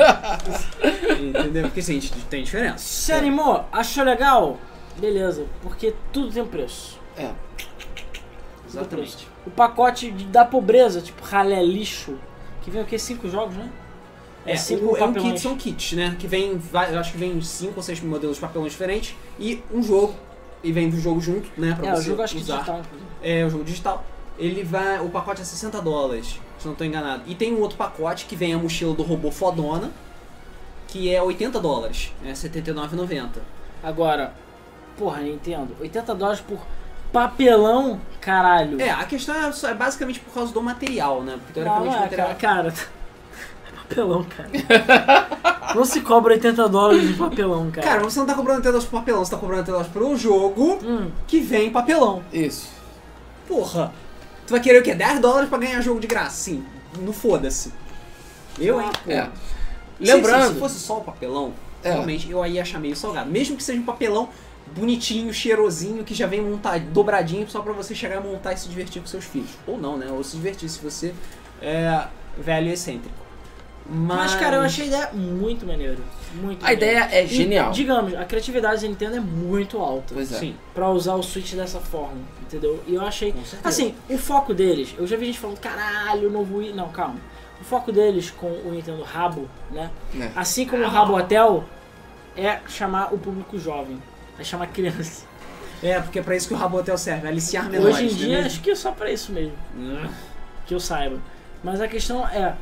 Entendeu? Porque assim, tem diferença.
Se animou? Achou legal? Beleza, porque tudo tem um preço.
É.
Exatamente.
O pacote de- da pobreza, tipo ralé lixo, que vem o quê? Cinco jogos, né?
É,
cinco
o, é um
papelões.
kit, são kits, né? Que vem, vai- eu acho que vem uns 5 ou 6 modelos de papelões diferentes e um jogo. E vem do jogo junto, né? Pra
É,
você
o jogo acho que
usar.
digital, inclusive.
É, o jogo digital. Ele vai. O pacote é 60 dólares, se eu não tô enganado. E tem um outro pacote que vem a mochila do robô fodona, que é 80 dólares, é 79,90.
Agora, porra, Nintendo, 80 dólares por papelão, caralho.
É, a questão é, só- é basicamente por causa do material, né? Porque
Não,
teoricamente
não
o
é,
material.
cara, cara. é Papelão, cara. [laughs] Não se cobra 80 dólares de papelão, cara.
Cara, você não tá comprando telas por papelão, você tá comprando telas pro jogo
Hum,
que vem em papelão.
Isso.
Porra! Tu vai querer o quê? 10 dólares pra ganhar jogo de graça? Sim, não foda-se. Eu, hein? Pô.
É.
Se-
Lembrando.
Se, se fosse só o papelão,
É.
realmente eu aí ia achar meio salgado. Mesmo que seja um papelão bonitinho, cheirosinho, que já vem montado, dobradinho, só pra você chegar a montar e se divertir com seus filhos. Ou não, né? Ou se divertir se você é velho e excêntrico. Mas,
Mas, cara, eu achei a ideia muito maneiro. Muito
A ideia é
E,
genial.
digamos, a criatividade da Nintendo é muito alta.
Pois é.
Sim.
Pra usar o Switch dessa forma, entendeu? E eu achei.
Com certeza.
Assim, o foco deles, eu já vi gente falando, caralho, novo Wii. Não, calma. O foco deles com o Nintendo Rabo, né?
né?
Assim como o Rabo Hotel, é chamar o público jovem. É chamar criança.
É, porque é pra isso que o Rabotel serve, é aliciar menores.
Hoje em
né
dia,
mesmo?
acho que é só pra isso mesmo.
Hum.
que eu saiba. Mas a questão é,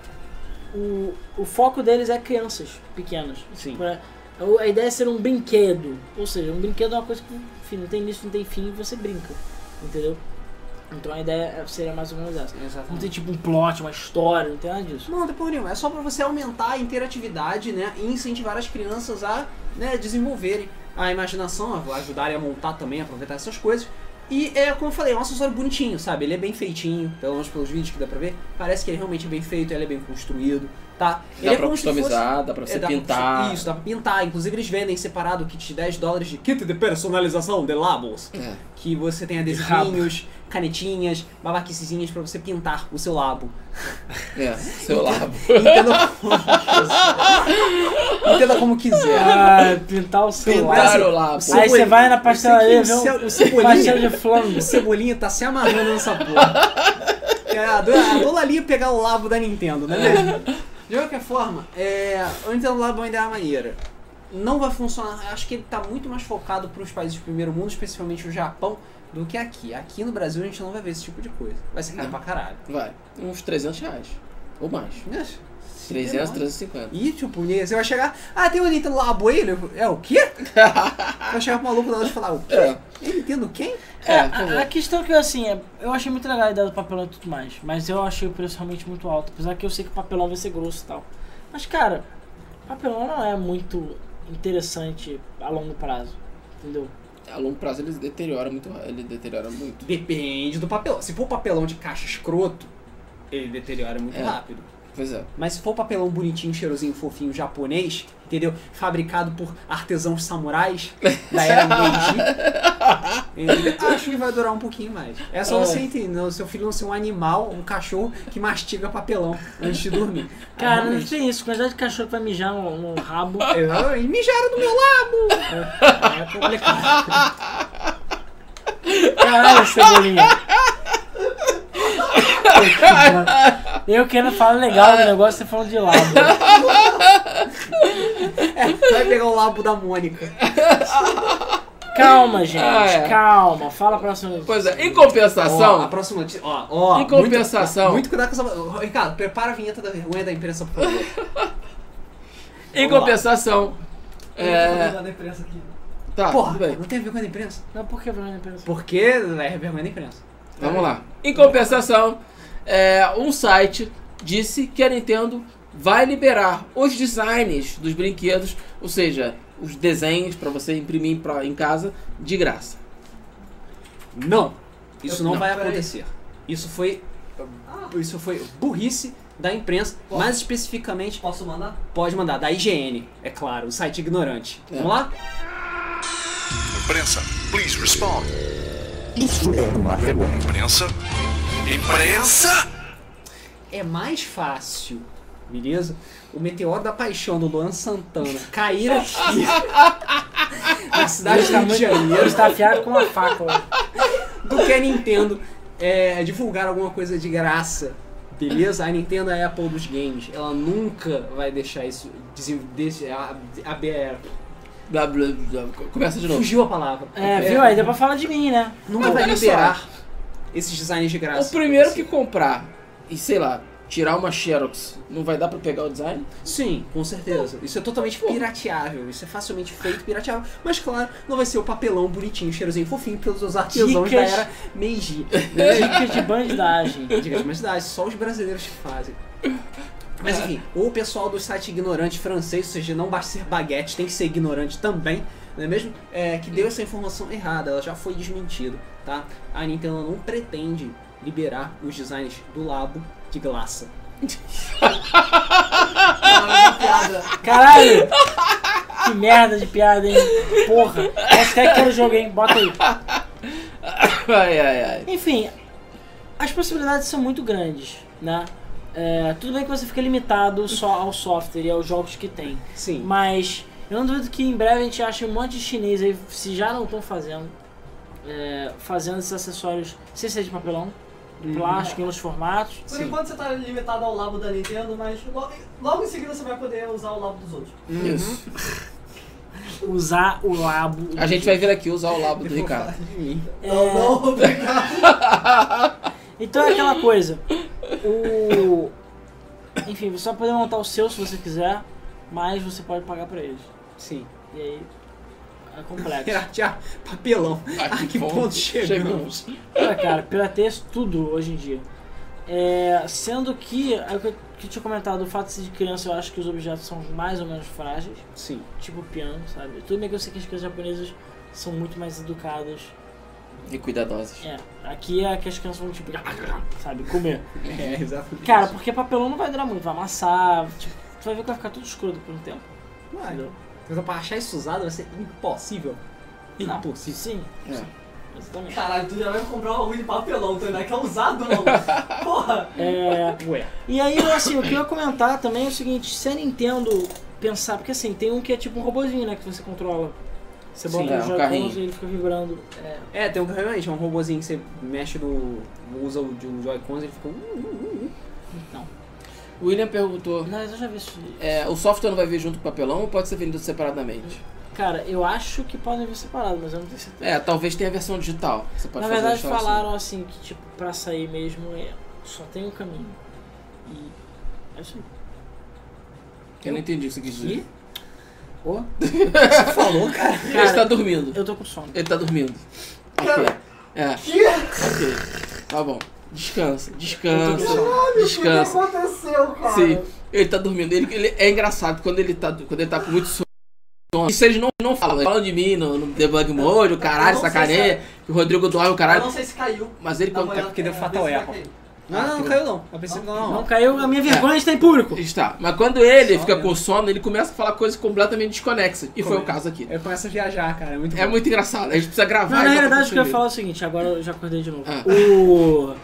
o, o foco deles é crianças pequenas.
Sim.
Pra- a- a ideia é ser um brinquedo. Ou seja, um brinquedo é uma coisa que enfim, não tem início, não tem fim e você brinca. Entendeu? Então a ideia é- seria mais ou menos essa. Não
Exatamente.
tem tipo um plot, uma história, não tem nada disso.
Não, não tem porra nenhuma. É só pra você aumentar a interatividade, né? E incentivar as crianças a né, desenvolverem a imaginação, a ajudarem a montar também, aproveitar essas coisas. E é, como eu falei, é um acessório bonitinho, sabe? Ele é bem feitinho, pelo menos pelos vídeos que dá pra ver. Parece que ele realmente é bem feito, ele é bem construído, tá?
Dá
ele é
pra
como se fosse-
customizar, dá pra
É,
você
dá pra
pintar.
isso, dá pra pintar. Inclusive eles vendem separado o kit de 10 dólares de kit de personalização, de labels.
É.
Que você tem adesivinhos, canetinhas, babaquicezinhas pra você pintar o seu labo.
É, seu labo. [laughs]
Entenda como [laughs] quiser. Entenda como quiser.
Ah, [laughs] pintar o celular.
Pintaram o labo.
Seu-
Aí você vai na pastelaria,
Eu sei que
vê
é o cebolinha-
o pastel de
O
flango.
Cebolinha tá se amarrando nessa porra. É, a do- a Lola ali ia pegar o labo da Nintendo, né? mesmo? De qualquer forma, é, o Nintendo Labo ainda é a maneira. Não vai funcionar. eu Acho que ele tá muito mais focado para os países do primeiro mundo, especialmente o Japão, do que aqui. Aqui no Brasil a gente não vai ver esse tipo de coisa. Vai ser caro pra caralho. Né?
Vai. Uns 300 reais. Ou mais.
Mas-
300, 350.
E, tipo, né, você vai chegar. Ah, tem o Nintendo Labo aí? Ele, É o quê?
[laughs]
vai chegar pro maluco da loja e falar: O quê?
É.
Eu entendo quem?
É,
por favor.
a, a questão que eu assim, é- eu achei muito legal a ideia do papelão e tudo mais, mas eu achei o preço realmente muito alto, apesar que eu sei que o papelão vai ser grosso e tal. Mas cara, papelão não é muito interessante a longo prazo, entendeu?
A longo prazo ele deteriora muito. Ele deteriora muito.
Depende do papelão. Se for papelão de caixa escroto, ele deteriora muito
É.
rápido.
Pois é.
Mas se for papelão bonitinho, cheirosinho, fofinho, japonês, entendeu? Fabricado por artesãos samurais da era Meiji,
[laughs]
entendeu? acho que vai durar um pouquinho mais. É só
É.
você entender, o seu filho não ser um animal, um cachorro que mastiga papelão antes de dormir.
Cara, não
Realmente.
tem isso, quantidade de cachorro que vai mijar no, no rabo. [laughs]
Eu- eles mijaram do meu lado! É, é complicado.
Caralho, cebolinha. Eu querendo falar legal do negócio, você falando de [laughs] lado.
Vai pegar o labo da Mônica.
Calma, gente,
Ah, é.
calma. Fala a próxima vez.
Pois é. Em
Ó, a
compensação.
próxima notícia. Ó, ó.
Em compensação-
Muito, muito cuidado com essa. Ô, Ricardo, prepara a vinheta da vergonha da imprensa, por favor.
Em
vamos lá.
compensação. É.
Da imprensa aqui.
Tá,
Porra,
tudo bem.
não tem a vergonha da imprensa?
Não, por que Bruno pensa?
Porque é vergonha da imprensa.
Vamos lá. Em compensação, é, um site disse que a Nintendo vai liberar os designs dos brinquedos, ou seja, os desenhos para você imprimir pra, em casa de graça.
Não. Isso não,
Não.
vai
Peraí.
acontecer. Isso foi.
Ah,
Isso foi burrice da imprensa, mais especificamente,
posso mandar?
pode mandar da IGN, é claro, o site ignorante.
É.
Vamos lá?
Imprensa, please respond.
Isso é uma vergonha.
Imprensa? Imprensa?
É mais fácil, beleza? O meteoro da paixão do Luan Santana cair aqui [laughs] na cidade do
Ele tá
Rio de
muito-
Janeiro.
Ele está afiado com uma faca. hoje.
do que a Nintendo é, divulgar alguma coisa de graça. Beleza? A Nintendo é a Apple dos games. Ela nunca vai deixar isso. desen- desse- a- a- a-
Blá, blá, blá. Começa de novo.
Fugiu a palavra.
É, viu? Aí deu pra falar de mim, né?
Nunca
Mas
vai
olha só.
liberar esses designs de graça.
O primeiro
pra
que
você.
comprar e sei lá, tirar uma Xerox, não vai dar pra pegar o design? [laughs]
Sim, com certeza. Isso é totalmente pirateável. Isso é facilmente feito, pirateável. Mas claro, não vai ser o papelão bonitinho, cheirosinho, fofinho pelos os artesãos da
Dicas.
era Meiji.
Dicas de bandidagem.
Diga, mas dá, só os brasileiros que fazem. Mas enfim, ou o pessoal do site ignorante francês, ou seja, não basta ser baguete, tem que ser ignorante também, não é mesmo? É, que deu essa informação errada, ela já foi desmentida, tá? A Nintendo não pretende liberar os designs do Labo de graça.
Ah, que piada.
Caralho! Que merda de piada, hein? Porra! Hashtag quero jogo, hein? Bota aí.
Ai, ai, ai.
Enfim, as possibilidades são muito grandes, né? É, tudo bem que você fica limitado só ao software e aos jogos que tem.
Sim.
Mas eu não duvido que em breve a gente ache um monte de chinês aí, se já não estão fazendo, é, fazendo esses acessórios, sem ser de papelão, de plástico, em outros formatos.
Por enquanto você tá limitado ao labo da Nintendo, mas logo, logo em seguida você vai poder usar o labo dos outros.
Uhum.
Isso.
Usar o labo.
A gente vai vir aqui usar o labo do Ricardo.
Não, não, [laughs] obrigado.
Então é aquela coisa. O. Enfim, você vai poder montar o seu se você quiser, mas você pode pagar pra eles.
Sim.
E aí. É
[laughs]
complexo.
Piratear papelão.
[laughs] Ah,
que ponto chegamos?
Olha, cara, pirateia tudo hoje em dia. É, sendo que, é o que eu que eu tinha comentado, o fato de ser de criança, eu acho que os objetos são mais ou menos frágeis.
Sim.
Tipo piano, sabe? Tudo bem que eu sei que as crianças japonesas são muito mais educadas.
E cuidadosos.
É, aqui é que as crianças vão tipo, sabe, comer.
É, exatamente.
Cara, porque papelão não vai durar muito, vai amassar, tipo, tu vai ver que vai ficar tudo escuro por um tempo.
Vai.
Entendeu?
Mas pra achar isso usado vai ser impossível.
Não,
Impossível.
Sim,
É.
exatamente.
Caralho, tu já vai comprar uma rua de papelão, tu ainda quer é usado, não. Porra!
É,
Ué.
e aí, assim, o que eu ia comentar também é o seguinte, se a Nintendo pensar, porque assim, tem um que é tipo um robozinho, né, que você controla. Você
Sim,
bota
é, um
no jogão
carrinho.
e ele fica vibrando. É,
É, tem um realmente, é um robozinho que você mexe no. usa o de um Joy-Cons e ele fica. uh, uh, uh, uh.
O William perguntou:
não, mas eu já vi isso.
é, o software não vai vir junto com o papelão ou pode ser vendido separadamente?
Cara, eu acho que podem vir separado, mas eu não tenho certeza.
É, talvez tenha a versão digital. Você pode
Na
fazer
verdade,
a instalação.
falaram assim que, tipo, pra sair mesmo, é, só tem um caminho. E é isso aí.
assim. Eu não entendi o que você quis dizer.
Ô,
Falou, cara.
[laughs] Ele está
cara,
dormindo.
eu tô com sono.
Ele tá dormindo. Ok. É. Ok. Tá bom. Descansa, descansa, descansa.
O que aconteceu, cara?
Sim, ele tá dormindo. Ele, ele- é engraçado quando ele tá, quando ele tá com muito sono. Isso eles não, não falam. Eles falam de mim no, no debug mode, o caralho,
Eu não sei
sacaneia. Que o Rodrigo dorme, o
Eu
caralho.
não sei se caiu.
Mas ele
Na
quando
manhã,
tá.
porque deu
é,
fatal
desse
erro.
daqui.
Não, não, não caiu não. A princípio não,
Não
não.
caiu, a minha vergonha está em público.
Está. Mas quando ele
Só
fica
mesmo.
com sono, ele começa a falar coisas completamente desconexas. E foi
é?
Como
o caso aqui.
Eu começo a viajar, cara. É muito
É
bom.
muito engraçado. A gente precisa gravar.
Não, na
e botar
realidade, o que
pro
eu ia
primeiro.
falar é o seguinte, agora eu já acordei de novo.
Ah.
O.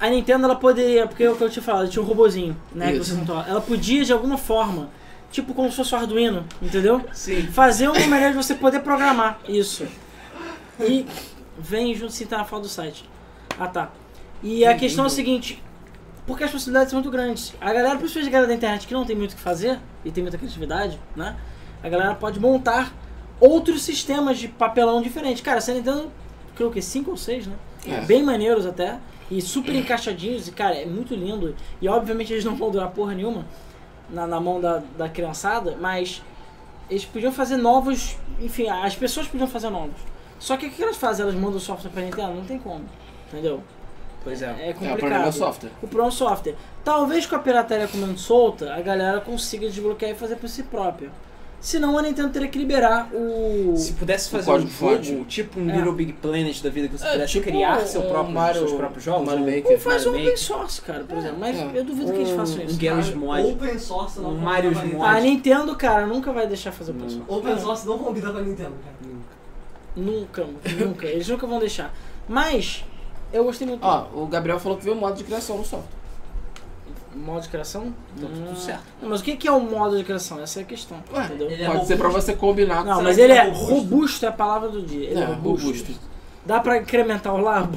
A Nintendo ela poderia, porque é o que eu te falado, tinha um robozinho, né? Que
Isso.
você controla. Ela podia, de alguma forma, tipo como se fosse o Arduino, entendeu?
Sim.
Fazer uma maneira de você poder programar isso. E vem junto se tá na foto do site. Ah tá. E a questão é o seguinte, porque as possibilidades são muito grandes. A galera, principalmente a galera da internet que não tem muito o que fazer e tem muita criatividade, né? A galera pode montar outros sistemas de papelão diferentes. Cara, você Nintendo, creio que 5 ou 6, né?
É.
Bem maneiros até. E super encaixadinhos. E, cara, é muito lindo. E obviamente eles não vão durar porra nenhuma na, na mão da, da criançada, mas eles podiam fazer novos. Enfim, as pessoas podiam fazer novos. Só que o que elas fazem? Elas mandam software pra Nintendo? Não tem como. Entendeu?
Pois é.
É
É, o
complicado.
problema é o software.
O problema é o software. Talvez com a pirataria comendo solta, a galera consiga desbloquear e fazer por si própria. Senão a Nintendo teria que liberar É, o.
Se pudesse fazer um
código
jogo,
fonte.
tipo um
É.
Little Big Planet da vida, que você
É,
pudesse
tipo
criar
um-
seu
um
próprio,
Mario-
seus próprios jogos.
Mario
um-
Maker.
Ou faz
Mario
um open
Maker.
source, cara, por exemplo. Mas
é.
eu duvido que eles façam
Um
isso.
É.
Garry's Mod.
Open source não
Um
combina
Mario's
com a Nintendo.
A Nintendo, cara, nunca vai deixar fazer open source.
Open source não combina com a Nintendo, cara.
Nunca, nunca. Eles nunca vão deixar. Mas, eu gostei muito.
Ó, o Gabriel falou que viu o modo de criação no software.
Modo de criação?
Então, tudo
Hum.
certo.
Não, mas o que que é o modo de criação? Essa é a questão.
Ué,
entendeu?
Ele é
Pode ser pra
robusto.
você combinar com
Não,
será
mas
que
ele
ele
é
é
robusto.
robusto?
é a palavra do dia. Ele é,
É,
robusto.
robusto.
Dá pra incrementar o labo?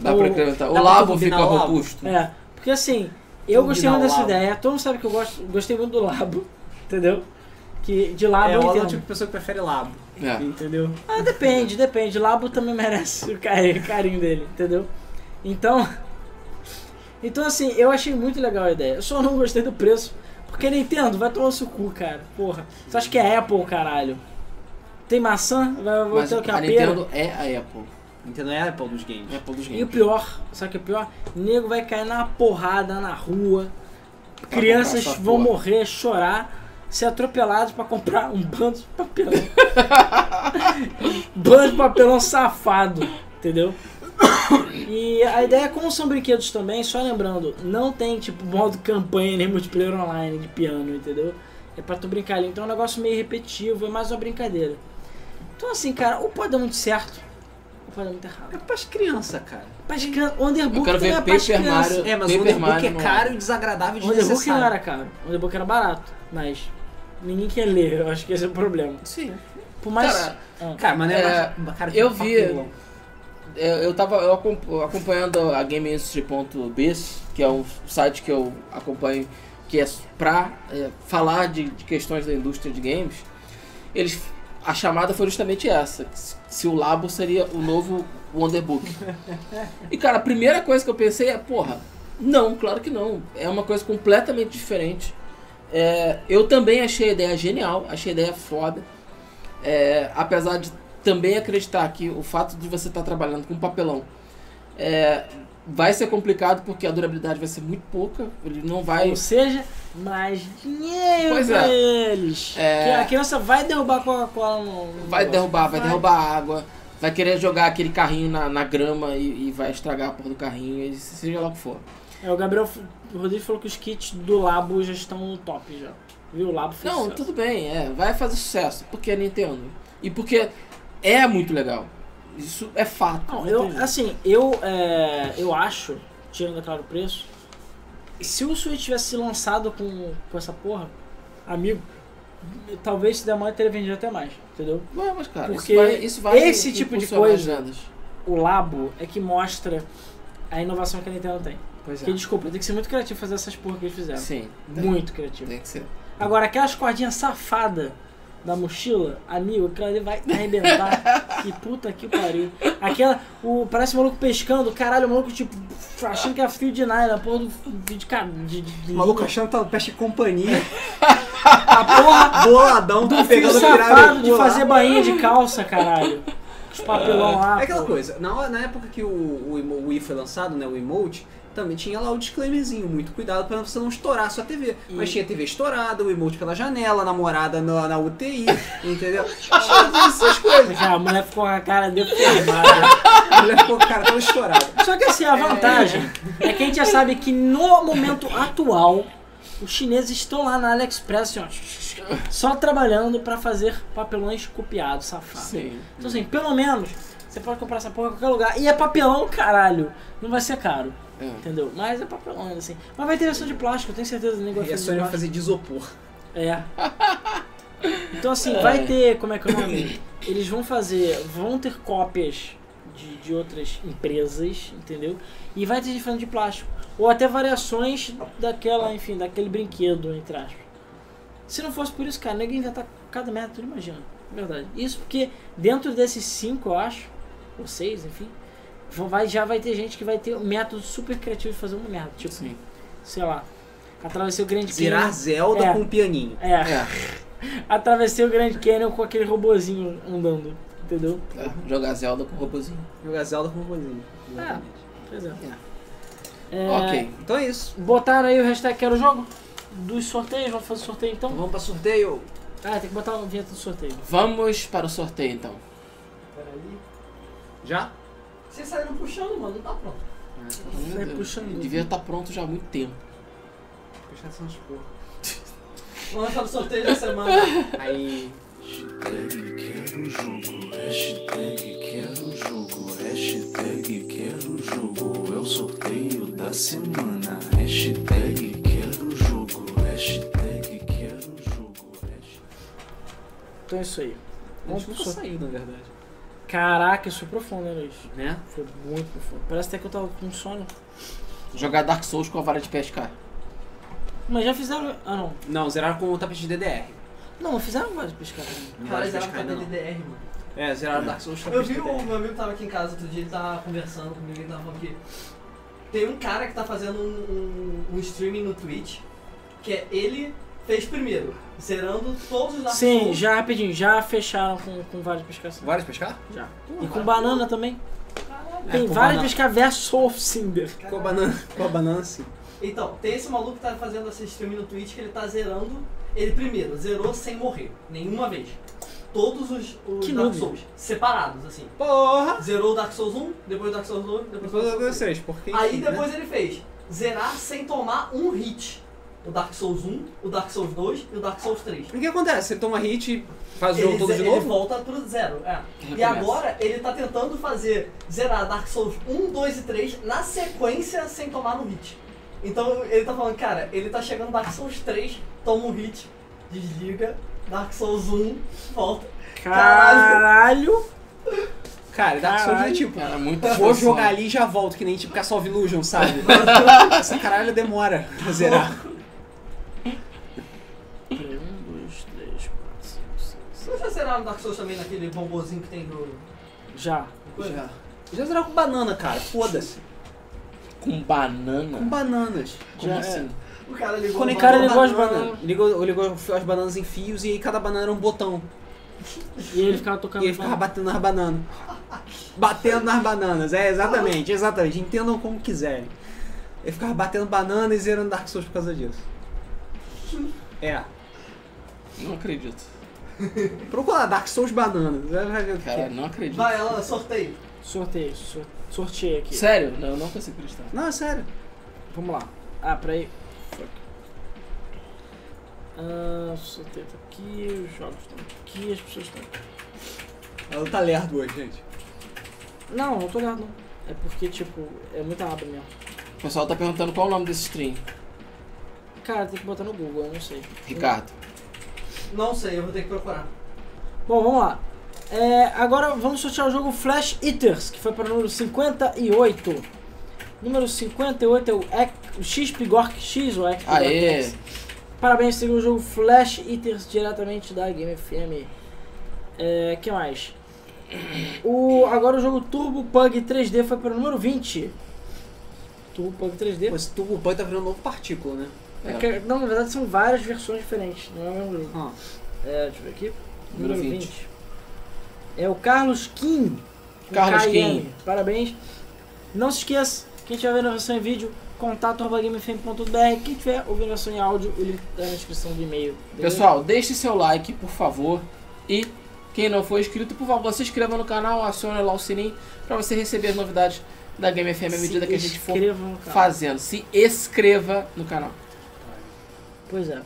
Dá
Ou-
pra incrementar.
dá
O
pra
labo
combinar
fica
o labo?
robusto.
É, porque assim, eu
Combinar
gostei muito
o
dessa
labo.
ideia. Todo mundo sabe que eu gosto, gostei muito do labo, [laughs] entendeu? Que de labo
É,
eu
o Alan é o
entendo.
tipo de pessoa que prefere labo.
É.
Entendeu?
Ah, depende, [laughs] depende. Labo também merece o cari- carinho dele, entendeu? Então, [laughs] Então, assim, eu achei muito legal a ideia. Eu só não gostei do preço. Porque Nintendo vai tomar o seu cu, cara. Porra. Você acha que é Apple, caralho? Tem maçã? Vai, vai
Mas
ter o que?
a
A pera?
Nintendo é a Apple.
Nintendo é a Apple dos games.
É a Apple dos
E o
games.
pior, sabe o que é pior? Nego vai cair na porrada na rua. Crianças
comprar essa
vão
porra.
morrer, chorar, ser atropelados pra comprar um bando de
[laughs]
papelão. bando de papelão safado, entendeu? E a ideia é como são brinquedos também, só lembrando, não tem tipo modo campanha nem multiplayer online de piano, entendeu? É pra tu brincar ali. Então é um negócio meio repetitivo, é mais uma brincadeira. Então assim, cara, ou pode dar muito certo, ou pode dar muito errado.
É pras crianças, cara.
Pra criança, o Underbook
Eu quero
também
ver
é pra
Paper
criança.
Mario.
É, mas
Paper
o Underbook
Mario
é
não-
caro e desagradável e
O Underbook não
desnecessário.
era caro. O Underbook era barato, mas ninguém quer ler. Eu acho que esse é o problema.
Sim.
Por mais...
Cara,
Ah.
Cara, mas não era... cara,
eu
que
vi-
papelão.
Eu, É, eu tava eu acom- acompanhando a GameIndustry.biz, que é um site que eu acompanho, que é pra é, falar de, de questões da indústria de games. Eles, a chamada foi justamente essa: que se- se o Labo seria o novo Wonderbook. E cara, a primeira coisa que eu pensei é: porra, não, claro que não. É uma coisa completamente diferente. É, eu também achei a ideia genial, achei a ideia foda. É, apesar de também acreditar que o fato de você estar trabalhando com papelão é, vai ser complicado porque a durabilidade vai ser muito pouca, ele não vai.
Ou seja, mais dinheiro
Pois
pra
é.
eles.
É.
Que a criança vai derrubar a Coca-Cola no... no
Vai
negócio.
derrubar, vai, derrubar água, vai querer jogar aquele carrinho na, na grama e, e vai estragar a porra do carrinho, e seja lá o que for.
É, o Gabriel F- Rodrigues falou que os kits do Labo já estão no top já. Viu? O Labo fez
Não,
sucesso.
tudo bem, é, vai fazer sucesso, porque é Nintendo. E porque é muito legal. Isso é fato.
Não,
não tem
eu,
jeito.
assim, eu, é, eu acho, tirando é claro o preço, se o Switch tivesse sido lançado com, com essa porra, amigo, talvez se der mole teria vendido até mais, entendeu?
Ué, mas cara,
porque
isso vai, isso vai
esse tipo de
impulsionar
coisa-
as vendas.
O Labo é que mostra a inovação que a Nintendo tem.
Pois
Porque, desculpa, tem que ser muito criativo fazer essas porra que eles fizeram.
Sim, tem-
é. Muito criativo.
Tem que ser.
Agora, aquelas cordinhas safadas da mochila, amigo, aquela ali vai arrebentar. que puta que pariu. Aquela, o, parece um maluco pescando, caralho, o maluco tipo, achando que é fio de nylon, porra do fio de cara. De, de, de,
O maluco achando que tá peste companhia, [laughs]
a porra
boladão,
do fio
pegando o
safado de
pirarucu lá.
fazer bainha de calça, caralho. Os papelão lá.
É aquela
pô.
coisa, na, hora- na época que o, o emo- o Wii foi lançado, né, o emote, também tinha lá o disclaimerzinho, muito cuidado pra você não estourar a sua TV. Mas tinha TV estourada, o emote pela janela, a namorada na, na UTI, [laughs] entendeu? Tinha todas essas coisas.
Cara, a mulher ficou com a cara deformada.
A mulher ficou com o cara tão estourado.
Só que assim, a vantagem é que a gente já sabe que no momento atual, os chineses estão lá na AliExpress, assim, ó, só trabalhando pra fazer papelões copiados, safados.
Sim.
Então assim, pelo menos você pode comprar essa porra em qualquer lugar. E é papelão, caralho. Não vai ser caro,
É.
entendeu? Mas é papelão ainda assim. Mas vai ter versão de plástico, eu tenho certeza que o negócio
E a Sony vai fazer de isopor.
é. Então assim,
É.
vai ter, como é que é o nome? Eles vão fazer, vão ter cópias de, de outras empresas, entendeu? E vai ter diferente de plástico. Ou até variações daquela, enfim, daquele brinquedo, entre aspas. Se não fosse por isso, cara, ninguém inventar cada merda, tu não imagina. Verdade. Isso porque dentro desses cinco, eu acho, ou seis, enfim, vão- vai, já vai ter gente que vai ter um método super criativo de fazer uma merda. Tipo,
Sim.
sei lá, atravessei o grande
Zerar Zelda
É.
com um pianinho.
é,
É,
atravessei o Grand Canyon com aquele robozinho andando, entendeu?
é, jogar Zelda com o robozinho.
Jogar Zelda com um pianinho. Exatamente.
Pois é. É,
Ok.
Então é isso.
Botaram aí o hashtag Quero Jogo dos sorteios, vamos fazer sorteio então?
Vamos pra sorteio.
Ah, tem que botar uma vinheta do sorteio.
Vamos para o sorteio então.
Peraí.
Já?
Vocês saíram puxando, mano, não tá pronto.
Sai puxando.
Devia estar pronto já há muito tempo.
Puxar essas porra.
Vamos lançar o sorteio da semana.
Aí.
Hashtag quero jogo, hashtag quero jogo, hashtag quero jogo, é o sorteio da semana. Hashtag quero jogo, hashtag quero jogo, hashtag...
Então é isso aí.
A
Vamos
gente
pro
nunca
sorteio.
saiu, na verdade.
Caraca, isso foi profundo, né, Luiz?
Né?
Foi muito profundo. Parece até que eu tava com um sono.
Jogar Dark Souls com a vara de pescar.
Mas já fizeram. Ah, não.
Não, zeraram com o tapete de DDR.
Não, mas fizeram vários pescar. também.
Não
Cara,
vai
eles eram
pescar,
pra
não.
DDR, mano.
É, zeraram Dark Souls
Eu
tapete de
vi o
DDR.
meu amigo tava aqui em casa outro dia, ele tava conversando comigo, ele tava falando que Tem um cara que tá fazendo um, um- um streaming no Twitch, que é ele fez primeiro, zerando todos os Dark
Sim,
Souls.
já rapidinho, já fecharam com, com várias pescações.
Vários pescar?
Já.
Pô,
E com
cara,
banana também.
caralho.
Tem
com
várias
banana.
pescar versus Soul Cinder.
Com a banana. Com a banana, sim.
Então, tem esse maluco que tá fazendo esse streaming no Twitch que ele tá zerando. Ele primeiro, zerou sem morrer, nenhuma vez. Todos os, os
Que
Dark
noob.
Souls, separados, assim.
Porra!
Zerou o Dark Souls 1, depois o Dark Souls 2, depois o
Depois eu
Dark
dou
Souls 3.
vocês, porque.
Aí
enfim,
depois
né?
ele fez zerar sem tomar um hit. O Dark Souls 1, o Dark Souls 2 e o Dark Souls 3.
O que acontece? Ele toma hit e faz o
Ele,
jogo todo de
ele
novo?
volta pro zero, é. E
Recomeça.
agora ele tá tentando fazer zerar Dark Souls 1, 2 e 3 na sequência sem tomar um hit. Então ele tá falando, cara, ele tá chegando no Dark Souls 3, toma um hit, desliga, Dark Souls 1, volta. Caralho.
Caralho!
Cara, Dark Souls é
Caralho.
tipo.
Cara, muita
Vou
função.
jogar ali e já volto, que nem tipo Castle of Illusion, [laughs] sabe? Essa caralho demora pra zerar.
Um, dois, três, quatro, cinco, seis.
Vocês já zeraram Dark Souls também naquele bombozinho que tem no.
Já.
Já. Já zerava com banana, cara. Foda-se.
Com banana?
Com é. bananas.
Como
Já
assim?
O cara ligou.
Conectou
cara
a
ligou as
banana,
bananas.
Ligou, ligou as bananas em fios e aí cada banana era um botão.
E ele ficava tocando.
E ele ficava batendo nas [laughs] bananas. Batendo nas bananas, é exatamente, exatamente. Entendam como quiserem. Ele ficava batendo banana e zerando Dark Souls por causa disso. É.
Não acredito.
Procura lá, Dark Souls banana. Você vai ver o que
Cara,
é.
não acredito.
Vai, ela sorteio.
Sorteio, sor- sorteio aqui.
Sério? Não, eu não consigo acreditar.
Não, é sério.
Vamos lá. Ah, peraí. Fuck. Ah, sorteio tá aqui, os jogos estão aqui, as pessoas estão aqui.
Ela tá lerdo hoje, gente.
Não, não tô olhando não. É porque, tipo, é muita aba mesmo.
O pessoal tá perguntando qual o nome desse stream.
Cara, tem que botar no Google, eu não sei.
Ricardo.
Não sei, eu vou ter que procurar.
Bom, vamos lá. É, agora vamos sortear o jogo Flash Eaters, que foi para o número 58. Número 58 é o, X- o X Pigork X, ou X Pigork
Aê!
X. Parabéns, segundo jogo Flash Eaters diretamente da Game FM. É, que mais? O, agora o jogo Turbo Pug 3D foi para o número 20. Turbo Pug 3D.
Pô, esse tubo boy tá virando um novo partícula, né?
É que- não, na verdade são várias versões diferentes, não é o mesmo jogo.
Ah,
É, deixa eu ver aqui.
Número
Número
20.
20. É o Carlos Kim. com
Carlos
KM.
Kim.
Parabéns. Não se esqueça, quem estiver vendo a versão em vídeo, contato arroba gamefm.br. Quem tiver ouvindo a versão em áudio, o link tá na descrição do e-mail. beleza?
Pessoal, deixe seu like, por favor. E quem não for inscrito, por favor, se inscreva no canal, acione lá o sininho pra você receber as novidades da Game FM à
Se
medida que é a gente for
inscrevam no canal.
fazendo. Se inscreva no canal.
Pois é.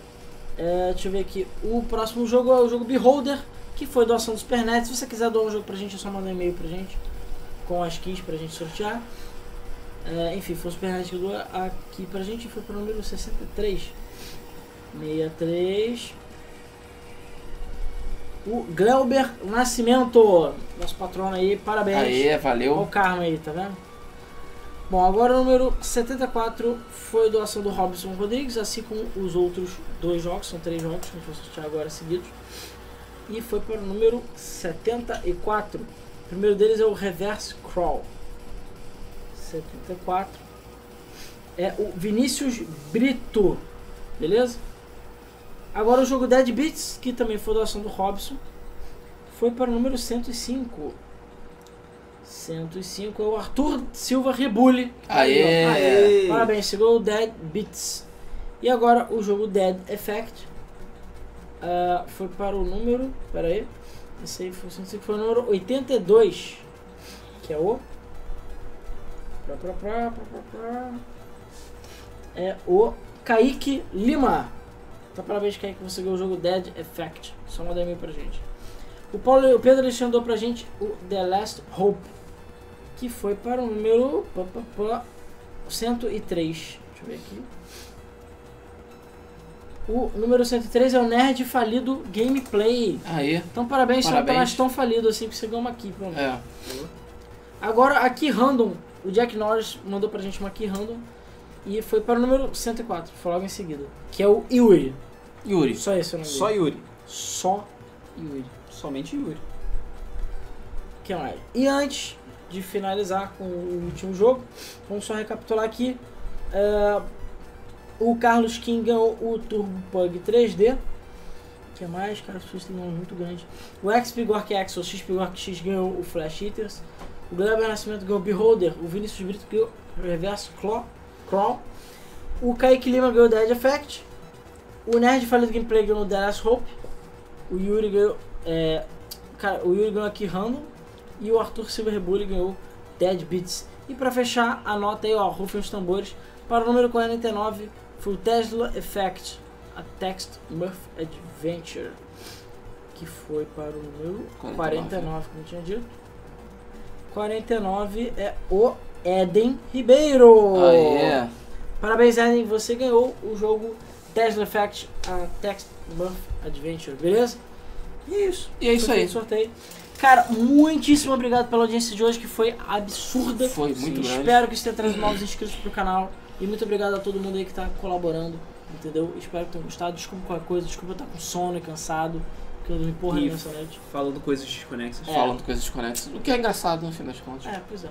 É, Deixa eu ver aqui. O próximo jogo é o jogo Beholder, que foi doação do Supernet. Se você quiser doar um jogo pra gente, é só mandar um e-mail pra gente com as keys pra gente sortear. É, enfim, foi o Supernet que doou aqui pra gente e foi pro número 63. 63. O Gleuber Nascimento, nosso patrono aí, parabéns.
Aê,
Olha o
valeu.
karma aí, tá vendo? Bom, agora o número 74 foi doação do Robson Rodrigues, assim como os outros dois jogos, são três jogos que a gente vai sortear agora seguidos. E foi para o número 74. O primeiro deles é o Reverse Crawl. 74. É o Vinícius Brito, beleza? Agora o jogo Dead Beats, que também foi doação do Robson, foi para o número 105. 105 é o Arthur Silva Rebule.
Aê!
Aê!
Parabéns, chegou o Dead Beats. E agora o jogo Dead Effect ah, foi para o número. Pera aí. Esse aí foi, o 105, foi o número 82. Que é o. Pra, pra, pra, pra, pra, pra. É o Kaique Lima. Então, parabéns, Kaique, você ganhou o jogo Dead Effect. Só manda e-mail pra gente. O, Paulo, o Pedro Alexandre mandou pra gente o The Last Hope. Que foi para o número. pá, pá, pá, 103. Deixa eu ver aqui. O número 103 é o Nerd Falido Gameplay.
Aê.
Então parabéns, parabéns.
Parabéns.
Satanás, tão falido assim que você ganhou uma key. Pronto.
É.
Agora, aqui random, o Jack Norris mandou pra gente uma key random e foi para o número 104, foi logo em seguida, que é o Yuri.
Yuri.
Só esse é o nome
Só
dele.
Yuri.
Só
Yuri. Somente Yuri.
que mais? é E antes de finalizar com o último jogo. Vamos só recapitular aqui. Ah, o Carlos King ganhou o Turbo Pug 3D. O que mais? Cara, as pessoas têm nomes muito grandes. O X-Pigork X, o X-Pigork X ganhou o Flash Hitters. O Gleber Nascimento ganhou o Beholder. O Vinícius Brito ganhou o Reverse Claw. Crawl. O Kaique Lima ganhou o Dead Effect. O Nerd Falido Gameplay ganhou o The Last Hope. O Yuri ganhou. É, cara, o Yuri ganhou aqui Random. E o Arthur Silverbully ganhou Dead Beats. E pra fechar, anota aí, ó, rufem os tambores. Para o número 49 foi o Tesla Effect, a Text Muff Adventure. Que foi para o número 49,
49,
como eu tinha dito. 49 é o Eden Ribeiro.
Aê.
Parabéns, Eden, você ganhou o jogo Tesla Effect, a Text Buff Adventure, beleza? E é isso.
E é isso
Foi
aí.
feito o Sorteio. Cara, muitíssimo obrigado pela audiência de hoje, que foi absurda.
Foi muito grande.
Espero que isso tenha trazido novos inscritos pro canal. E muito obrigado a todo mundo aí que tá colaborando, entendeu? Espero que tenham gostado. Desculpa qualquer coisa, desculpa eu estar com sono e cansado, porque eu não me porra
E-
nenhuma essa noite.
Falando coisas desconexas.
É.
Falando coisas desconexas. O que é engraçado no fim das contas.
É, pois é.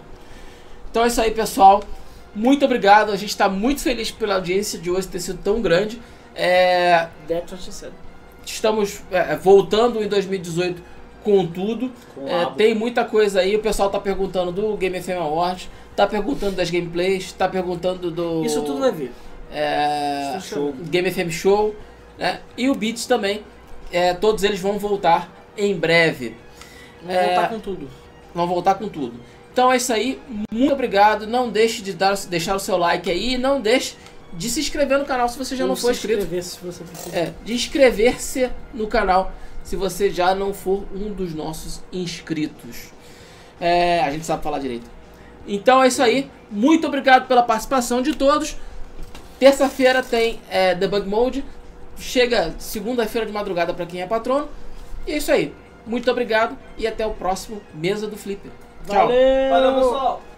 Então é isso aí, pessoal. Muito obrigado. A gente está muito feliz pela audiência de hoje ter sido tão grande. É,
That's what she said.
estamos é, voltando em 2018 com tudo.
Com
É,
abo.
tem muita coisa aí. O pessoal tá perguntando do Game FM Awards, tá perguntando das gameplays, tá perguntando do.
Isso tudo é vai vir.
É,
Isso tudo
show. Game FM Show. né? E o Beats também. É, todos eles vão voltar em breve.
Vamos
É.
voltar com tudo.
Vão voltar com tudo. Então é isso aí. Muito obrigado. Não deixe de dar, deixar o seu like aí. Não deixe de se inscrever no canal se você já
Ou
não for
se
inscrito.
inscrever se você precisar.
É, de inscrever-se no canal se você já não for um dos nossos inscritos. É, a gente sabe falar direito. Então é isso aí. Muito obrigado pela participação de todos. Terça-feira tem é, Debug Mode. Chega segunda-feira de madrugada para quem é patrono. E é isso aí. Muito obrigado e até o próximo Mesa do Flipper. Tchau.
Valeu!
Valeu, pessoal!